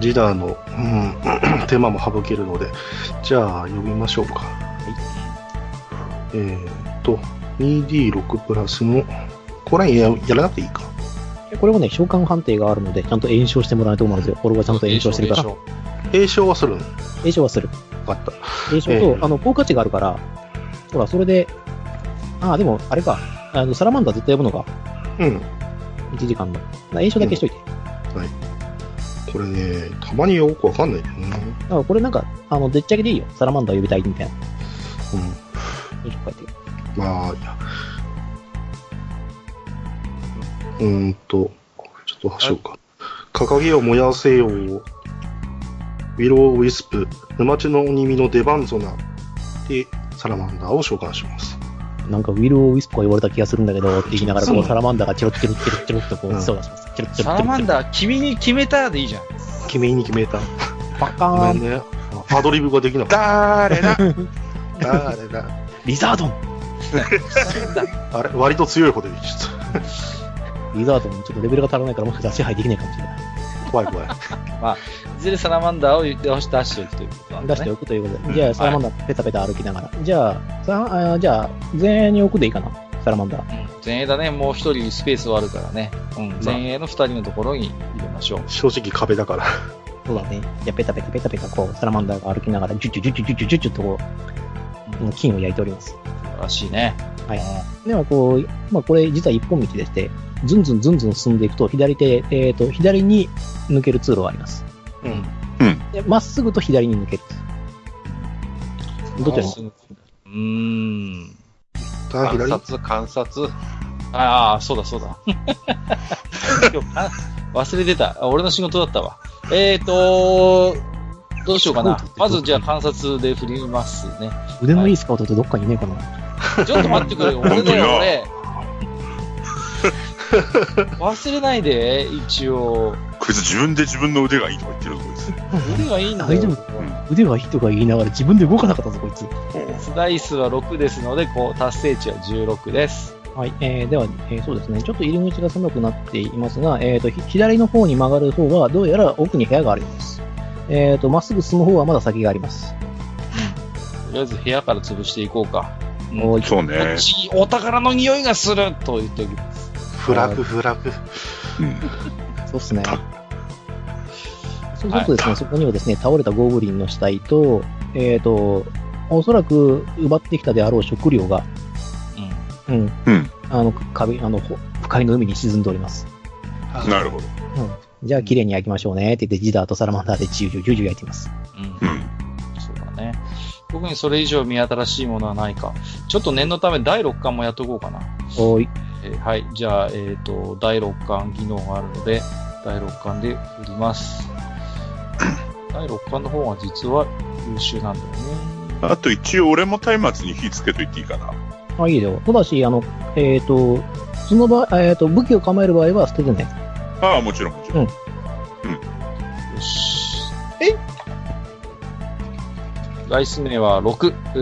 S5: リーダーの、うん、 手間も省けるので、じゃあ、呼びましょうか。えーっと、2D6 プラスの、これややらなくていいか。
S4: でこれもね、召喚判定があるので、ちゃんと炎症してもらわないと思うんですよ。俺はちゃんと炎症してるから。炎
S5: 栄称はするの
S4: 症はする。
S5: 分かった。
S4: 炎症と、
S5: ええ
S4: あの、効果値があるから、ほら、それで、ああ、でも、あれか、あの、サラマンダー絶対呼ぶのか、
S5: うん。
S4: 1時間の。炎症だけしといて。
S5: これね、たまによくわかんないけどね。
S4: だからこれなんか、あの、でっち上げでいいよ。サラマンダー呼びたいみたいな。
S5: うん。
S4: よいしょこうやって
S5: まあ、いや。うーんと、ちょっとはしようか。掲げを燃やせよ。ウィローウィスプ、沼地の鬼見の出番ぞな。で、サラマンダーを召喚します。
S4: なんか、ウィル・オー・ウィスプが言われた気がするんだけど、って言いながら、こ、
S5: そうう
S4: サラマンダーがチョロチョロチョロチョロってこう、
S5: うん
S4: そう出します。チョロチョ
S1: サ
S4: ロ
S1: ラ
S4: チョロ
S1: マ
S4: チ
S1: ン
S4: ョロ。
S1: ダー、君に決めたでいいじゃん。
S5: 君に決めた。
S4: バカ
S5: ごめ
S4: ーン
S5: んね。アドリブができなかっ
S2: だーれだ
S5: た。あれだ。
S4: リザードン
S5: あれ割と強い方でちょっ
S4: リザードン、ちょっとレベルが足らないから、もしかしたら支配できないかもしれない。
S5: と怖い怖い。
S1: いずれサラマンダーを出し出していくということなん
S4: 出
S1: だ
S4: して
S1: ね。
S4: おくということで。じゃあ、サラマンダー、ペタペタ歩きながら。じゃあ、さあじゃあ、前衛に置くでいいかな。サラマンダー。
S1: うん前衛だね。もう一人スペースはあるからね。うん。前衛の二人のところに入れましょう。
S5: 正直壁だから。
S4: そうだね。じゃあ、ペタペタペタペタ、こう、サラマンダーが歩きながら、ジュジュジュジュジュジュジュジュっとこう、うん金を焼いております。
S1: 素晴らしいね。
S4: はいでは、こう、まあ、これ実は一本道でして、ずんずんずんずん進んでいくと、左手、えっ、と、左に抜ける通路があります。
S5: うん。
S4: でまっすぐと左に抜ける。どちらに
S1: うーん。
S5: だ
S6: 観
S5: 左
S6: 察、観察。
S1: ああ、そうだそうだ。今日あ忘れてた。あ俺の仕事だったわ。えーと、どうしようかな。まずじゃあ観察で振りますね。
S4: 腕のいいスカウトってどっかにいねえかな。
S1: ちょっと待ってくれよ。俺
S2: 本当
S1: だ
S2: に
S1: よ、
S2: な
S1: 俺。忘れないで、一応。
S2: こいつ自分で自分の腕がいいとか言ってるぞ、こいつ。
S1: 腕がいいんだよ。
S4: 大丈夫腕はいいとか言いながら自分で動かなかったぞ、こいつ。
S1: スライスは6ですので、こう、達成値は16です。
S4: はい、えー、では、えーそうですね、ちょっと入り口が狭くなっていますが、えー、とひ左の方に曲がる方は、どうやら奥に部屋があるようです。えー、と、まっすぐ進む方はまだ先があります。
S1: とりあえず部屋から潰していこうか。
S4: おー
S2: そう
S1: こっ
S2: ね。
S1: ちお宝の匂いがすると言っておきます。
S5: フラグフラグ。
S2: うん。
S4: そうですね。そうするとですね、そこにはですね、倒れたゴブリンの死体と、えー、と、おそらく奪ってきたであろう食料が、うん、
S2: うん
S4: あの、壁、あの、ほ不快の海に沈んでおります。
S2: なるほど。
S4: じゃあ、綺麗に焼きましょうね、って言って、ジダーとサラマンダーでジュージュージュージュー焼いています。
S1: うん。うん
S2: うん。
S1: そうだね。特にそれ以上見新しいものはないか。ちょっと念のため第6巻もやっとこうかな。
S4: おーい、
S1: えーはい。じゃあ、えっ、と、第6巻技能があるので、第6巻で振ります。 第6巻の方は実は優秀なんだよね。
S2: あと一応俺も松明に火つけといていいかな。
S4: あ、いいよ。ただし、あの、えっ、と、その場合、えっ、と、武器を構える場合は捨ててね。
S2: ああ、もちろんもちろん。
S1: よし。えいライス名は6、う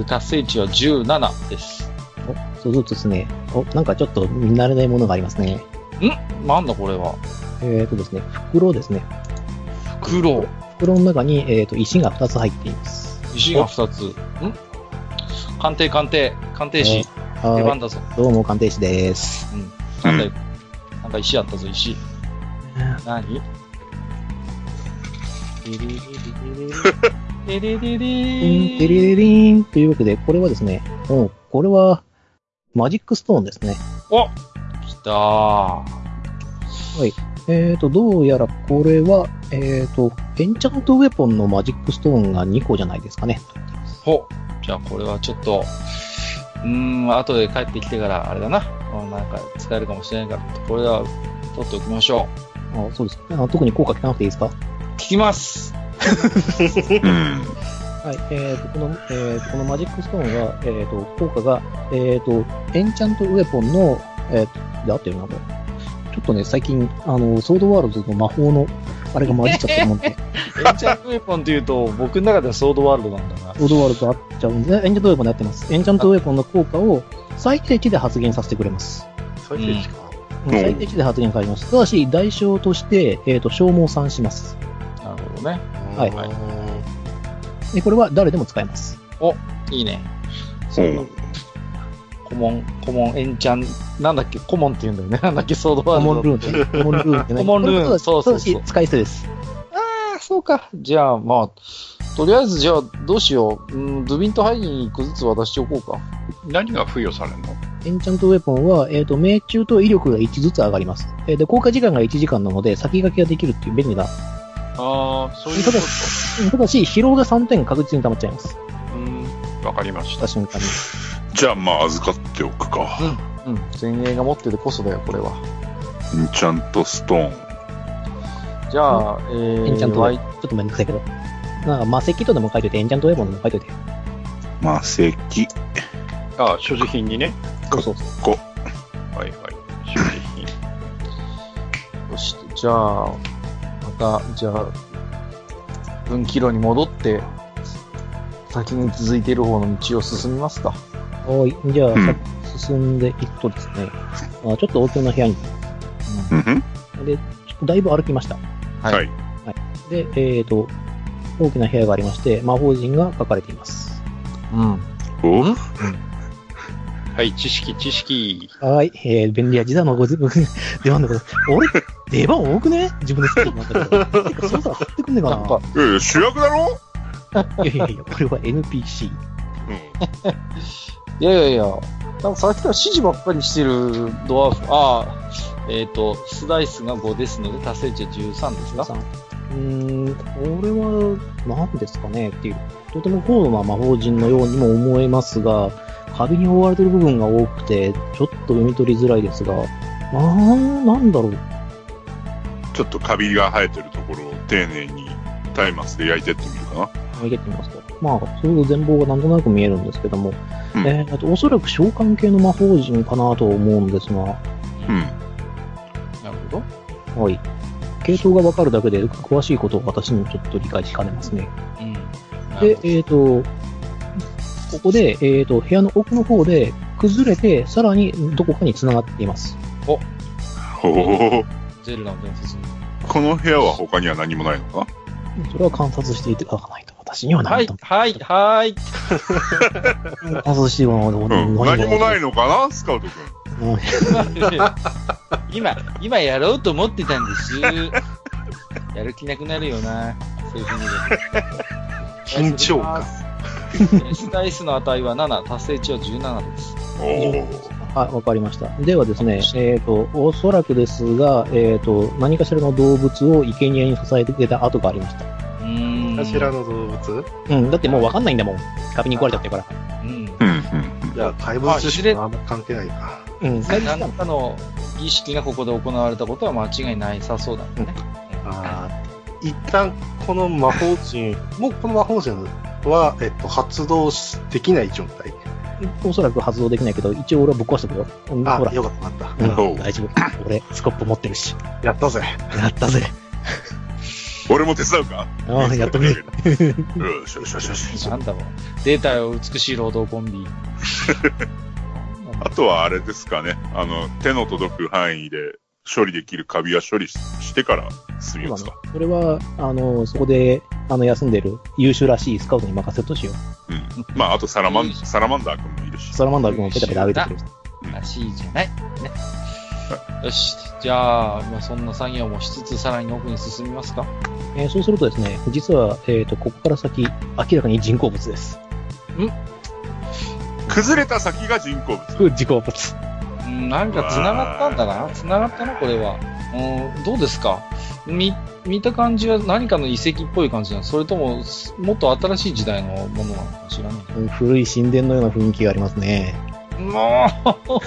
S1: ー達成値は17です。
S4: お、そうずつですね。お、なんかちょっと見慣れないものがありますね。
S1: んなんだこれは。
S4: えっ、とですね、袋ですね。
S1: 袋。
S4: 袋の中に、えっ、と、石が2つ入っています。
S1: 石が2つ。ん鑑定鑑定。鑑定士。出
S4: は
S1: 番だぞ。
S4: い。どうも、鑑定士です。
S1: なんだよ。なんか石あったぞ、石。何デレデ
S4: リン、デ
S1: レ
S4: リリリンというわけで、これはですね、うん、これは、マジックストーンですね。
S1: お来たー。
S4: えっ、と、どうやらこれは、えっ、と、エンチャントウェポンのマジックストーンが2個じゃないですかね。
S1: ほじゃあこれはちょっと、うーん、後で帰ってきてから、あれだな。うんなんか使えるかもしれないから、これは取っておきましょう。
S4: あそうです。あ特に効果聞かなくていいですか
S1: 聞きます。
S2: うん。
S4: はい、えーと、この、えーと、このマジックストーンは、えーと、効果が、えーと、エンチャントウェポンの、えーと、で合ってるな、これ。ちょっとね、最近、あの、ソードワールドと魔法の、あれが混じっちゃったもん で、
S1: エンチャントウェポンというと、 僕の中ではソードワールドなんだな。
S4: ソードワールドと合っちゃうんで、エンチャントウェポンで合ってます。エンチャントウェポンの効果を最低値で発現させてくれます。
S5: 最低値か。
S4: うん最低値で発現されます。ただし、代償として、えーと、消耗散します。
S1: なるほどね。
S4: はい
S5: い。
S4: で、これは誰でも使えます。
S1: いいね。
S2: そうなんだ
S1: コモン、コモン、エンチャン、なんだっけ、コモンって言うんだよね。 なんだっけ、ソードワ
S4: コ
S1: ー
S4: モン
S1: ルド。
S4: ルーンね。コモンルーンってね。
S1: コモンルーン
S4: これただ
S1: そうそうそう
S4: ただし、使い捨てです。
S1: ああ、そうか。じゃあ、まあ、とりあえず、じゃあ、どうしよう。うん、ドゥビンとハイに1個ずつ渡しておこうか。
S6: 何が付与されるの
S4: エンチャントウェポンは、えっ、と、命中と威力が1ずつ上がります。えーで、効果時間が1時間なので、先駆けができるっていう便利な。
S6: ああ、そういうこ
S4: ただただし、疲労が3点確実に溜まっちゃいます。
S6: と。うん、わかりまし
S4: したた。瞬間に。
S2: じゃあ、まあ、預かっておくか。
S1: うん。前衛が持っててこそだよ、これは。
S2: エンチャントストーン。
S1: じゃあ、え
S4: エンチャン
S1: ー、
S4: トウ
S1: ワ
S4: ェ
S1: イ
S4: ポン。ちょっとめんどくさいけど。なんか、魔石とでも書いといて、エンチャントウェポンでも書いといて。
S2: まあ、石器。
S6: ああ、所持品にね。
S4: そうそうそう。
S6: はいはい。所持品。
S1: そして、じゃあ、また、じゃあ、分岐路に戻って、先に続いている方の道を進みますか。
S4: はい。じゃあ、
S2: うん
S4: さ進んでいくとですね、まあちょっと大きな部屋に、
S2: うんふん。
S4: で、ちょっとだいぶ歩きました。
S1: はい
S2: はい。
S4: で、えっ、と、大きな部屋がありまして、魔法陣が書かれています。
S1: うん。
S2: お
S6: はい、知識、知識。
S4: はい、えー、便利や時代のご ず、出番のこと。俺、出番多くね自分で好きになったけど。てか、そろそろ張ってくんねえか
S1: な
S4: なん
S1: か、
S2: いやいや、主役だろ
S4: いやいやいや、これは NPC。
S2: うん。
S1: いやいやいや、なんかさっきから指示ばっかりしてるドワーフ、ああ、えっ、と、スダイスが5ですので、達成値は13ですか
S4: さん。うーん、これは、何ですかねっていう。とても高度な魔法陣のようにも思えますが、壁に覆われてる部分が多くて、ちょっと読み取りづらいですが、なん、なんだろう。
S2: ちょっとカビが生えてるところを丁寧に松明で焼いてってみるか
S4: 上げてみますと。まあ、そういう全貌がなんとなく見えるんですけども、
S2: うん
S4: えーと、おそらく召喚系の魔法陣かなと思うんですが、
S2: な。
S1: なるほど。
S4: はい。系統がわかるだけで、詳しいことを私にもちょっと理解しかねますね。
S1: うん。
S4: で、えっ、と、ここで、えっ、と、部屋の奥の方で崩れて、さらにどこかに繋がっています。
S2: うん。おお。
S1: ゼルダの伝説
S2: この部屋は他には何もないのか
S4: それは観察していただかないと、私には
S1: は
S4: 何
S1: い
S4: と、も。
S1: はい、はい。
S4: 観察してもらう
S2: う
S4: と
S2: ん。何もないいのかなスカウト君。
S4: うん。
S1: 今、今やろうと思ってたんです。やる気なくなるよな。そういうふうに。
S5: 緊張感。
S1: スダイスの値は7、達成値は17です。
S2: おお。
S4: はい、わかりました。ではですね、えっ、と、おそらくですが、えっ、と、何かしらの動物を生贄に支えてた跡がありました。
S1: うーん。
S5: 柱の動物
S4: うん、だってもうわかんないんだもん。壁に壊れちゃってるから。
S1: うん。
S2: うんうん。
S5: いや、怪物種しかあんま関係ないか。
S4: うん、外
S1: 何
S4: 観
S1: かの儀式がここで行われたことは間違いないさそうだね。
S5: あー一旦、この魔法陣、もうこの魔法陣は、えっと、発動できない状態。
S4: おそらく発動できないけど、一応俺はぶっ壊してくよ。うん
S5: あ
S4: ほら、、
S5: よかった、よか
S4: う
S5: っ
S4: ん
S2: おう
S4: 大丈夫。俺、スコップ持ってるし。
S5: た。やったぜ。
S4: やったぜ。
S2: 俺も手伝うか
S4: ああ、やっとくれ。
S2: よしよしよしよし。
S1: なんだろう。データよ、美しい労働コンビ。
S2: あとはあれですかね。あの、手の届く範囲で処理できるカビは処理ししてから進み
S4: 今
S2: ます
S4: ね
S2: か。
S4: それは、あの、そこで、あの、休んでる優秀らしいスカウトに任せるとしよう。
S2: まあ、あとサラマン、サラマンダー君もいるし。
S4: サラマンダー君をペタペタ上げてくれる。
S1: らしいじゃない。ね。よし。じゃあ、まあ、そんな作業もしつつ、さらに奥に進みますか
S4: えーそうするとですね、実は、えっ、と、ここから先、明らかに人工物です。
S2: 崩れた先が人工物。
S4: 人工物。
S1: うん、なんか繋がったんだな。繋がったな、これは。うん、どうですか見、見た感じは何かの遺跡っぽい感じなのそれとも、すもっと新しい時代のものなのか知らない。
S4: うん古い神殿のような雰囲気がありますね。
S1: もう 怖い。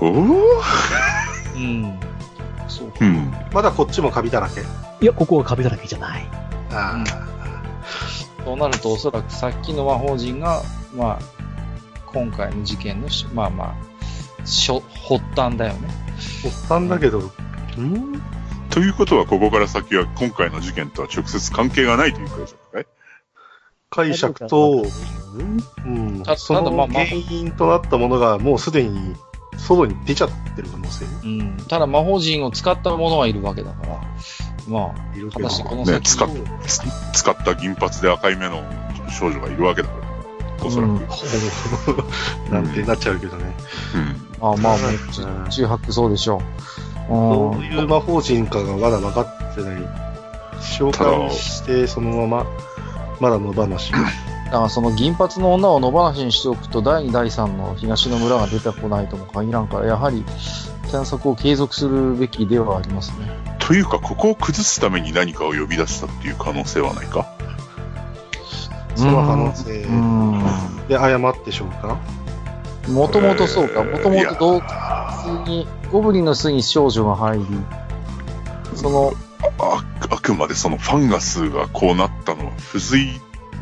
S2: おお。
S1: うん。そうか。
S2: うん。
S5: まだこっちもカビだらけ。
S4: いや、ここは壁だらけじゃない。
S5: あ
S1: そうなるとおそらくさっきの魔法陣が、まあ、今回の事件のし、まあまあ、しょ発端だよね。
S5: ーおっさんだけど、ん
S2: ということは、ここから先は今回の事件とは直接関係がないという解釈かい
S5: 解釈と、うん、
S1: た
S5: そ
S1: ただまあ
S5: の
S1: まあ
S5: 原因となったものがもうすでに外に出ちゃってる可能性
S1: うん。ただ魔法陣を使った者はいるわけだから、まあ、
S5: いるけど
S1: 果た、してこの
S2: ね
S1: 先、
S2: 使っつ使った銀髪で赤い目の少女がいるわけだから、おそらく。
S1: う
S2: うんん
S5: なんてなっちゃうけどね。
S1: まあまあ、も
S5: うん
S1: う、中白そうでしょう。
S5: ど
S1: う。
S5: うんいう魔法陣かがまだ分かってない。召喚して、そのまま、まだ野放し。
S1: だからその銀髪の女を野放しにしておくと、第2、第3の東の村が出てこないとも限らんから、やはり、探索を継続するべきではありますね。
S2: というか、ここを崩すために何かを呼び出したっていう可能性はないか
S5: その可能性
S1: うん。
S5: で誤って召喚
S1: もともとそうか、
S2: えー
S1: もとも
S2: い
S1: と
S2: や
S1: 洞窟に、ゴブリンの巣に少女が入り、その、
S2: ああくまでそのファンガスがこうなったのは付随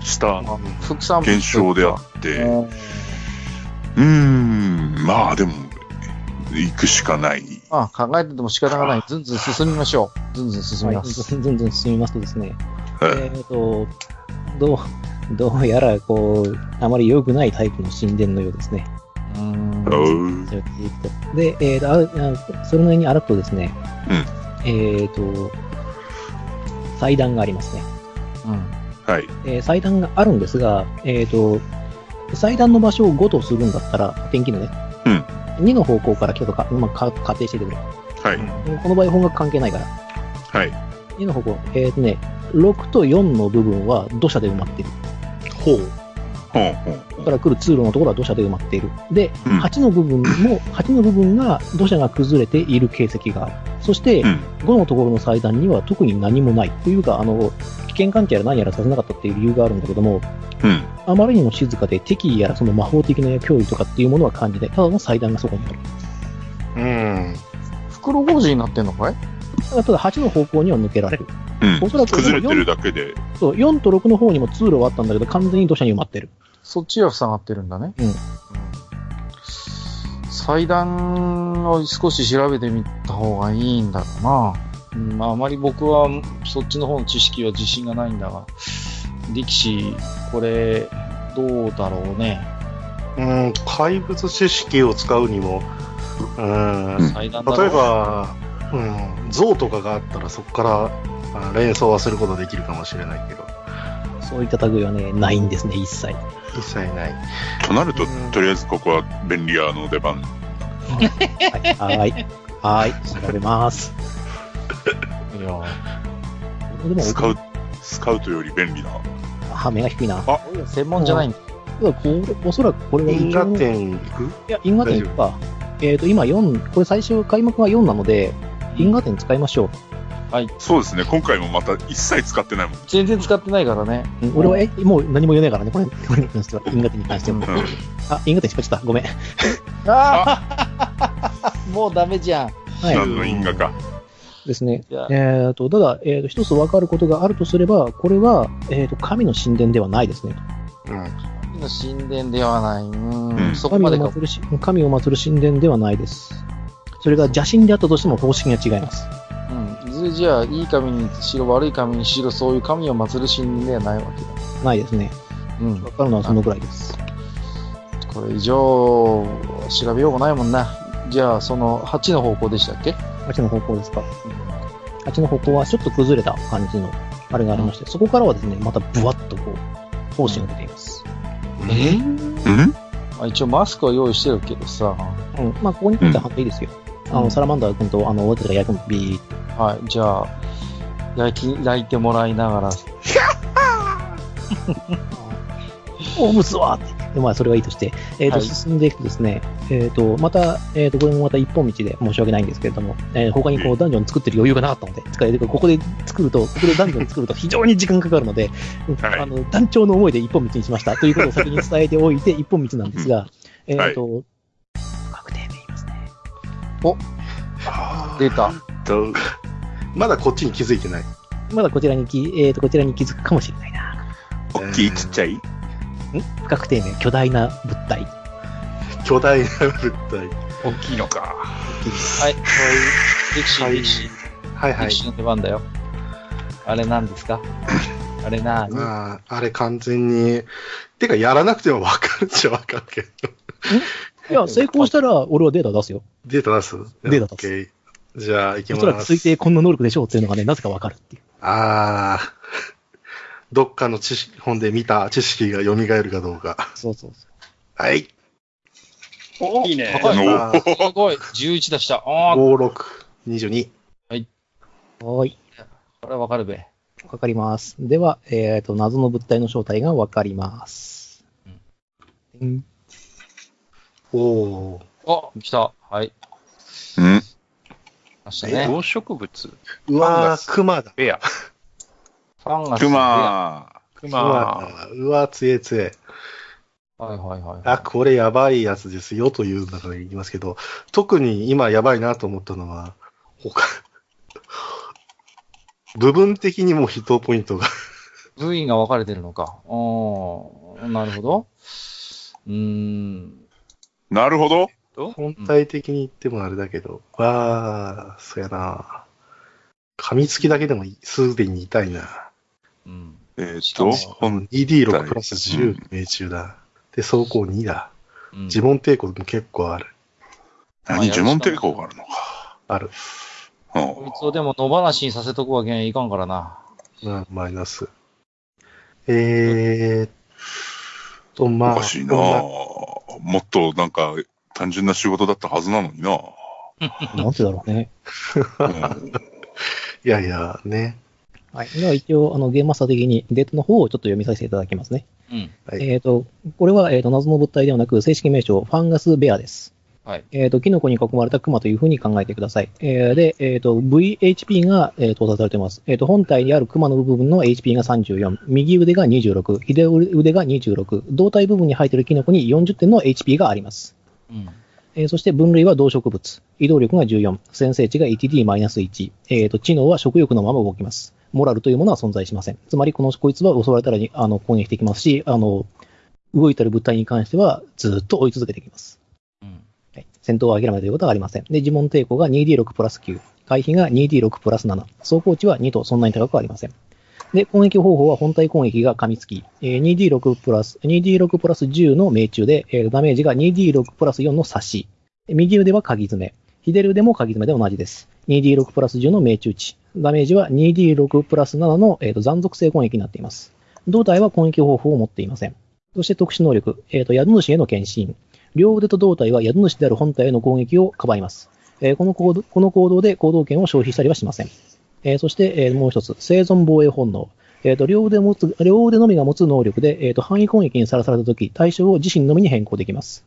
S2: した
S1: 副産物
S2: 現象であ
S1: っ
S2: って、うーん、まあでも、行くしかない。
S1: まあ、考えてても仕方がない。ずんずん進みましょう。ずんずん進み
S4: は
S1: ま
S4: い、
S1: す。
S4: ずんずん進みますとですね、
S2: え
S4: えっ、と、どう、どうやら、こう、あまり良くないタイプの神殿のようですね。
S1: うん
S2: おう
S4: それでいくとで、えーとああそれなりに歩くとですね、
S2: うん
S4: えっ、と、祭壇がありますね。
S2: はい。
S4: えー祭壇があるんですが、えっ、と、祭壇の場所を5とするんだったら、天気のね、
S2: うん
S4: 2の方向から来たとか、まあ、か仮定しててくれ。
S2: はい。
S4: この場合、本学関係ないから。
S2: はい。
S4: 2の方向、えっ、とね、6と4の部分は土砂で埋まってる。ほう。
S2: ほうほうほう
S4: から来る通路のところは土砂で埋まっている。で、
S2: うん
S4: 8の部分 も、8の部分が土砂が崩れている形跡がある。そして
S2: う、ん。
S4: 5のところの祭壇には特に何もない。というか、あの、危険関係やら何やらさせなかったっていう理由があるんだけども、
S2: うん。
S4: あまりにも静かで敵意やらその魔法的な脅威とかっていうものは感じない。ただの祭壇がそこにある。
S5: うん。
S1: 袋小路になってんのかい
S4: ただ、ただ8の方向には抜けられる。
S2: うん
S4: おそらく
S2: 崩れてるだけで、
S4: そう、4と6の方にも通路はあったんだけど、完全に土砂に埋まってる。
S1: そっちは塞がってるんだね。
S4: うん
S1: 祭壇を少し調べてみた方がいいんだろうな。うん、まあ、あまり僕はそっちの方の知識は自信がないんだが、力士、これ、どうだろうね。
S5: うん、怪物知識を使うにも、うん、例え
S1: 祭壇だろう
S5: ば、うん、像とかがあったらそこからあ連想はすることできるかもしれないけど、
S4: そういった類はね、ないんですね、一切。
S5: 一切ない。
S2: となると
S5: うん、
S2: とりあえずここは便利屋の出番。
S4: はい。はい。はい。調べます。
S1: いや
S4: でも、
S2: スカウト、スカウトより便利な。
S4: あ目が低いな。
S1: 専門じゃないんだ。
S4: ただこれ、おそらくこれは
S5: 因
S4: 一応
S5: 果
S4: の
S5: 点行く
S4: いや、因果点いくか。えっ、と、今4、これ最初開幕が4なので、因果点使いましょ
S2: そうですね、今回もまた一切使ってないもん。
S1: 全然使ってないからね。
S4: う。うん俺は、え、もう何も言えないからね、これ、これに関しては。因果点に関しても。
S2: うん
S4: あ、因果点失敗した。ごめん。は
S1: ああ もうダメじゃん。
S4: い。
S2: 何の因果か。
S4: ですね。
S1: じゃあ
S4: えっ、と、ただ、えっ、と、一つ分かることがあるとすれば、これは、えっ、と、神の神殿ではないですね。
S5: うん。
S1: 神の神殿ではない。うーん、
S2: うん
S1: そこ
S4: 神
S1: まで
S4: を
S1: か。
S4: 祀るし、神を祀る神殿ではないです。それが邪神であったとしても方式が違います。
S1: うん。いずれじゃあ、いい神にしろ、悪い神にしろ、そういう神を祀る神殿ではないわけだ。
S4: ないですね。
S1: うん。
S4: 分かるのはそのぐらいです。
S1: これ以上、調べようがないもんな。じゃあ、その、8の方向でしたっけ
S4: あっちの方向ですか。あっちの方向はちょっと崩れた感じのあれがありまして、そこからはですね、またブワッとこう、方針が出ています。
S5: え
S2: うん
S1: まあ、一応マスクは用意してるけどさ。
S4: うん。まあ、ここに来たらいいですよ。あ
S1: う
S4: の、
S1: ん
S4: サラマンダー君と、あの、俺たちが役もビーッ
S1: はい、じゃあ、焼き、焼いてもらいながら。
S4: と、おむすわって。でまあ、それはいいとして、えっ、と、
S1: はい
S4: 進んでいくとですね、えっ、と、また、えっ、と、これもまた一本道で申し訳ないんですけれども、えー他にこ
S2: う
S4: う、ダンジョン作ってる余裕がなかったので、使えるここで作ると、ここでダンジョン作ると非常に時間かかるので、うん
S2: はい
S4: あの、団長の思いで一本道にしました、ということを先に伝えておいて、一本道なんですが、えっ、と、確定名言いますね。
S1: 出た。
S5: とまだこっちに気づいてない。
S4: まだこちらにき、えー、とこちらに気づくかもしれないな。
S2: 大きいちっちゃい
S4: ん不確定名、巨大な物体。
S5: 巨大な物体。
S6: 大きいのか。
S1: はい、こういう、力士、力士、
S5: はいは
S1: 力
S5: い。
S1: 士の出番だよ。あれなん ですかあれなに
S5: まあ、あれ完全に、てかやらなくてもわかるっちゃわかるけど。
S4: いや、成功したら俺はデータ出すよ。
S5: データ出す
S4: データ出す
S5: す。OK じゃあ、行き
S4: お
S5: ま
S4: そらく
S5: す。
S4: 推定こんな能力でしょうっていうのがね、なぜかわかるっていう。
S5: ああ、 どっかの知識、本で見た知識が蘇るかどうか。
S1: そうそうそ
S5: はい。
S6: いいね。
S1: 高い
S2: の
S5: まあ
S1: う。すごい !11 出した。ああ、こ
S5: 5、6、22。
S4: はーい。
S1: れはわかるべ。
S4: わかります。では、えっ、と、謎の物体の正体がわかります。うん
S5: おおー。
S1: あ、来た。はい。
S2: うん
S1: 来ましたね。
S6: 動植物
S5: うわー、熊だ。
S6: ベア。
S1: ファンが。
S2: クマ
S6: ク
S5: 熊
S6: マ。
S5: だ。うわー、つえつえ。
S1: はいはいはい。
S5: あ、これやばいやつですよという中で言いますけど、特に今やばいなと思ったのは、他、部分的にもヒットポイントが、
S1: 部位が分かれてるのか。おーなるほど。うーん。
S2: なるほど。
S5: 本体的に言ってもあれだけど、わー、そやな噛みつきだけでもすでに痛いな。
S1: うん。
S2: え
S1: し
S2: っ
S1: か
S2: と、
S1: も
S2: 本
S5: 2D6 プラス10命中だ。で、走行2だ。
S1: うん
S5: 呪文抵抗も結構ある。
S2: 何呪文抵抗があるのか。
S5: ある。
S2: うん
S1: こいつをでも野放しにさせとくわけにはいかんからな。
S5: なマイナス。えーっと、まあ。
S2: おかしいなもっとなんか単純な仕事だったはずなのにな
S4: なんてだろうね。
S2: うん
S5: いやいや、ね。
S4: はい。では一応、あの、ゲームマスター的にデータの方をちょっと読みさせていただきますね。
S1: うん。
S5: はい
S4: えっ、と、これは、えーと、謎の物体ではなく、正式名称、ファンガスベアです。
S1: はい。
S4: えっ、と、キノコに囲まれたクマというふうに考えてください。えーで、えっ、と、VHP が、えー搭載されています。えっ、と、本体にあるクマの部分の HP が34、右腕が26、左腕が26、胴体部分に生えているキノコに40点の HP があります。
S1: うん。
S4: えーそして分類は動植物。移動力が14。先制値が 1D-1。えーと、知能は食欲のまま動きます。モラルというものは存在しません。つまり、この、こいつは襲われたらに、あの、攻撃できますし、あの、動いてる物体に関しては、ずっと追い続けてきます。
S1: うん。
S4: はい、戦闘を諦めるということはありません。で、呪文抵抗が 2D6 プラス9。回避が 2D6 プラス7。走行値は2とそんなに高くはありません。で、攻撃方法は本体攻撃が噛みつき、えー 2D6 プラス、2D6 プラス10の命中で、えーダメージが 2D6 プラス4の差し。右腕は鍵爪。左腕も鍵爪で同じです。2D6 プラス10の命中値。ダメージは 2D6 プラス7の、えーと残属性攻撃になっています。胴体は攻撃方法を持っていません。そして特殊能力、えーと、宿主への献身。両腕と胴体は宿主である本体への攻撃をかばいます。えーこの行動この行動で行動権を消費したりはしません。えーそして、えーもう一つ、生存防衛本能。えーと両腕を持つ両腕のみが持つ能力で、えーと範囲攻撃にさらされたとき、対象を自身のみに変更できます。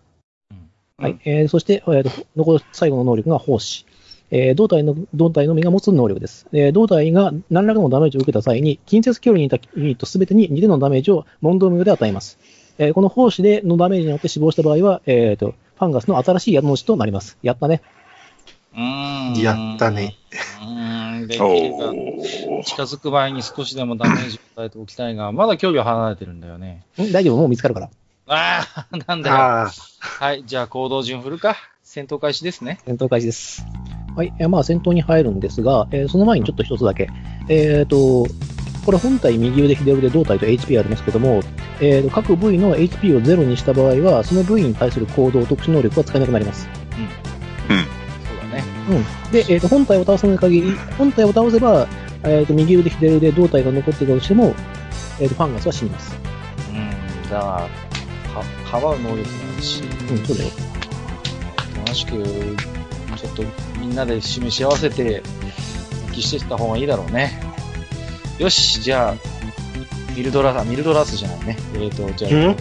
S4: はいえーそして、えーと残す最後の能力が奉仕。えー胴体の胴体のみが持つ能力です、えー胴体が何らかのダメージを受けた際に、近接距離にいたユニットすべてに2でのダメージを問答無用で与えます。えーこの奉仕でのダメージによって死亡した場合は、えーと、ファンガスの新しい宿主となります。やったね。
S1: うーん。
S5: やったね。
S1: うーん。できれば
S2: おー
S1: 近づく前に少しでもダメージを与えておきたいが、まだ距離は離れてるんだよね。
S4: ん大丈夫もう見つかるから。
S1: ああ、なんだよ。
S5: ああ、
S1: はい、じゃあ行動順振るか。戦闘開始ですね。
S4: 戦闘開始です。はい。えーまあ、戦闘に入るんですが、えーその前にちょっと一つだけ。えっ、と、これ本体右腕、左腕、胴体と HP ありますけども、えーと各部位の HP をゼロにした場合は、その部位に対する行動、特殊能力は使えなくなります。
S1: そうだね。
S4: うん。で、えーと本体を倒さない限り、本体を倒せば、えーと右腕、左腕、胴体が残ってたとしても、えーとファンガスは死にます。
S1: うん、だから、か、かばう能力もあるし、
S4: うん、そうだよ。
S1: 楽しく、ちょっとみんなで示し合わせて、復帰していった方がいいだろうね。よし、じゃあ、ミルドラ、あミルドラスじゃないね。えーと、じゃ
S5: ん
S2: う
S1: あ、
S2: ん
S1: な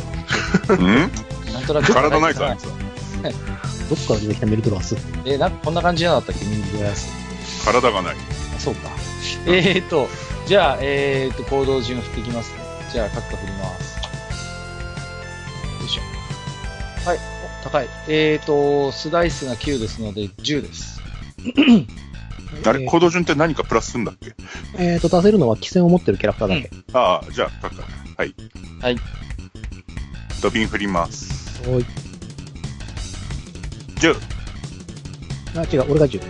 S1: んとなく。
S2: 体ないぞあいつ
S4: どっから出てきたメルトラス。
S1: えー、なんかこんな感じじゃなかったっけ、ミルドラス。
S2: 体がない。
S1: あそうか。えーと、じゃあ、えーと、行動順振っていきますね。じゃあ、カッカ振ります。よいしょ。はい、お、高い。えーと、スダイスが9ですので、10です。
S2: あ
S4: え
S2: れ、
S4: ー
S2: 行動順って何かプラスすんだっけ
S4: えっ、と、出せるのは汽船を持ってるキャラクターだけ。
S2: ああ、じゃあ、タカ。はい。
S1: はい。
S2: ドビン振ります。
S4: おい。
S2: 10。
S4: あ、違う、俺が10。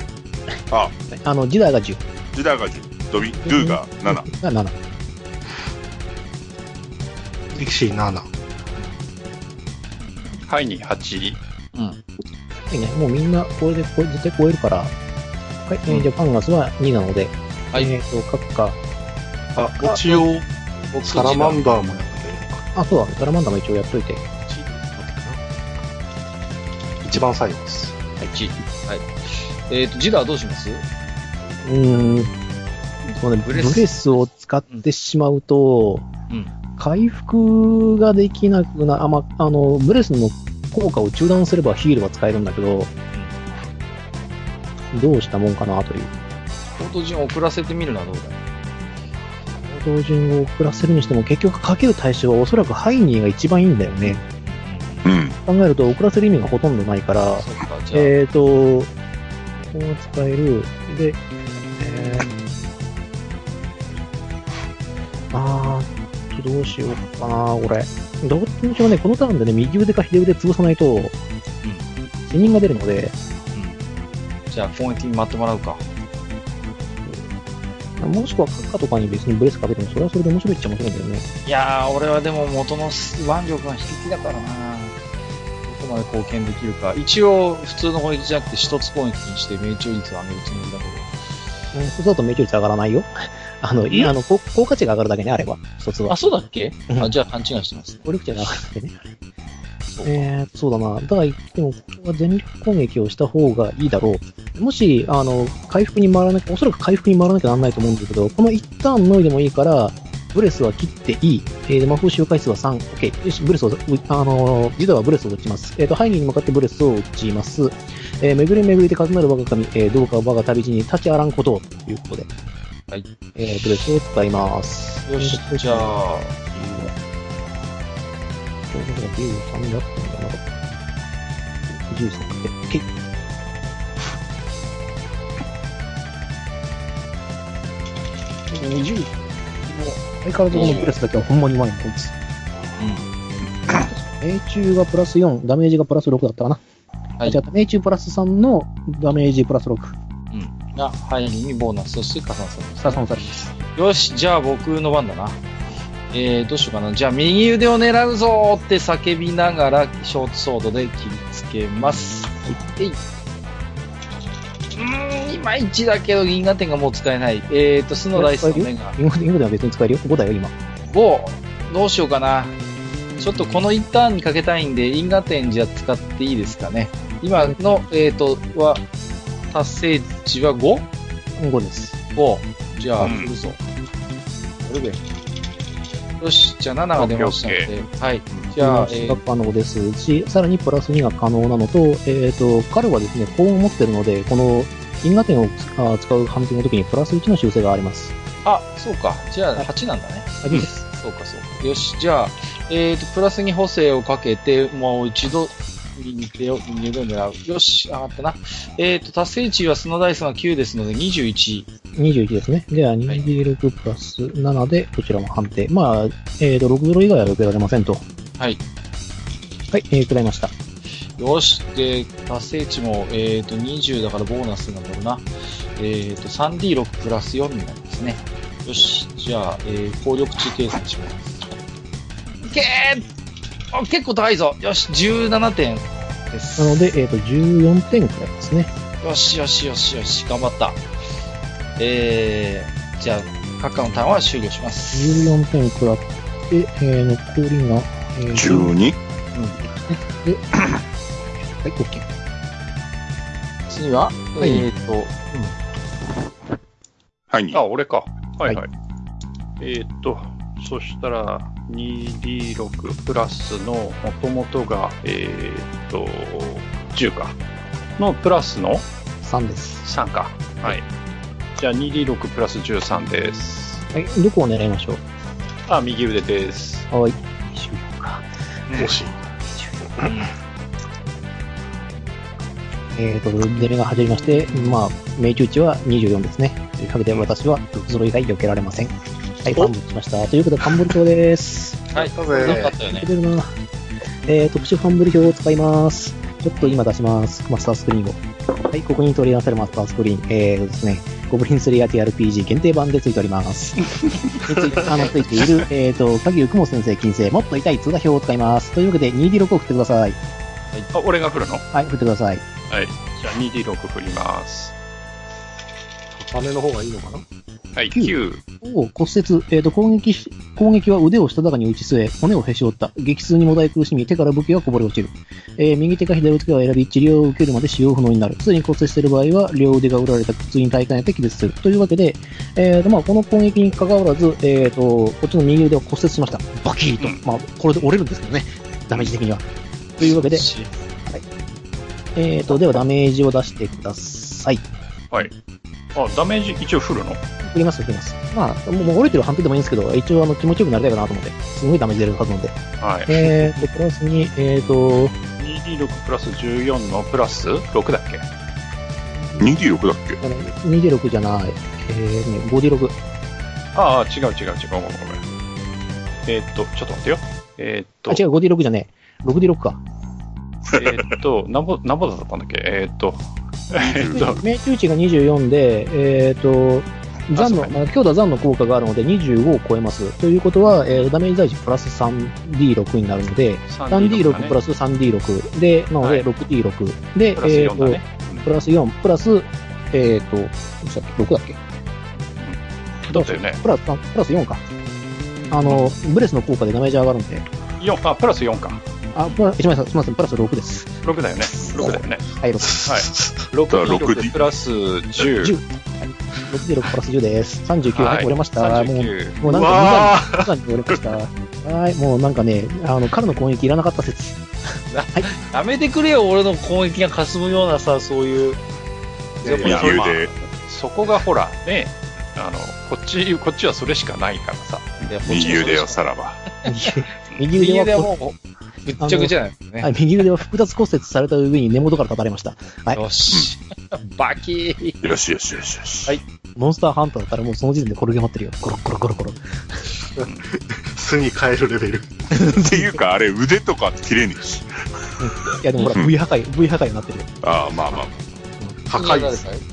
S2: あ
S4: あの、ジダーが10。
S2: ジダが10。ドビン、ドゥが7。
S4: が7。
S5: 力士7。
S6: ハイに8。
S4: はいね、もうみんな、これで、これ絶対超えるから。はい、えーじゃあ、パンガスは2なので。
S1: はい
S4: えっ、と、各か。
S5: あ、一応、
S1: 僕
S5: サラマンダーもやってる
S4: あ、そうだ、サラマンダーも一応やっといて。
S5: 一番最後です。
S1: 1。はい。えっ、と、ジダはどうします
S4: うーん。そうね、ブ
S1: ブレ
S4: レ
S1: ス
S4: スを使ってしまうと、
S1: うん
S4: 回復ができなくな、あ、ま、あの、ブレスの効果を中断すればヒールは使えるんだけど、どうしたもんかなという。
S1: 口頭順を遅らせてみるのはどうだ
S4: 標準を遅らせるにしても、結局かける対象はおそらくハイニーが一番いいんだよね。
S2: うん。
S4: 考えると遅らせる意味がほとんどないから、
S1: そっか、じゃあ、
S4: えーと、ここが使える。で、えー、あー、どうしようかな、これ。どっちにしろね、このターンでね、右腕か左腕潰さないと、死人が出るので、
S1: じゃあ攻撃に待ってもらうか。
S4: もしくはカッカとかに別にブレスかけても、それはそれで面白いっちゃ面白いんだよね。
S1: いやー、俺はでも元の腕力が引きだからなどこまで貢献できるか。一応、普通の攻撃じゃなくて、一つ攻撃にして命中率を上げるつもりだけど。
S4: うんそうだと命中率上がらないよ。あの、いやあの、こ効果値が上がるだけね、あれば。一つは
S1: あ、。そうだっけ
S4: うん
S1: あ、じゃあ勘違いしてます。
S4: 効力値が上がるだけね。えー、そうだな。だから、でも、ここは全力攻撃をした方がいいだろう。もし、あの、回復に回らなきゃ、おそらく回復に回らなきゃなんないと思うんだけど、この一旦脱いでもいいから、ブレスは切っていい。えー、で、魔法使用回数は3。OK。よし、ブレスを、うあのー、ジダはブレスを打ちます。えっ、と、ハイニーに向かってブレスを打ちます。えー、巡り巡りで数なる我が神、えー、どうか我が旅路に立ちあらんことを、ということで。
S1: はい。
S4: えー、ブレスを使います。
S1: よし、じゃ
S4: あ。
S1: あ、
S4: これが13だったんだな。13で、け20もう相変わらずこのプレスだけはほんまにうまいんこいつ命中がプラス4ダメージがプラス6だったかな、
S1: はい
S4: じゃあ命中プラス3のダメージプラス6
S1: うん。が、ハイにボーナスとして加算されます。
S4: 加算されます
S1: よし、じゃあ僕の番だな。えー、どうしようかな。じゃあ右腕を狙うぞーって叫びながら、ショートソードで切りつけます。えい。うーん、いまいちだけど銀河点がもう使えない。えーと、素のダイスの目が
S4: 今今では別に使えるよ5だよ今
S1: 5。どうしようかな。ちょっとこの1ターンにかけたいんで、銀河点じゃ使っていいですかね。今の、えーと、は、達成値は 5?
S4: 5です
S1: おじゃあ、
S2: うん
S1: 振るぞ。これで。よし、じゃあ7が出ましたので、はい。じゃあ、え
S4: が
S1: ー、
S4: 可能ですし、さらにプラス2が可能なのと、えっ、と、彼はですね、こう持ってるので、この因果点をつあ使う判定の時にプラス1の修正があります。
S1: あ、そうか。じゃあ8なんだね。
S4: ありです。
S1: そうか、そうか。よし、じゃあ、えーと、プラス2補正をかけて、もう一度、右手を、右腕を狙う。よし、上がったな。えーと、達成値はスノダイスが9ですので、21。
S4: 21ですね。では、2D6 プラス7で、こちらも判定。まあ、えっ、と、6ドル以外は受けられませんと。
S1: はい。
S4: はい、えー、くらいました。
S1: よし、で、達成値も、えーと、20だからボーナスなんだろうな。えーと、3D6 プラス4になりますね。よし、じゃあ、えー、効力値計算します。いけーあ結構高いぞよし、17点です。
S4: なので、えっ、と、14点くらいですね。
S1: よしよしよしよし、頑張った。えー、じゃあ、カッカのターンは終了します。
S4: 14点くらって、えー、残りが、えー
S2: 12。
S4: はい、OK。
S1: 次は、
S4: い
S1: えーと、
S2: はい。
S6: あ、俺か。はい
S4: は
S6: はい。えーっと、そしたら 2D6 プラスの元々が、えーっと、10か。のプラスの
S4: 3です。
S6: 3か。はい。じゃあ 2D6 プラス13です。
S4: はい、どこを狙いましょう
S6: あ、右腕です。
S4: はい。終了か。
S5: 惜しい。
S4: えー、と、デメが走りまして、まあ、命中値は24ですね。というわけで私は毒揃いが避けられません。はい、パンブルしました。ということで、パンブル帳です。
S8: はい。よかったよね
S4: 出。てるな。えー、特殊ファンブル表を使います。ちょっと今出します。マスタースクリーンを。はい、ここに取り出されるマスタースクリーン。えーとですね、ゴブリン 3RTRPG 限定版で付いております。でついあの、付いている、えーと、鍵雲先生、金星、もっと痛い通話表を使います。というわけで、2D6 を振ってください。
S6: あ、俺が振るの
S4: はい、振ってください。
S6: はい。じゃあ 2D6 振ります。
S5: 高めの方がいいのかな
S6: はい、
S4: 九
S6: 9。
S4: おお、骨折。えーと、攻撃し、攻撃は腕をしたたかに打ち据え、骨をへし折った。激痛にもだえ苦しみ、手から武器がこぼれ落ちる。えー右手か左手かを選び、治療を受けるまで使用不能になる。すでに骨折している場合は、両腕が折られた苦痛に耐えかねて気絶する。というわけで、えーと、まあ、この攻撃に関わらず、えーと、こっちの右腕を骨折しました。バキーと。まあ、これで折れるんですけどね。ダメージ的には。というわけで、えーと、ではダメージを出してください。
S6: はい。あ、ダメージ一応振るの
S4: 振ります、振ります。まあ、もうもう折れてる判定でもいいんですけど、一応あの気持ちよくなりたいかなと思って、すごいダメージ出るはずなんで。
S6: はい。
S4: えーと、プラスに、えーと、
S6: 2D6 プラス14のプラス6だっけ
S2: 2D6 だっけ
S4: あの 2D6 じゃない、えーね、5D6。
S6: ああ、違う違う違う。ごめんごめん。えーっと、ちょっと待ってよ。えーっ
S4: あ、
S6: と、
S4: 違う、5D6 じゃねえ。6D6 か。
S6: えーっと、 なんぼ、なんぼだったんだっけえーっと、えーっと、
S4: 命中値が24で、えーと、残の、
S6: あそう
S4: まあ強打残の効果があるので25を超えます。ということは、えーダメージ大値プラス 3D6 になるので、3D6 プラ
S6: ス、
S4: ス 3D6 で、なの
S6: はい
S4: で 6D6 で、
S6: プラス
S4: えー
S6: 4だ
S4: と
S6: ね、。
S4: プラス4、プラス、えっ、と、どうしたっけ ?6 だっけ
S6: だったよね。
S4: プラス3、プラス4か。あの、ブレスの効果でダメージ上がるんで。
S6: 4、あ、プラス4か。
S4: あ、プラすみません、すみません、プラス6です。
S6: 6だよね。6だよね。
S4: はい、6。
S6: はい。
S2: から
S6: 6D6
S2: 6D
S6: プラス10。
S4: 10。はい。6で6プラス10です。39、はい、折れました。もう、
S6: 39。
S4: もうなん
S5: うわ
S4: か2段、2段に折れました。はい、もうなんかね、あの、彼の攻撃いらなかった説。
S8: やめてくれよ、俺の攻撃が霞むようなさ、そういう。
S6: やいや
S2: 理由で。
S6: そこがほら、ね、あの、こっち、こっちはそれしかないからさ。
S2: 右腕よ、
S8: さ。
S2: さらば。
S4: 右
S8: 右
S4: 腕
S8: 腕は
S4: はこ、
S8: もう、ぐっちゃぐちゃなんです
S4: は
S8: ね。
S4: い、右腕は複雑骨折された上に根元から立たれました。はい
S8: よし。バキー。
S2: よしよしよしよし。
S8: はい
S4: モンスターハンターだったらもうその時点で転げ回ってるよ。コロコロコロコロ。
S5: 巣に変えるレベル。
S2: っていうか、あれ、腕とか切れねえし。
S4: いやでもほら、V 破壊、V 破壊になってるよ。
S2: ああ、まあまあ。
S5: 破壊です。
S8: 誰か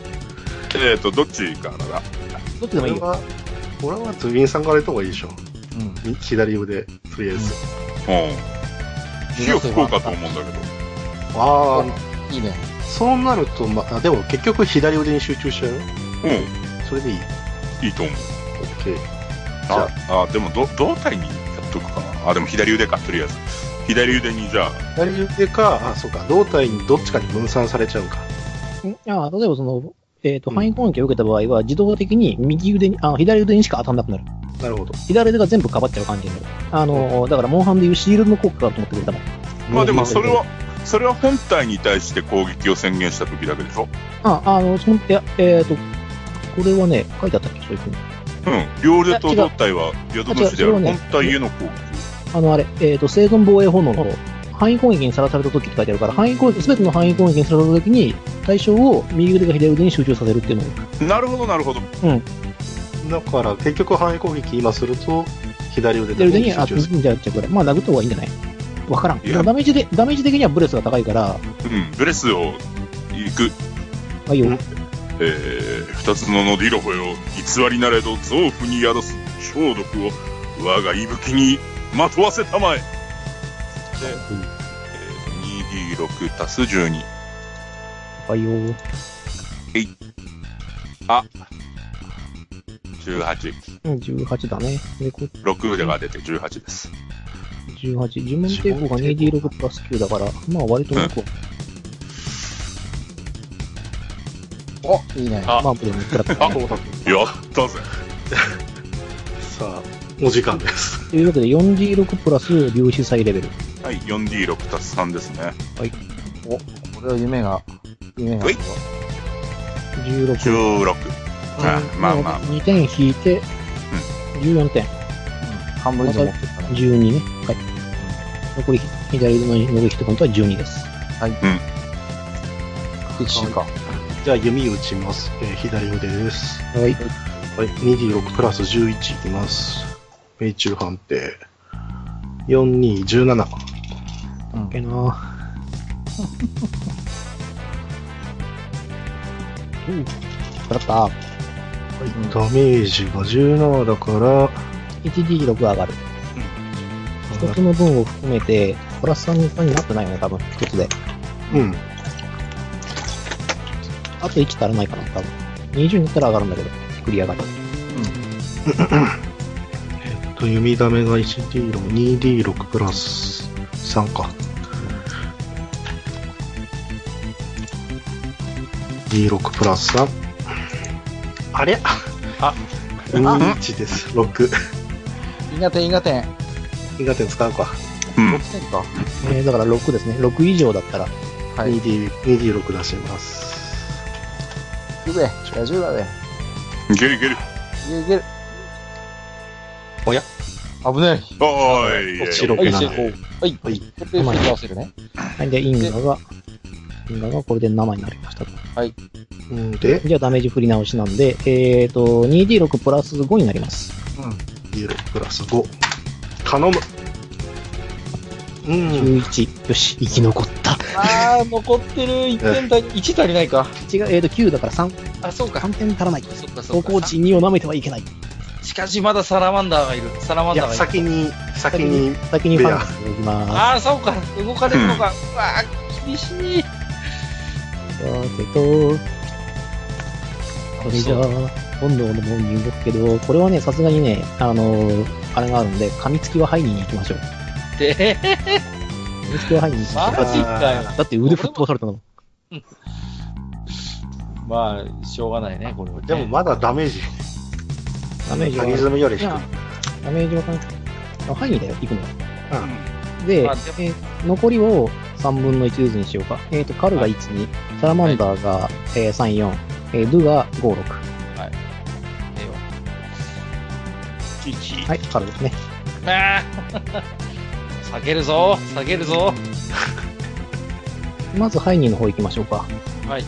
S2: えっ、ー、と、どっちからだ
S4: どっちでも
S5: 俺
S4: いいよ。
S5: は、俺はズビンさんからやった方がいいでしょ。
S8: うん。
S5: 左腕、とりあえず。
S2: うん。火を吹こうかと思うんだけど。
S5: ああ、
S8: いいね。
S5: そうなると、まあ、でも結局左腕に集中しちゃうよ
S2: う
S5: それでいい。
S2: ん。いいと思う。
S5: OK。じゃ
S2: あ、あでもど、胴体にやっとくかな。あ、でも左腕か、とりあえず。左腕にじゃあ、
S5: 左腕か、あ、そうか、胴体にどっちかに分散されちゃうか。
S4: んあ例えばその、えっ、と、範囲攻撃を受けた場合は、自動的に右腕に、あ左腕にしか当たんなくなる。
S5: なるほど。
S4: 左腕が全部かばっちゃう感じになる。あのー、だから、モンハンでいうシールドの効果だと思ってくれたもん。
S2: まあでもそれは、それは本体に対して攻撃を宣言した時だけでしょ
S4: あ、あの、そん、いや、えっ、と、これはね、書いてあったっけそういうふうに。
S2: うん。両腕と胴体は宿主であ
S4: あ違う違う
S2: る
S4: ね
S2: 本体への攻撃。
S4: あの、あれ、えっ、と、生存防衛本能の範囲攻撃にさらされた時って書いてあるから、範囲攻撃、すべての範囲攻撃にさらされた時に、対象を右腕が左腕に集中させるっていうのを。
S2: なるほど、なるほど。
S5: だから、結局範囲攻撃今すると、左腕
S4: 左
S5: だ
S4: 腕
S5: けに
S4: に、あ、
S5: 集
S4: じ
S5: 中する。
S4: ゃあ、じゃあこれ。まあ、殴った方がいいんじゃないわからん。
S2: いや
S4: でもダメージで、ダメージ的にはブレスが高いから、
S2: うん。ブレスを行く。
S4: あ、いいよ。
S2: えー、二つのノディロホよ、偽りなれど臓腑に宿す消毒を我が息吹にまとわせたまえ。で、えー、2D6 足す12。
S4: あ、いいよ。
S2: 18。
S4: うん18だね。で、こ
S2: 6腕が出て18です。
S4: 18。呪文抵抗が 2D6 プラス9だから、まあ割と向こう。
S8: お、いいね。
S4: まあ、でもいくらだったかね。
S2: やったぜ。
S5: さあ、お時間です。
S4: というわけで 4D6 プラス粒子祭レベル。
S2: はい、4D6 足す3ですね。
S1: これは夢が、夢が。
S2: うい
S4: 16。
S2: 16。あまあまあ
S4: 2点引いて、14点。
S1: 半分以上持ってったね。
S4: 12ね。はい。残り、左腕の残り1ポイントは12です。
S1: 敵心か。
S5: じゃあ弓打ちます。えー左腕です。
S4: はい。
S5: はい。2D6 プラス11いきます。命中判定。4217。
S4: けなうん。だった。
S5: ダメージが17だから、
S4: 1D6 上がる。一つの分を含めて、プラス3に3になってないよね、多分。一つで。
S5: うん。
S4: あと1足らないかな、多分。20になったら上がるんだけど、繰り上がり。
S5: えっと、弓ダメが 1D6、2D6 プラス3か。D6 プラス3。あれ
S6: あ
S5: 21です。6。
S1: イガテン、イガテン。
S5: 苦手使うか。
S2: うん。
S1: 6点か。
S4: えー、だから6ですね。6以上だったら、
S1: はい
S5: 2D、2D6 出します。
S1: 行くぜ。大丈夫だぜ。
S2: いけるいける。
S1: いけるいける。
S4: おや
S1: 危ない。
S2: おーい。いやいや
S5: 白
S1: は
S5: く
S1: い、
S5: な
S1: 成
S5: る。
S1: 功。はい。
S5: はい
S1: これで振り合わせるね。
S4: はい、で、インガが、インガがこれで7になりましたと。
S5: うんで、
S4: じゃあダメージ振り直しなんで、えーと、2D6 プラス5になります。
S5: D6 プラス5。頼む。うん。
S4: 11。よし、生き残った。
S1: あー、残ってる。1点足り、1足りないか。
S4: 違う、えーと、9だから3、
S1: あ、そうか。
S4: 3点足らない。
S1: そっか、そ
S4: 高
S1: っか。
S4: 校値2を舐めてはいけない。
S1: しかしまだサラマンダーがいる。サラマン
S5: い
S1: ダー
S5: や、
S1: がいる。
S5: 先に、先に、
S4: 先にファンタジーを置きま
S1: ああ、そうか。動かれるのか。うわあ、厳しい。
S4: す。えーと、これじゃあ、本能の門に動くけど、これはね、さすがにね、あのーあれがあるんで、噛みつきはハイニーに行きましょう。
S1: で、
S4: 噛みつきはハイニーに行きましょ
S1: マ
S4: う。
S1: ジかよ。
S4: だって腕吹っ飛ばされたの。
S1: まあ、しょうがないね、これはね。
S5: でもまだダメージ、
S4: ダメージは
S5: 鍵爪より低
S4: い
S5: い。
S4: やダメージはかなあ、範囲だよ、行くのは。で、
S1: まあでも
S4: えー残りを3分の1ずつにしようか。えっ、と、カルが1に、サラマンダーが、えー3、4、えードゥが5、6。
S1: ええわ
S4: はい、カルですね。
S1: あー 下げるぞ、下げるぞ。
S4: まずハイニーの方行きましょうか。
S1: はい。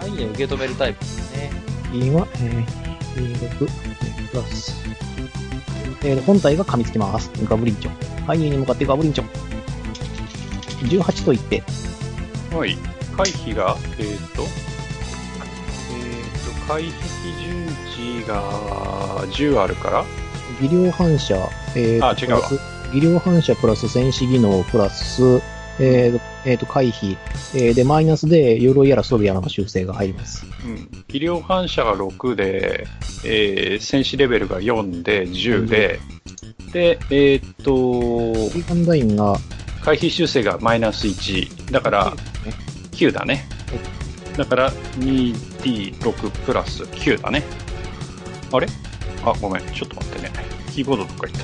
S1: はい、受け止めるタイプですね。
S4: B は、えー、26、プラス。えー本体が噛みつきます。ガブリンチョ。ハイニーに向かってガブリンチョ。18と言って、
S6: はい。回避が、えっ、と、えっ、と、回避基準値が10あるから、
S4: 技量反射、えーと
S6: あ違うわ
S4: プラス技量反射プラス戦士技能プラス、えーとえーと回避、えーで、マイナスで鎧やら装備やらの修正が入ります。
S6: うん。技量反射が6で、えー、戦士レベルが4で、10で、で、えっ、と、
S4: リーガンダインが、
S6: 回避修正がマイナス1。だから、9だね。だから、2D6 プラス9だね。あれあ、ごめん。ちょっと待ってね。キーボードとかいった。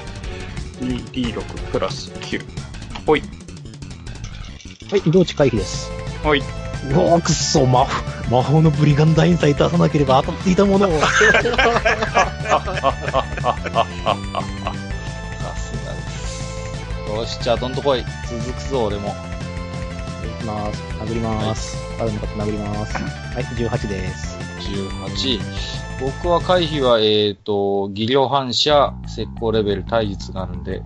S6: 2D6 プラス9。ほい。
S4: はい、移動値回避です。
S6: ほい。
S4: うわくっそ、魔法、魔法のブリガンダインさえ出さなければ当たっていたものを。
S1: さすがです。よし、じゃあ、どんと来い。続くぞ、俺も。
S4: いきます。殴ります。あるのかって殴ります。はい、18です。
S1: 18。僕は回避は、えっ、と、技量反射、石膏レベル、体術があるんで、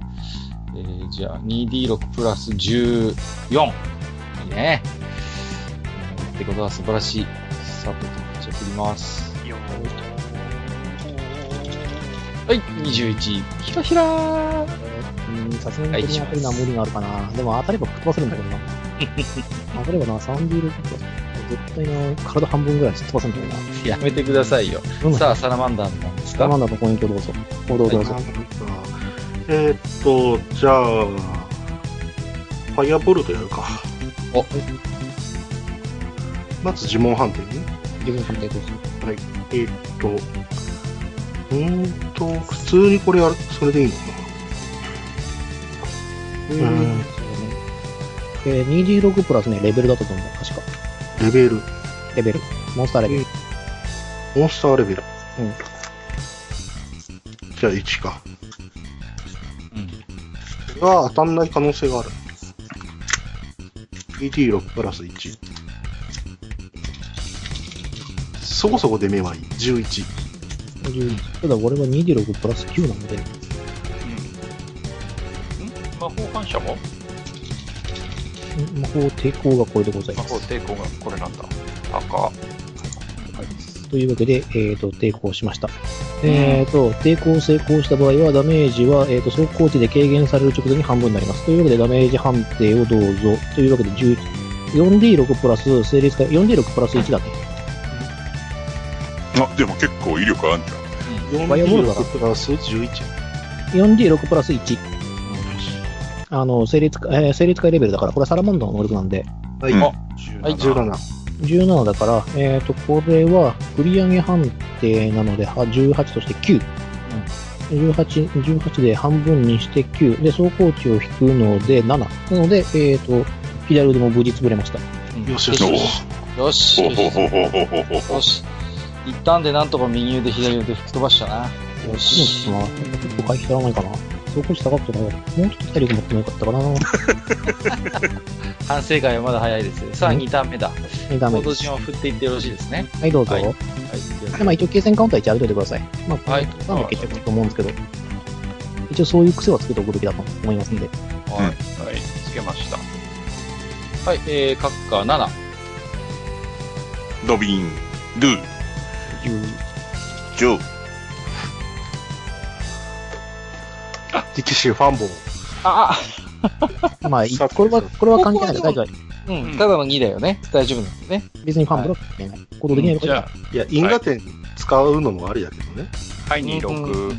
S1: えー、じゃあ、2D6 プラス14。いいね。ってことは素晴らしい。さて、じゃあ振ります。はい、21。ひらひらー
S4: うん、さすがにこれに当てるのは無理があるかな。でも当たれば吹っ飛ばせるんだけど な。当たればな、3D6 と絶対な、体半分ぐらい吹っ飛ばせるんだけ
S1: やめてくださいよ。
S4: どな。
S1: さ
S4: あ、
S1: あ、サラマンダーなんです
S4: サラ
S1: か
S4: マンダーのポイントどうぞ。行動どうぞ。
S5: えーっと、じゃあ、ファイアボルトやるか。
S1: お
S5: まず呪文判定ね。
S4: 自分の判定どうぞ。
S5: えーっと、うーんと、普通にこれやる、それでいいのかん
S4: そうねえー、2D6 プラスね、レベルだったと思う。確か。
S5: な。レベル、
S4: レベル。モンスターレベル。
S5: モンスターレベル。
S4: うん
S5: じゃあ1か。
S1: うん。
S5: これは当たんない可能性がある。ET6 プラス1。そこそこで目はいい。11。
S4: ただ俺は2D6 プラス9なので、
S6: ん魔法反射も
S4: ん魔法抵抗がこれでござい
S6: 魔
S4: ます
S6: 法。抵抗がこれなんだ。赤。
S4: というわけで、えっと抵抗しました、えっと抵抗成功した場合はダメージは、えっと速攻値で軽減される直前に半分になりますというわけでダメージ判定をどうぞというわけで11 4D6 プラス成立か 4D6 プラス1だね
S2: あ、でも結構威力あんじゃん。
S4: バイオボールだな
S5: 4プラス11。
S4: 4D6 プラス1あの成立か、えー成立回レベルだからこれはサラモンダの能力なんで
S5: はい。
S2: うん
S5: はい、17。
S4: 17だから、えっとこれは繰り上げ判定なのでは18として9、18, 18で半分にして9で走行値を引くので7なので、えっと左腕も無事潰れました
S5: よしよしよし。
S1: よし。
S2: ほ
S1: よし
S2: うほうほうほうほうほうほう
S1: よし。一旦でなんとか右腕左腕吹き飛ばしたな。よし。
S4: まあ結構回避足らないかな走行値高くてなかったもうちょっと体力持ってもよか ったかな
S1: 反省会はまだ早いです。さあ、
S4: うん
S1: 2ターン目だ。
S4: えダメ
S1: 行
S4: で
S1: 動
S4: す
S1: 順を振っていってよろしいですね。
S4: はいどうぞ、
S1: はい
S4: で
S1: は
S4: まあ、一応継戦カウンター1あげといてくださいまあ、
S1: はい
S4: なんだっけってことだと思うんですけど一応そういう癖はつけておくべきだと思いますんで
S6: はい、つけました。
S1: い。はい、えー、カッカー7。
S2: ドビン、ドゥ、ジョー。
S5: 力士ファンボー。
S1: あ、
S4: まあ、いこれは、これは関係ないから大丈夫。
S1: あ、うん、ただの2だよね。大丈夫なんだね。
S4: 別にファンブロック関係ない。行動できないこと
S6: じ
S4: だ
S6: ゃ
S5: いや、因果点使うのもありだけどね。
S6: あ、はい、2、6。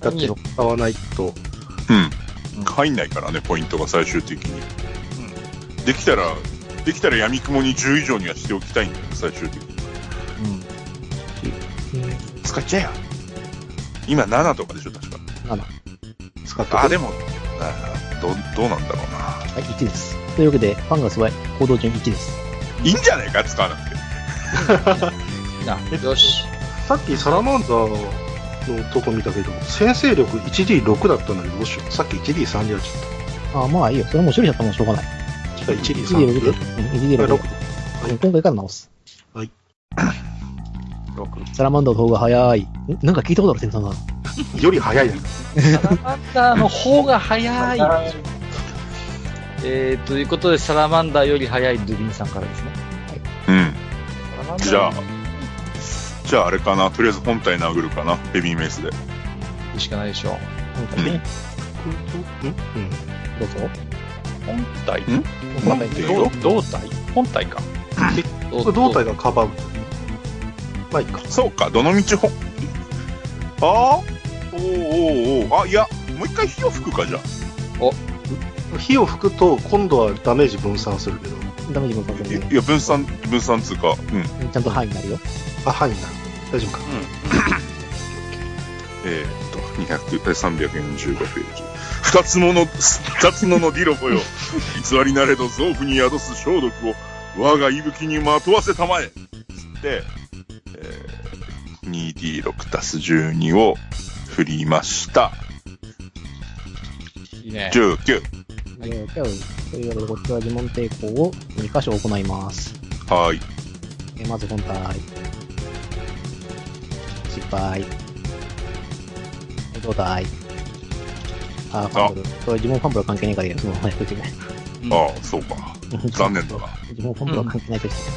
S5: だって使わないと。
S2: うん。入んないからね、ポイントが最終的に。できたら、できたら闇雲に10以上にはしておきたいんだよ、最終的に。使っちゃえよ。今7とかでしょ、確か。
S5: 使って
S2: あ、でも、あーどう、どうなんだろうな。
S4: はい、1です。というわけで、ファンがすごい。行動順1です。
S2: いいんじゃねえか、使わなくて。
S1: な、よし。
S5: さっきサラマンダーのとこ見たけど、先制力 1D6 だったのにどうしよう。さっき 1D3 でやっちゃっ
S4: ああ、まあいいよ。それもう処理だったらもうしょうがない。
S5: た。じゃあ 1D3
S4: 1D6 で。
S5: で
S4: うん。1D6 で。うん今回から直す。
S5: はい。
S4: サラマンダーの方が早い。んなんか聞いたことある、センさんが。
S5: より早いな。
S1: サラマンダーの方が早い。えー、ということで、サラマンダーより早いドゥビンさんからですね。
S2: うん。
S1: サラマンダー
S2: じゃあ、じゃああれかな、とりあえず本体殴るかな、ヘビーメイスで。
S1: しかないでしょう。
S4: 今回ね。
S5: うん
S4: どうぞ。
S6: 本体
S2: 本体
S6: どう胴体本体か。
S5: うん。これ胴体がカバーまあいいか。
S2: そうか、どの道ほ、ああおーおーおーあ、いや、もう一回火を吹くか、じゃあ。
S5: 火を吹くと、今度はダメージ分散するけど、
S4: ダメージ分散するね
S2: い。いや、分散、分散つうか、うん。
S4: ちゃんと範囲になるよ。
S5: あ、範囲になる。大丈夫か。
S2: えーっと、200、えー345ページ。二つもの、二つものディロボよ。偽りなれど、臓腑に宿す消毒を、我が息吹にまとわせたまえ。つって、えー、2D6 たす12を振りました。
S1: いいね。
S2: 19。
S4: はい。じゃあというわけで、こっちは呪文抵抗を2箇所行います。
S2: はい。
S4: えーまず本体。失敗。はい、胴体。あー、ファンブル。これ、呪文ファンブルは関係ないからいいや、そのままやっといてね。
S2: ああ、そうか。残念 だな。
S4: 呪文ファンブルは関係ないとして。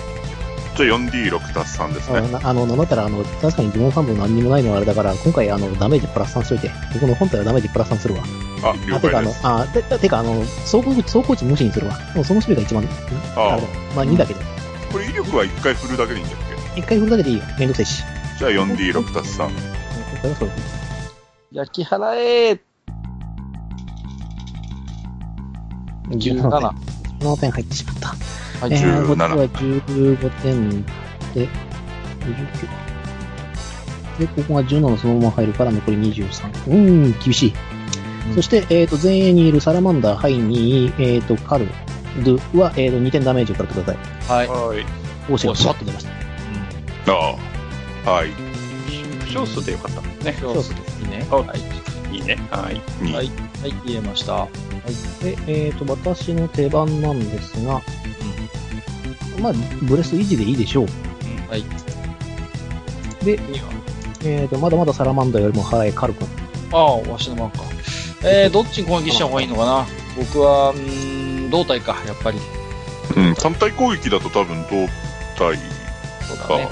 S2: じゃあ 4D6 たす3です
S4: あ
S2: ね。
S4: の、あのなんだったら、あの、確かに呪文ファンブル何にもないのはあれだから、今回、あの、ダメージプラス3しといて。僕の本体はダメージプラス3するわ。
S2: あ、
S4: あ、
S2: 了
S4: てか、
S2: 解
S4: あの
S2: で、す。
S4: あ、ててか、あの、走行、走行値無視にするわ。もうその種類が一番、ん
S2: あ
S4: れだまあ、2だけど。
S2: これ威力は1回振るだけでいいんだっけ
S4: 一回振るだけでいいよ。めんどくせえし。
S2: じゃあ 4D6 たす3。
S4: 今回はそう
S1: 焼き払え
S4: 17
S1: 17。
S4: 7点入ってしまった。
S1: はい
S4: えー、こっちは
S2: 17
S4: 15点で、29で、ここが17のそのまま入るから残り23。うーん、厳しい。そして、えっ、と、前衛にいるサラマンダー、ハイに、えっ、と、カル、ドゥは、えっ、と、2点ダメージを食らってくださ
S1: は
S4: い。
S1: い。
S6: はい。
S4: オーシェンがパッと出ました。
S2: ああ。はい。
S6: 少数でよかったですね。
S1: 今日いいね。
S6: あ
S1: はい。
S6: いいね。はい。
S2: 2。
S1: はいはい、入れました。
S4: で、えっ、と、私の手番なんですが、まあ、ブレス維持でいいでしょう。
S1: はい。
S4: で、えっと、まだまだサラマンダーよりも早いカル君。
S1: ああ、わしの番か。えー、どっちに攻撃した方がいいのかな僕は、うーん、胴体か、やっぱり。
S2: うん、単体攻撃だと多分胴体
S1: そうだね
S2: か。。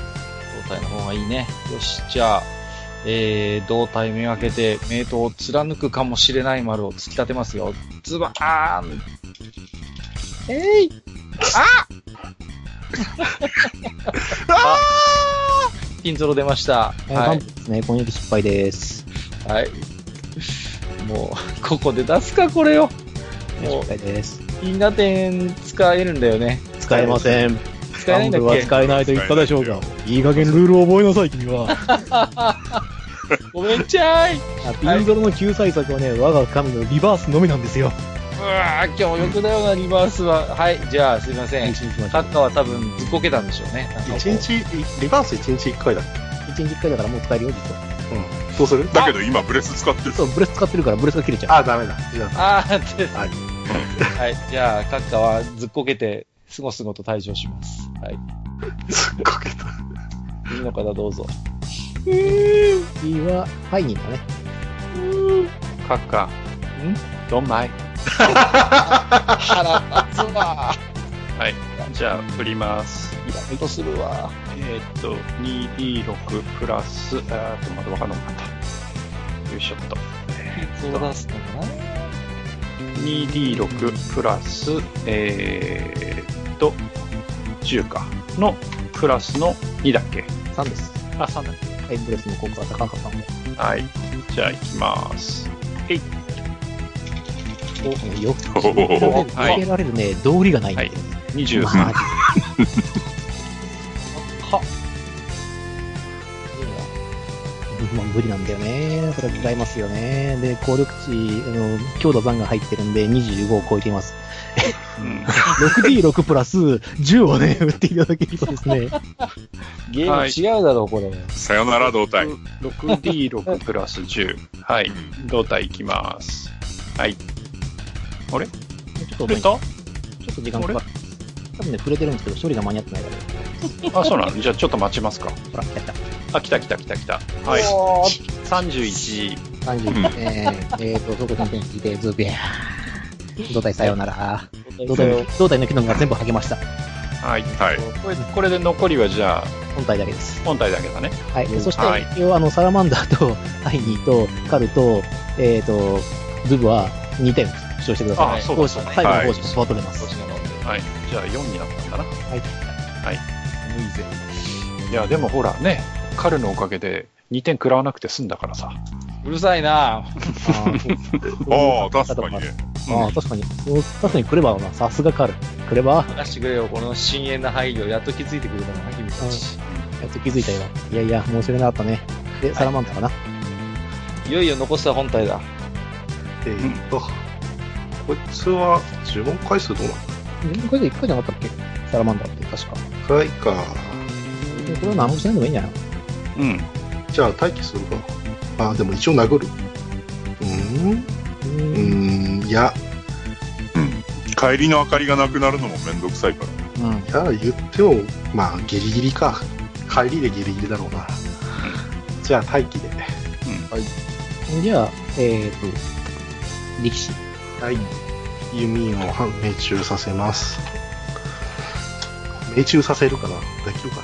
S1: 胴体の方がいいね。よし、じゃあ、えー、胴体めがけて、名刀を貫くかもしれない丸を突き立てますよ。ズバーンえいあ あーピンゾロ出ました。
S4: えー、
S1: は
S4: ガンプですね、攻撃失敗です。
S1: い。はい。もう、ここで出すか、これを。もう
S4: 失敗です。
S1: 因果点使えるんだよね。
S4: 使えません。
S1: 使えないんだっ
S4: ガンプは
S1: け
S4: 使えないと言ったでしょうが。いい加減ルールを覚えなさい、君 は。
S1: ごめんちゃい。
S4: あピンゾロの救済策はね、我が神のリバースのみなんですよ。
S1: うわぁ、強力だよな、リバースは。はい、じゃあ、すいません。
S4: 日ま
S1: カッカは多分、ずっこけたんでしょうね。なんかこう
S5: 一日、リバース一日一回だ。
S4: 一日一回だからもう使えるよ、実は。
S5: どうする
S2: だけど今ブレス使ってる。
S4: そう、ブレス使ってるからブレスが切れちゃう。
S5: あ、ダメだ。じゃあ、
S1: ああ、って。
S5: はい
S1: はい、じゃあ、カッカはずっこけて、すごすごと退場します。はい。
S5: すっごけた。
S1: 次の方どうぞ。
S4: 次は、ハイニーだね。
S6: カッカ。
S1: ん
S6: ドンマイ。
S1: 腹立つわ
S6: はい。じゃあ、振ります。
S1: イラッとするわ
S6: えーっと、2D6 プラス、あーっと、まだわかんなかった。よいしょっと。
S1: そう出すのか
S6: 2D6 プラス、えーっと、10か。の、プラスの2だっけ
S4: 3です。
S6: あ、3だっ
S4: はい、ブレスの効果は高かったもん。
S6: け。はい。じゃあ、行きます。
S4: お、よく。
S2: おー
S4: 避けられるね、道理がないんで。
S6: 20。
S4: まあまあ、無理なんだよね。それは違いますよね。で、効力値、あの、強度残が入ってるんで、25を超えています。
S6: うん。
S4: 6D6 プラス10をね、打 っていただけるとですね、
S1: なゲーム違うだろう、これ。
S2: さよなら胴体。
S6: 6D6 プラス10。はい。胴体いきます。はい。
S4: ちょっと
S6: 触れ
S4: 重いちょ
S6: た
S4: っと時間かかる。多分ね、触れてるんですけど、処理が間に合ってないだろう。
S6: あ、そうなのじゃあちょっと待ちますか。
S4: ほら、来た来た。
S6: あ、来た来た来た来た。はい。31。
S4: 30、えー、えーと、そこ点々聞いて、ズ ビャー。胴体さようなら。胴体の、胴体の機能が全部剥げました。
S6: はい。
S2: はい。
S6: これこれで残りはじゃあ、
S4: 本体だけです。
S6: 本体だけだね。
S4: はい。そして、
S6: はい
S4: 一応、あの、サラマンダーと、 ハイニーと、カルと、えーと、ズブは2点負傷してください。
S6: あそうだそうだ
S4: 最後の方式、スワット出ます。。
S6: はい。じゃあ4になったんだな。はいはい。いいぜ。いや、でもほらね、彼のおかげで2点食らわなくて済んだからさ。
S1: うるさいな
S2: ああ、確かにね。
S4: ああ、確かに。そう確かにクレバーだな。さすがカル。クレバー。
S1: 出してくれよ、この深淵な配慮。やっと気づいてくれたな、君たち。
S4: やっと気づいたよ。いやいや、申し訳なかったね。で、サラマンダーかな。
S1: いよいよ残した本体だ。
S5: えーっと、こいつは呪文回数どうなの
S4: これで1回じゃなかったっけサラマンダーって、確か。
S5: 一回か。
S4: でこれは何もしないのがいいんじゃない
S6: うん。
S5: じゃあ待機するか。あ、でも一応殴る。うーん
S4: の
S5: うーん、いや、
S2: 帰りの明かりがなくなるのもめんどくさいから。
S1: うん。
S5: いや、言っても、まあ、ギリギリか。帰りでギリギリだろうな。じゃあ、待機で。
S4: じゃあ、えっ、と、力士。
S5: はい。弓を半命中させます。命中させるかなできるか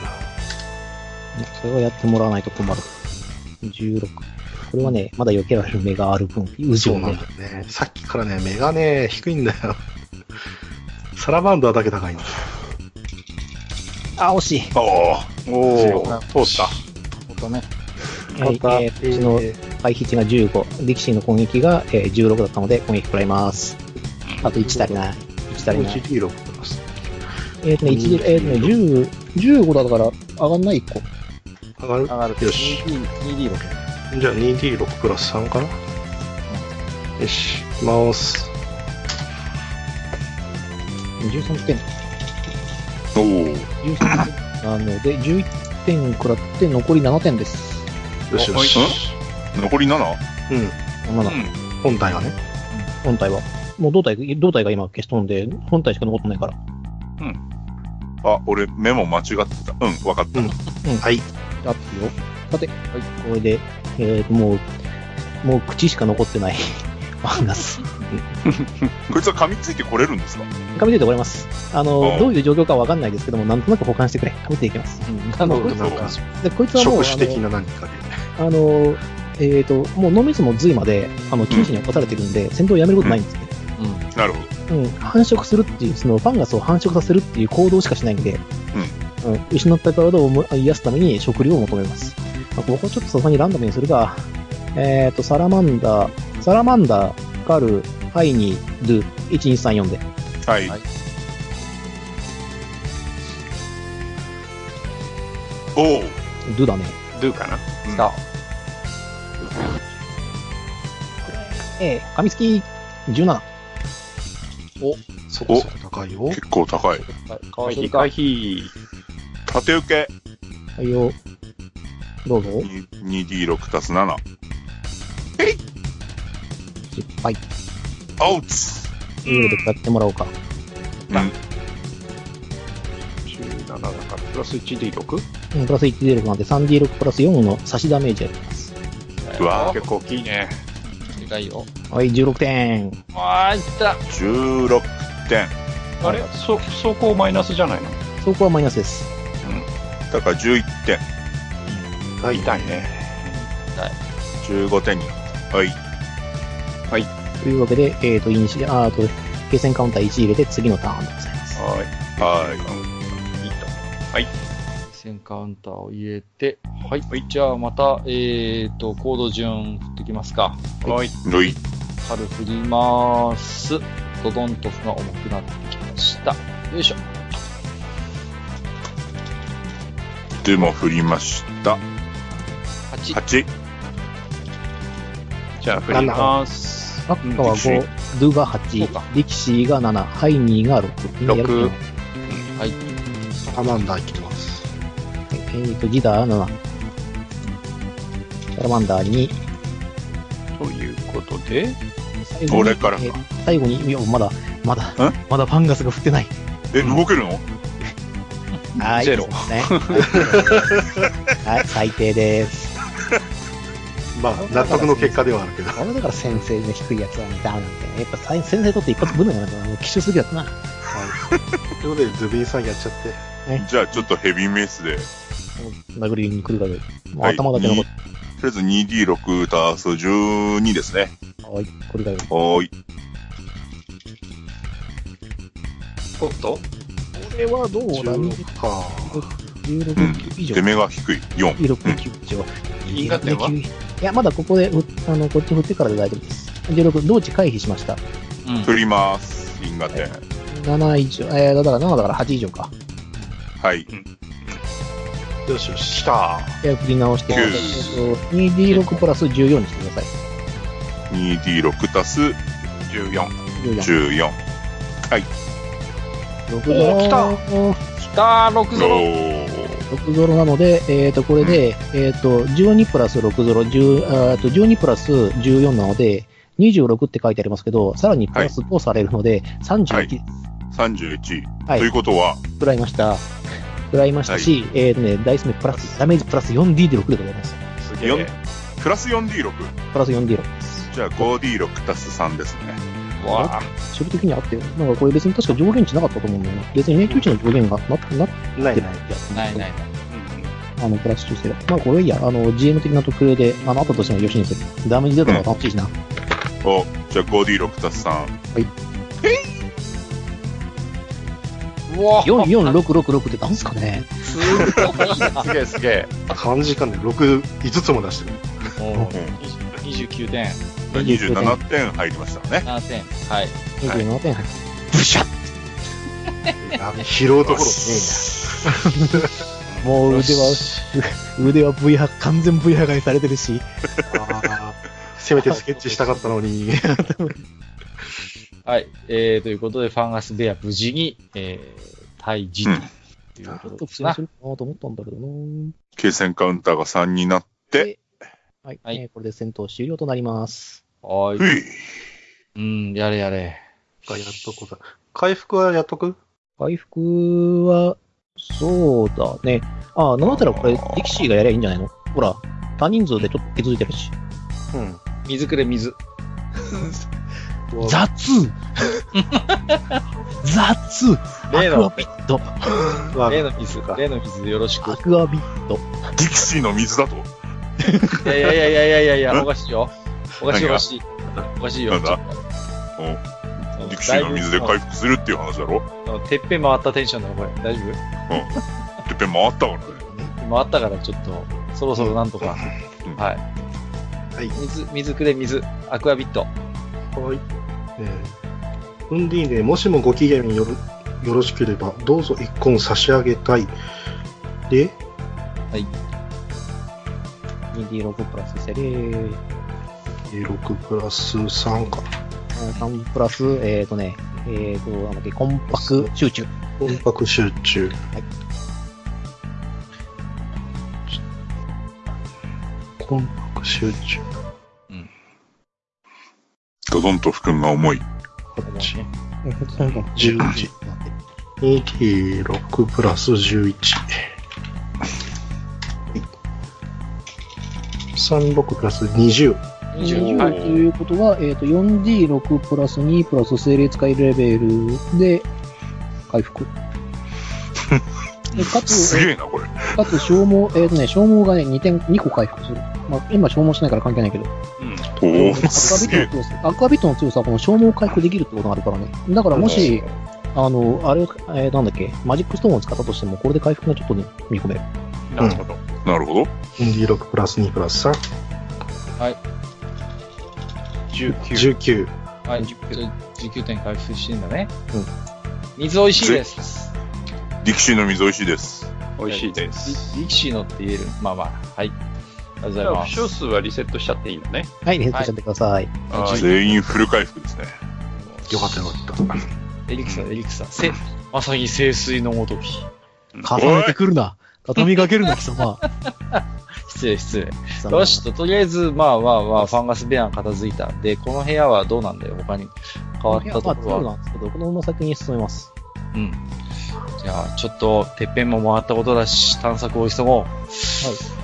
S4: それはやってもらわないと困る。16。これはね、まだ避けられる目がある分、
S5: な
S4: 渦
S5: そ
S4: を
S5: うなん
S4: ね
S5: だ、よね。さっきからね、目がね、低いんだよ。サラバンダーだけ高いんだ。
S4: あ、惜しい。
S2: おー
S6: おお、通った。
S4: はい、えー、こっちの
S5: え
S4: 回避値が15、力士の攻撃が、えー16だったので攻撃食らいます。あと1足りない。1足りない。
S5: 1D6 プラス。
S4: えっ、とね、1で、えっ、とね、10、15だから上がんない1個。
S5: 上がる
S1: 上がる。
S5: よし
S1: 2D6。
S5: じゃあ 2D6 プラス3かな、よし、回す。
S4: 13点。
S2: おー
S4: 13点。 なので、11点食らって残り7点です。
S5: よしよし。
S2: 残り 7?
S5: うん。
S4: 7。
S5: 本体がね。
S4: 本体は。もう胴体、胴体が今消し飛んで、本体しか残ってないから。
S2: あ、俺メモ間違ってた。うん、わかった。
S5: はい。
S4: あってよ。さて、これで、えーもう、もう口しか残ってない 漫画です。
S2: こいつは噛みついてこれるんですか
S4: 紙でて終わります。あの、
S2: うん
S4: どういう状況かわかんないですけども、なんとなく保管してくれ。紙でいきます。
S1: なるほ
S2: ど
S1: なんか、
S4: で、こいつはもう、
S5: 触手的
S4: あ
S5: な何かで。
S4: の、あのえっ、と、もう脳みそも髄まで、あの、九死に起こされてるんで、戦闘をやめることないんですね。
S2: なるほ
S4: うん、繁殖するっていう、その、ファンガスを繁殖させるっていう行動しかしないんで、うん。失った体をも癒すために食料を求めます。まあ、ここちょっとさすがにランダムにするが、えっ、と、サラマンダー、サラマンダー、カル、ハイニー、ドゥ、1234で。
S2: ど。はい。
S1: はい
S2: おお。
S4: ドゥだね。
S6: ドゥかな
S1: 来た。
S4: ええ、噛みつき17。
S5: そこそこ高いよ。
S2: 結構高い。
S1: かわい
S6: 回
S1: い
S6: 避、
S1: か
S6: 回。避。
S2: 縦受け。
S4: はいよ。どうぞ。
S2: に 2D6 足す7。
S4: 失敗。
S2: アウツ
S4: ルールでやってもらおうか。
S6: 17だから、プラス 1D6?
S4: うん、プラス 1D6 なんで 3D6 プラス4の差しダメージやります。
S2: うわ
S6: 結構大きいね。
S1: でかいよ。
S4: はい、16点。
S8: あー、いった。
S2: 16点。
S6: あれそ、走行マイナスじゃないの
S4: そこはマイナスです。
S2: だから11点。
S5: はい。
S6: 痛いね。
S2: 15点に。はい。
S4: というわけで、えっ、ー、と、インシあーあと、継戦カウンター1入れて次のターンでございます。
S6: は。
S2: はい
S6: いいと。
S1: 戦カウンターを入れて、はい。じゃあまた、えっ、と、コード順振ってきますか。
S6: はい。
S2: い。ルイ。
S1: 軽く振ります。ドドンと歩が重くなってきました。よいしょ。
S2: でも振りました。
S1: 8。
S2: 8。
S6: じゃあ、振ります。
S4: アッカは
S2: 力
S4: 5、ドゥが
S1: そうか
S4: 8、リキシーが7、ハイニーが6。
S6: 六
S4: はい
S5: サラマンダーいきます。
S4: えっ、と、ギダー7。サラマンダー2。
S6: ということで、
S4: 最後に
S2: 俺からか
S4: えー最後に、いや、まだ、まだ
S2: え、
S4: まだファンガスが降ってない。
S2: え、動けるの
S4: はい。
S6: ゼロ
S4: すいませんはい、最低です。
S5: まあ、納得の結果ではあるけど。
S4: あれだから先生の低いやつはダメなんで、やっぱ先生取って一発ぶんのやなきゃな、もう奇襲すぎだったな。
S5: ということで、ズビンさんやっちゃって。
S2: じゃあちょっとヘビーメースで。
S4: 殴りに来るから、もう
S2: はい
S4: 頭だけ残っ
S2: にとりあえず 2D6 足す12ですね。
S4: て、はい、これがよ。
S2: はーい。
S6: おっと
S4: これはどうだ
S5: 16か。
S2: うん
S4: 16級以上
S2: 出。目が低い。4。
S4: 16級以上。
S6: 因果点は
S4: 16級いや、まだここで、うあの、こっち振ってからで大丈夫です。16、同値回避しました。
S2: 振ります。因果点。
S4: 7以上、えー、だから7だから8以上か。
S2: はい。
S5: よしよし。来た。
S4: いや、振り直して、
S2: 九
S4: えーと 2D6 プラス14にしてくださ
S2: 2D6 足す
S6: 14。
S4: い。14。
S2: 14。
S4: 6ゾロ。
S8: おー来たきたー、6
S2: お
S8: ゾロ。
S2: ー。
S4: 6ゾロなので、えっ、と、これで、えっ、と、12プラス6ゾロ、10あーと12プラス14なので、26って書いてありますけど、さらにプラス5されるので、
S2: はい
S4: 31、
S2: 31。
S4: はい
S2: ということは、
S4: 食らいました。食らいましたし、えっ、とね、ダイス目プラス、ダメージプラス 4D で6でございます。
S6: すげ
S2: 4
S6: え。、
S2: プラス 4D6。
S4: プラス 4D 6です。
S2: じゃあ 5D6 足す3ですね。
S6: わあ
S4: 処理的にあって、なんかこれ別に確か上限値なかったと思うんだよな。別に永久値の上限がなな
S5: ないい
S4: な
S5: ないい。
S1: ないないない。
S4: あの、プラス中性だ。まあ、これいいや。あの、GM 的な特例で、あの、あったとしてもよしにする。ダメージ出たのが楽しいしな。
S2: お、じゃあ 5D6 足す3。
S8: うわ
S4: 4、4、6、6、6ってなんすかね。
S8: すごいな。
S6: すげえすげえ。
S5: 漢字間で6、5つも出してる。
S1: おー29点。
S2: 27点入りましたね。
S1: 7点。はい。
S4: 27点入っ
S5: やべ拾うところね
S4: た。もう腕は、腕は V 破、完全 V 破壊されてるし。
S5: えな。あーせめてスケッチしたかったのに。
S1: はい。えー、ということで、ファンガスベア無事に、えー、退治
S2: うん
S1: という
S4: ち
S1: こ
S4: ょ
S1: と
S4: っ
S1: で
S4: と苦
S1: す
S4: 戦
S1: な
S4: す。るかなと思ったんだけどな。
S2: 継戦カウンターが3になって、
S4: はい、
S1: はい
S4: えーこれで戦闘終了となります。
S1: は
S2: ふ
S1: ーい。
S2: い。
S1: うん、やれやれ。
S5: がやっとこだ。回復はやっとく
S4: 回復は、そうだね。ああ、なんだったらこれ、力士がやりゃいいんじゃないのほら、多人数でちょっと気づいてるし。
S5: うん。
S1: 水くれ、水。
S4: 雑 雑
S1: 例
S4: アク
S1: の
S4: アビット
S1: 例の水か。例の水でよろしく
S4: ア。クアビット
S2: ディキシーの水だと。
S1: いやいやいやいやいやいや、
S2: ん
S1: おかしいよ。おかしいおかしい。おかしいよ。
S2: なんだ
S1: う
S2: デ
S1: ん
S2: ィキシーの水で回復するっていう話だろ。
S1: あのてっぺん回ったテンションだな、これ。大丈夫
S2: てっぺん回ったからね。
S1: 回ったから、ちょっと、そろそろなんとか。
S2: うん
S1: はい。
S5: はい
S1: 水、水くれ、水。アクアビット。
S5: はい。えー、ウンディーネ、もしもご機嫌によろよろしければ、どうぞ一本差し上げたい。で、
S4: 2D6 プラスセリー
S5: 6プラス3か。
S4: 3プラス、えっ、ー、とね、えっ、ー、と、なんだっけ、コンパク集中。
S5: 音楽集中。
S4: はい
S5: コンパク集中。
S2: ドドンと福君が重い。
S5: 8。
S4: 11
S5: 11。2D6 プラス11。36プラス20。
S4: 20ということは、えっ、と、4D6 プラス2プラス精霊使いレベルで回 復。でかつ
S2: す、げえな、これ。
S4: かつ消耗、えっ、とね、消耗がね、2点、2個回復する。まあ、今消耗しないから関係ないけど。
S2: おお、
S4: アクアビ
S2: す
S4: ット
S2: げ
S4: の
S2: え。
S4: 強さ、アクアビットの強さはこの消耗回復できるってことがあるからね。だからもし、あの、あれを、えーなんだっけ、マジックストーンを使ったとしても、これで回復がちょっとね、見込める。
S6: なるほど。
S2: なるほど。
S5: 2D6 プラス2プラス3。
S6: 19。
S5: 19。
S1: はい、19点回復してんだね。うん。水美味しいです。
S2: ディキシーの水美味しいです。
S6: 美味しいです。
S1: 力士のって言える。まあまあ、はい。ありがとうご
S6: じ
S1: ざい
S6: ゃあ、
S1: ま
S6: 負
S1: す。
S6: 傷数はリセットしちゃっていいのね。
S4: はい、レッドちゃってください。
S6: はーい
S2: 全員フル回復ですね。
S5: よかったよかった。
S1: エリクサ、エリクサ。せ、まさに聖水のごとき。
S4: 重ねてくるな。畳みかけるな、貴 様。
S1: 失礼、失礼。
S4: 貴様
S1: よし、と、とりあえず、まあまあまあ、ファンガスベアが片付いた。で、この部屋はどうなんだよ、他に。変わったとこ
S4: いやまあ、そう
S1: ろは。
S4: なんですけど、このまま先に進めます。
S1: うん。じゃあ、ちょっと、てっぺんも回ったことだし、探索を急ご
S4: はい。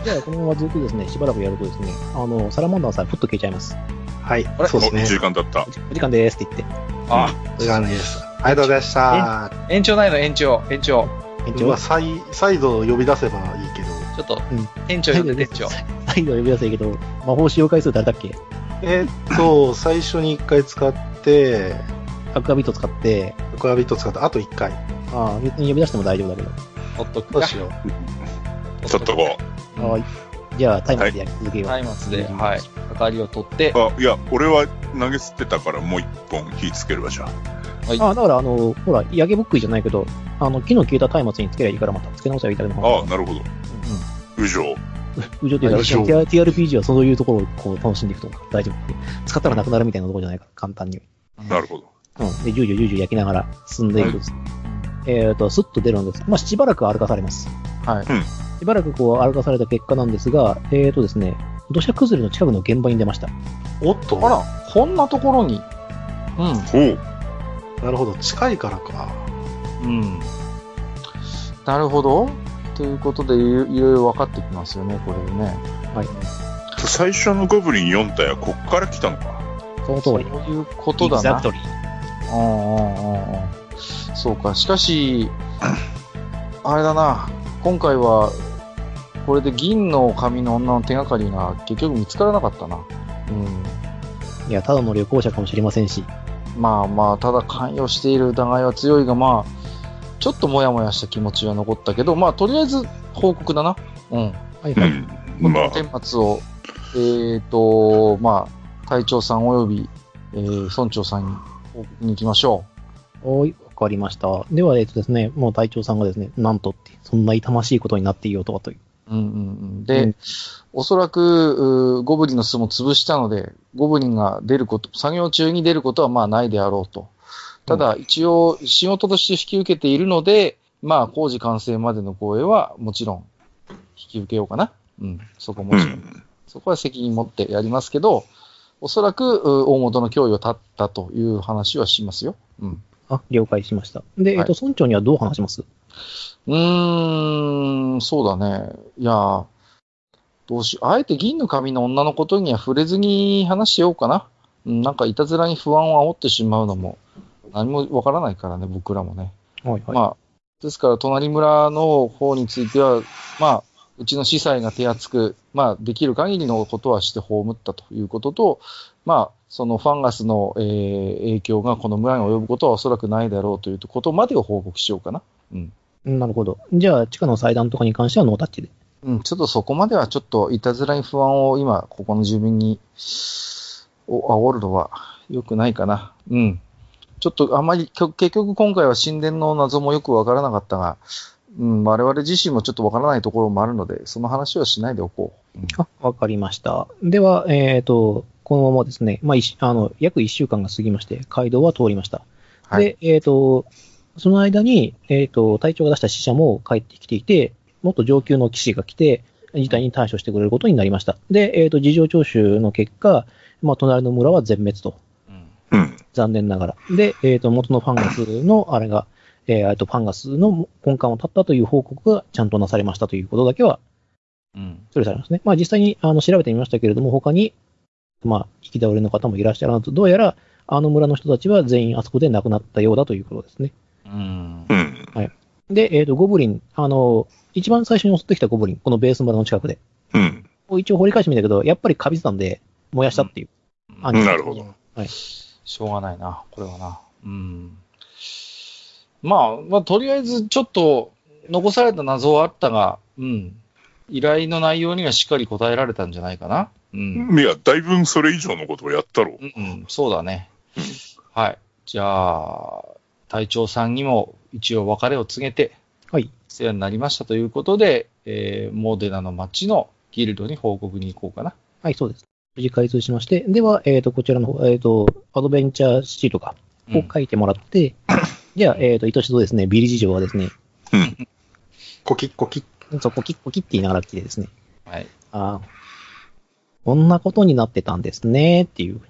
S4: じゃあ、このままずっとですね、しばらくやるとですね、あの、サラマンダーさん、ふっと消えちゃいます。
S5: はい
S1: あれ。
S5: そう
S2: お、
S5: です
S2: 時
S5: ね。
S2: 間経った。
S4: お時間ですって言って。
S1: う。あ、
S5: 時間です。ありがとうございました。
S1: 延長ないの、延長、延長。
S4: 延
S5: ま
S4: 長
S5: あ、再、再度呼び出せばいいけど。
S1: ちょっと
S4: ん、
S1: 延長呼んで、延長。
S4: 再度呼び出せいけど、魔法使用回数誰だっけ
S5: えっと、最初に一回使って、
S4: アクアビット使って、
S5: アクアビット使って、あと一回。
S4: ああ、別に呼び出しても大丈夫だけど。
S1: ほっとく
S5: どう
S1: か。
S5: しよ
S2: ちょっとこ
S1: うん
S4: はい。じゃあ、タイマーでやり続けよう。
S1: 松明で、はい。明かりを取って、
S2: う。あ、いや、俺は投げ捨てたからもう一本火つければじゃあ。
S4: ああ、だから、あの、ほら、焼けぼっくりじゃないけど、あの、木の消えた松明につけりゃいいから、またつけ直せばいいだけの
S2: あ
S4: 話。
S2: あ、なるほど。うじょう。
S4: 無情というか、
S5: 無情
S4: TR- TRPG はそういうところをこう楽しんでいくと大丈夫。使ったらなくなるみたいなところじゃないから、簡単に。
S2: なるほど。
S4: うん。で、じゅうじゅうじゅうじゅう焼きながら進んでいくんです。えっ、と、スッと出るんです。まあ、しばらく歩かされます。
S1: はい
S2: うん
S4: しばらくこう歩かされた結果なんですが、えっ、とですね、土砂崩れの近くの現場に出ました。
S5: う。おっと、
S1: あら、こんなところに。う
S2: ほう。
S5: なるほど、近いからか。
S1: ん。うん。なるほど。ということで、いろいろ分かってきますよね、これでね。
S4: はい。
S2: 最初のゴブリン4体はこっから来たのか。
S4: その通り。
S1: そういうことだ
S4: ザ
S1: な
S4: ク。トリー。
S1: うんうんうんうんそうか、しかし、 あれだな、今回は、これで銀の髪の女の手がかりが結局見つからなかったな。うん。
S4: いや、ただの旅行者かもしれませんし、
S1: まあまあ、ただ関与している疑いは強いが、まあ、ちょっともやもやした気持ちは残ったけど、まあ、とりあえず報告だな。うん。
S4: はいは
S2: う
S4: い。
S2: ん。まあ、
S1: 天末を、えーと、まあ、隊長さん及び、えー村長さんに報告に行きましょ
S4: おい、わかりました。では、えっ、とですね、もう隊長さんがですね、なんとって、そんな痛ましいことになっていようとはという。
S1: う。うんうんうん。で、
S4: うん
S1: おそらく、うーゴブリンの巣も潰したので、ゴブリンが出ること、作業中に出ることはまあないであろうと。ただ、一応、仕事として引き受けているので、まあ、工事完成までの公演はもちろん、引き受けようかな。うん、そこも
S2: う
S1: ちろん。
S2: ん。
S1: そこは責任持ってやりますけど、おそらく、う大元の脅威を立ったという話はしますよ。うん。
S4: あ、了解しました。で、えっ、と、村長にはどう話します
S1: うーん、そうだね。いやー、どうしよう。あえて銀の髪の女のことには触れずに話しようかな。うん、なんかいたずらに不安を煽ってしまうのも、何もわからないからね、僕らもね。
S4: はいはい。
S1: まあ、ですから、隣村の方については、まあ、うちの司祭が手厚く、まあ、できる限りのことはして葬ったということと、まあ、そのファンガスの、えー影響がこの村に及ぶことはおそらくないだろうということまでを報告しようかな。
S4: うんなるほど。じゃあ、地下の祭壇とかに関してはノータッチで。
S1: うん、ちょっとそこまではちょっといたずらに不安を今、ここの住民に、お、煽るのは良くないかな。うん。ちょっとあまり、きょ結局今回は神殿の謎もよくわからなかったが、うん、我々自身もちょっとわからないところもあるので、その話はしないでおこう。うん
S4: あ、わかりました。では、えっ、と、このままですね、まあ、一あの、約1週間が過ぎまして、街道は通りました。
S1: はい
S4: で、えっ、と、その間に、えっ、と、隊長が出した死者も帰ってきていて、もっと上級の騎士が来て、事態に対処してくれることになりました。で、えっ、と、事情聴取の結果、まあ、隣の村は全滅と。
S2: うん。
S4: 残念ながら。で、えっ、と、元のファンガスの、あれが、えっ、と、ファンガスの根幹を立ったという報告がちゃんとなされましたということだけは、
S1: うん。
S4: 処理されますね。まあ、実際に、あの、調べてみましたけれども、他に、まあ、行き倒れの方もいらっしゃるなと、どうやら、あの村の人たちは全員あそこで亡くなったようだということですね。
S1: うん。
S2: うん。
S4: で、えっ、と、ゴブリン、あの、一番最初に襲ってきたゴブリン、このベース村の近くで。
S2: うん。
S4: 一応掘り返してみたけど、やっぱりカビてたんで、燃やしたっていう。あ
S2: なるほど。
S1: しょうがないな、これはな。うん。まあ、まあ、とりあえずちょっと残された謎はあったが、うん。依頼の内容にはしっかり答えられたんじゃないかな。うん。
S2: いや、だいぶそれ以上のことをやったろ
S1: うん、うん、そうだね。はい。じゃあ、隊長さんにも一応別れを告げて、
S4: はい。
S1: 世話になりましたということで、えー、モーデナの町のギルドに報告に行こうかな。
S4: はい、そうです。無事開通しまして、では、えっ、と、こちらの方、えっ、と、アドベンチャーシートか、を書いても らって、じゃあ、えっ、と、愛しとですね、ビリ事情はですね、
S5: コキッコキッ。
S4: そこキッコキって言いながら来てですね、
S1: はい。
S4: ああ、こんなことになってたんですね、っていう。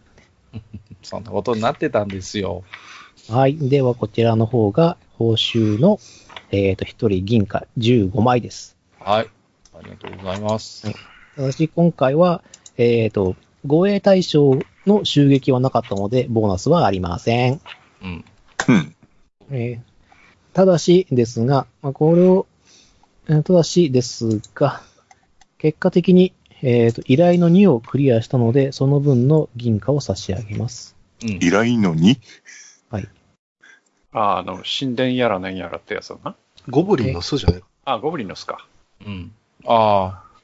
S1: そんなことになってたんですよ。
S4: はい。では、こちらの方が、報酬の、えっ、と、一人銀貨15枚です。
S1: はい。ありがとうございます。
S4: ただし、今回は、えっ、と、護衛対象の襲撃はなかったので、ボーナスはありません。
S1: うん。
S2: う。うん。
S4: えーただしですが、まあ、これを、えーただしですが、結果的に、えっ、と、依頼の2をクリアしたので、その分の銀貨を差し上げます。
S1: うん
S2: 依頼のに
S6: あ、あの、神殿やらなんやらってやつだな。
S5: ゴブリンの巣じゃない
S6: あ、ゴブリンの巣か。
S1: うん。ああ。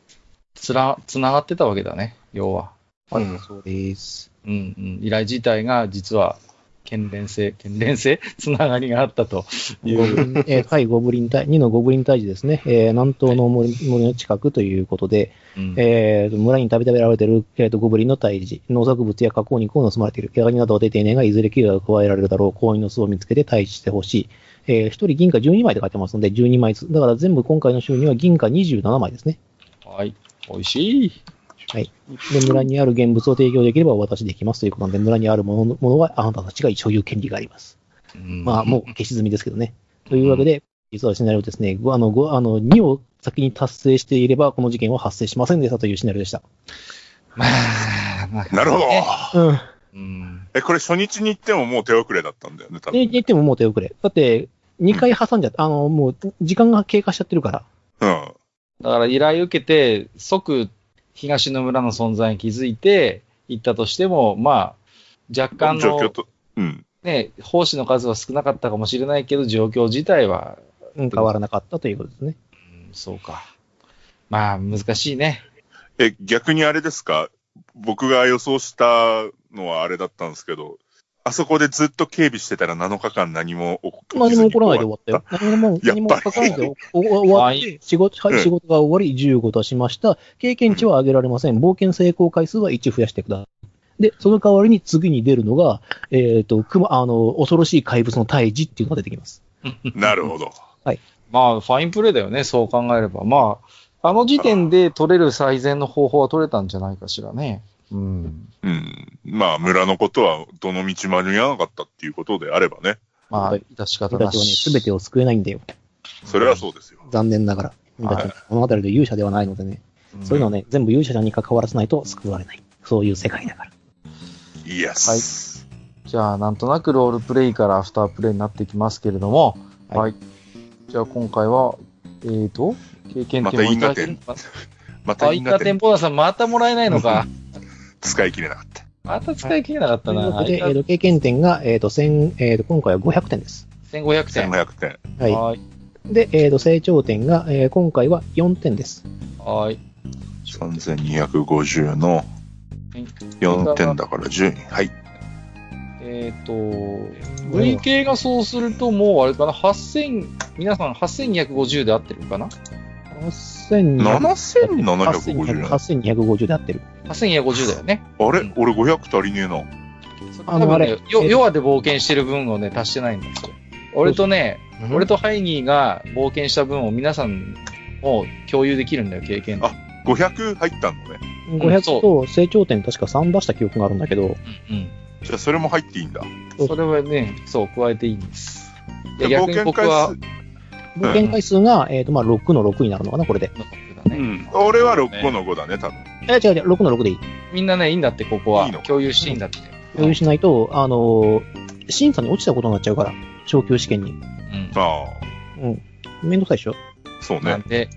S1: つら、つながってたわけだね、要は。
S5: うん。
S4: そうです。
S1: うんうん。依頼自体が実は、県連性、県連性 つながりがあったとい
S4: ゴブ
S1: う。
S4: リン、えー対ゴブリン隊、2のゴブリン隊児ですね、えー南東の森森の近くということで、
S1: うん
S4: えーと村に食べ食べられている、えーとゴブリンの退治、農作物や加工肉を盗まれている、毛ガニなどを出ていないが、いずれ給料が加えられるだろう、行員の巣を見つけて退治してほしい。えー、1人銀貨12枚で書いてますので、12枚ずつ。だから全部今回の収入は銀貨27枚ですね。
S1: はい。美味しい。
S4: で、村にある現物を提供できればお渡しできますということなんで、村にあるものものはあなたたちが所有権利があります。
S1: うん
S4: まあ、もう消し済みですけどね。というわけで、実はシナリオですね、ごあの、ごあの、2を先に達成していれば、この事件は発生しませんでしたというシナリオでした。
S1: まあ、 まあ
S2: なるほど。
S4: うん。
S1: うん。
S2: え、これ初日に行ってももう手遅れだったんだよね、多
S4: で、
S2: 分。
S4: 言ってももう手遅れ。だって、2回挟んじゃった、あの、もう、時間が経過しちゃってるから。
S2: うん。
S1: だから依頼受けて、即、東の村の存在に気づいて、行ったとしても、まあ、若干
S2: 状況
S1: の、
S2: と、うん。
S1: ね、奉仕の数は少なかったかもしれないけど、状況自体は
S4: うん、変わらなかったということですね。
S1: うんそうか。まあ、難しいね。
S2: え、逆にあれですか僕が予想したのはあれだったんですけど、あそこでずっと警備してたら7日間何も起こ
S4: 何も起こらないで終わったよ。何も、
S2: やっぱ
S4: 何
S2: り
S4: もかからないでおお終わっ
S1: は
S4: て、仕事、は
S2: うん
S4: い、仕事が終わり、15としました。経験値は上げられません。冒険成功回数は1増やしてください。で、その代わりに次に出るのが、えっ、と、熊、あの、恐ろしい怪物の退治っていうのが出てきます。
S2: なるほど。
S1: まあ、ファインプレーだよね、そう考えれば。まあ、あの時点で取れる最善の方法は取れたんじゃないかしらね。うん。
S2: うん。まあ、村のことはどの道間に合わなかったっていうことであればね。
S1: まあ、
S4: はいい
S1: た仕
S4: 人
S1: 方
S4: た
S1: な
S4: ちはね、
S1: し。
S4: すべてを救えないんだよ。
S2: それはそうですよ。
S4: 残念ながら。
S2: はい
S4: だってこの辺りで勇者ではないのでね。そういうのをね、全部勇者ちゃんに関わらせないと救われない。そういう世界だから。
S2: イエス。
S9: じゃあ、なんとなくロールプレイからアフタープレイになってきますけれども、はい。じゃあ、今回は、えーと、経験
S2: ま
S9: 点
S2: た
S9: をい
S2: 因
S9: た
S2: 果
S9: だけ
S2: 点。また
S1: あ、イ
S2: 因
S1: カ
S2: 果
S1: テ
S2: 点
S1: ンボーナスはまたもらえないのか。
S2: 使い切れなかった。
S1: また使い切れなかった
S4: という
S1: な。
S4: ことで、えーと経験点が、えーと1000えーと今回は500点です。
S1: 1500点。
S2: 1500点。
S4: はい。
S1: はい。
S4: で、えーと成長点が、えー今回は4点です。
S1: はい。
S2: 3250の4点だから10。はい。
S1: えっ、と、累計がそうするともうあれかな、8000、皆さん8250で合ってるかな
S4: 8250
S2: 7750円。
S4: 8250で合ってる。
S1: ?8250 だよね。
S2: あれ俺500足りねえな。
S4: あ
S1: 多
S4: の、あ
S1: 分
S4: れ
S1: ね、、よ
S4: えー
S1: ヨアで冒険してる分をね、足してないんですよ。俺とね、
S5: うん
S1: 俺とハイニーが冒険した分を皆さんも共有できるんだよ、経験。
S2: あ500入ったのね。
S4: 500と成長点確か3出した記憶があるんだけど、
S1: うん。
S2: じゃあそれも入っていいんだ。
S1: それはね、そう、加えていいんです。い
S2: じゃ
S1: や
S2: あ
S1: 逆に僕は、
S4: 冒険回数が、えーとまあ、6の6になるのかな、これで。
S1: ね
S6: ん。
S2: 俺は6個の5だね、多分。
S4: えー違う違う、6の6でいい。
S1: みんなね、いいんだって、ここはい
S2: いの。
S1: 共有していいんだって。
S4: 共有しないと、あのー審査に落ちたことになっちゃうから、昇級試験に。
S1: うん。
S2: あ
S4: めんどくさいでしょ
S2: あ、そう
S1: な
S2: ね
S1: ん。で、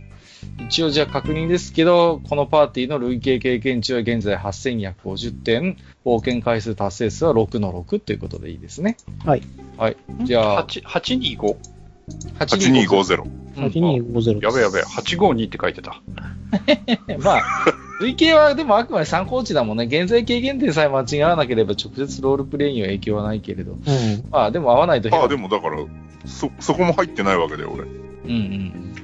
S1: 一応じゃあ確認ですけど、このパーティーの累計経験値は現在8250点、冒険回数達成数は6の6ということでいいですね。
S4: はい。
S1: はい。じゃあ、
S6: 8、825。
S1: 825。
S2: 8250。
S4: 8250
S6: やべやべ、852って書いてた。
S1: まあ、累計はでもあくまで参考値だもんね。現在経験点さえ間違わなければ直接ロールプレイには影響はないけれど。
S4: うん。
S1: まあ、でも合わないと変
S2: あ
S1: な
S2: あ、でもだから、そ、そこも入ってないわけだよ、俺。
S1: うん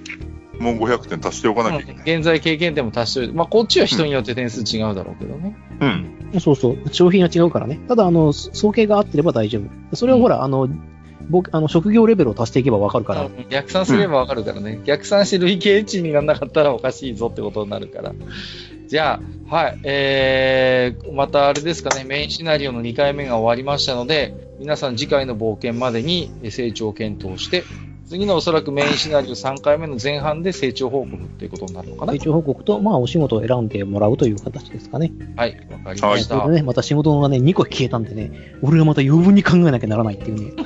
S1: うん。
S2: もう500点足しておかなきゃいけない。
S1: 現在経験点も足しておいて、まあ、こっちは人によって点数違うだろうけどね。
S2: うん。
S4: そうそう。商品が違うからね。ただ、あの、総計が合ってれば大丈夫。それはほら、あの、僕、あの、職業レベルを足していけばわかるから。
S1: 逆算すればわかるからね、逆算して累計値にならなかったらおかしいぞってことになるから。じゃあ、はい、えー、またあれですかね、メインシナリオの2回目が終わりましたので、皆さん次回の冒険までにえー成長を検討して、次のおそらくメインシナリオ3回目の前半で成長報告っていうことになるのかな
S4: 成。長報告と、まあ、お仕事を選んでもらうという形ですかね。
S1: はい、わかりまし
S4: それ
S1: た
S4: で。ね、また仕事がね、2個消えたんでね、俺はまた余分に考えなきゃならないっていうね。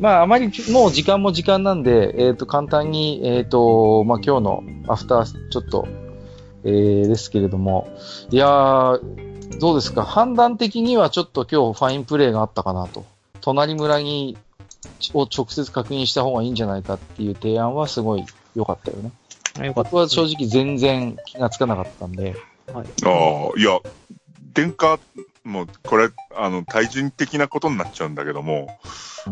S1: まあ、あまり、
S9: もう時間も時間なんで、えっ、と、簡単に、えっ、と、まあ、今日のアフター、ちょっと、えー、ですけれども、いやー、どうですか判断的にはちょっと今日ファインプレーがあったかなと。隣村に、を直接確認した方がいいんじゃないかっていう提案はすごい良かったよね。
S4: よかっ
S9: 僕
S4: た。
S9: は正直全然気がつかなかったんで。
S2: ああ、いや、電化、もう、これ、あの、対人的なことになっちゃうんだけども、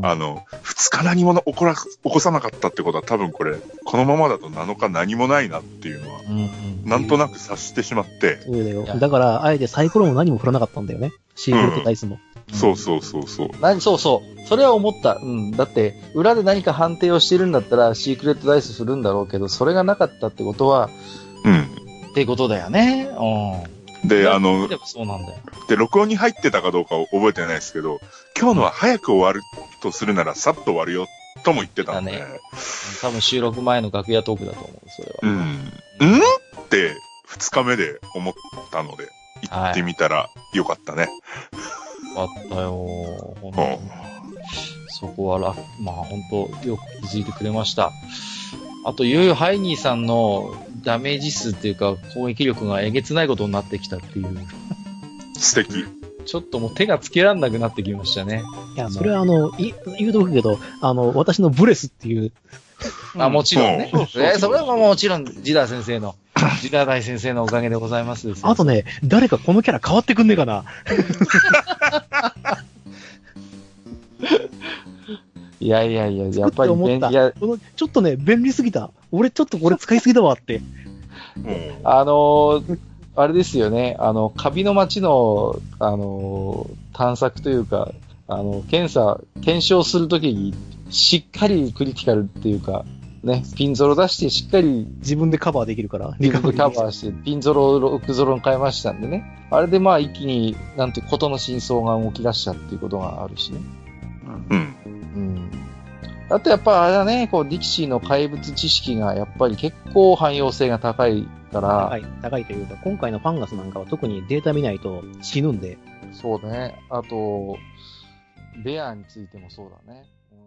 S2: あの、2日何も起こら、起こさなかったってことは多分これ、このままだと7日何もないなっていうのは、
S9: うんうん
S2: なんとなく察してしまって、
S4: そうだよ。だから、あえてサイコロも何も振らなかったんだよね。シークレットダイスも。
S2: そうそうそうそう。
S9: 何そうそう。それは思った。うん。だって、裏で何か判定をしてるんだったら、シークレットダイス振るんだろうけど、それがなかったってことは、
S2: うん。
S1: ってことだよね。う
S2: で、あの
S1: ん。、でもそうなんだよ。
S2: で、録音に入ってたかどうかを覚えてないですけど、今日のは早く終わるとするなら、さっと終わるよ、とも言ってたんで、
S1: だね多分収録前の楽屋トークだと思う、それは。
S2: うん。んって、二日目で思ったので、行ってみたらよかったね。
S1: あったよ。本当にそこは楽、まあ本当よく気づいてくれました。あと、ゆうハイニーさんのダメージ数っていうか攻撃力がえげつないことになってきたっていう、
S2: 素敵。
S1: ちょっともう手がつけらんなくなってきましたね。
S4: いや、それはあの、い言うとくけど、あの、私のブレスっていう、
S1: あ、もちろんね。
S2: うん
S1: えーそれはもちろん、ジダー先生の、ジダー大先生のおかげでございます。
S4: あとね、誰かこのキャラ変わってくんねえかな。
S9: いやいやいや、やっぱ
S4: って
S9: り
S4: 思
S9: ね、
S4: った。
S9: いや、
S4: このちょっとね、便利すぎた。俺ちょっとこれ使いすぎだわって。
S2: うん
S9: あのーあれですよね、あの、カビの街の、あのー探索というか、あの、検査、検証するときに、しっかりクリティカルっていうか、ね、ピンゾロ出してしっかり
S4: 自分でカバーできるから。
S9: リカブカ
S4: ー。
S9: バーして、ピンゾロを6ゾロに変えましたんでね。あれでまあ一気に、なんて、ことの真相が動き出したっていうことがあるしね。
S2: うん。
S9: うん。
S1: あとやっぱあれだね、こう、ディキシーの怪物知識がやっぱり結構汎用性が高いから、
S4: 高い、高いというか、今回のファンガスなんかは特にデータ見ないと死ぬんで、
S1: そうね。あと、ベアについてもそうだね。うん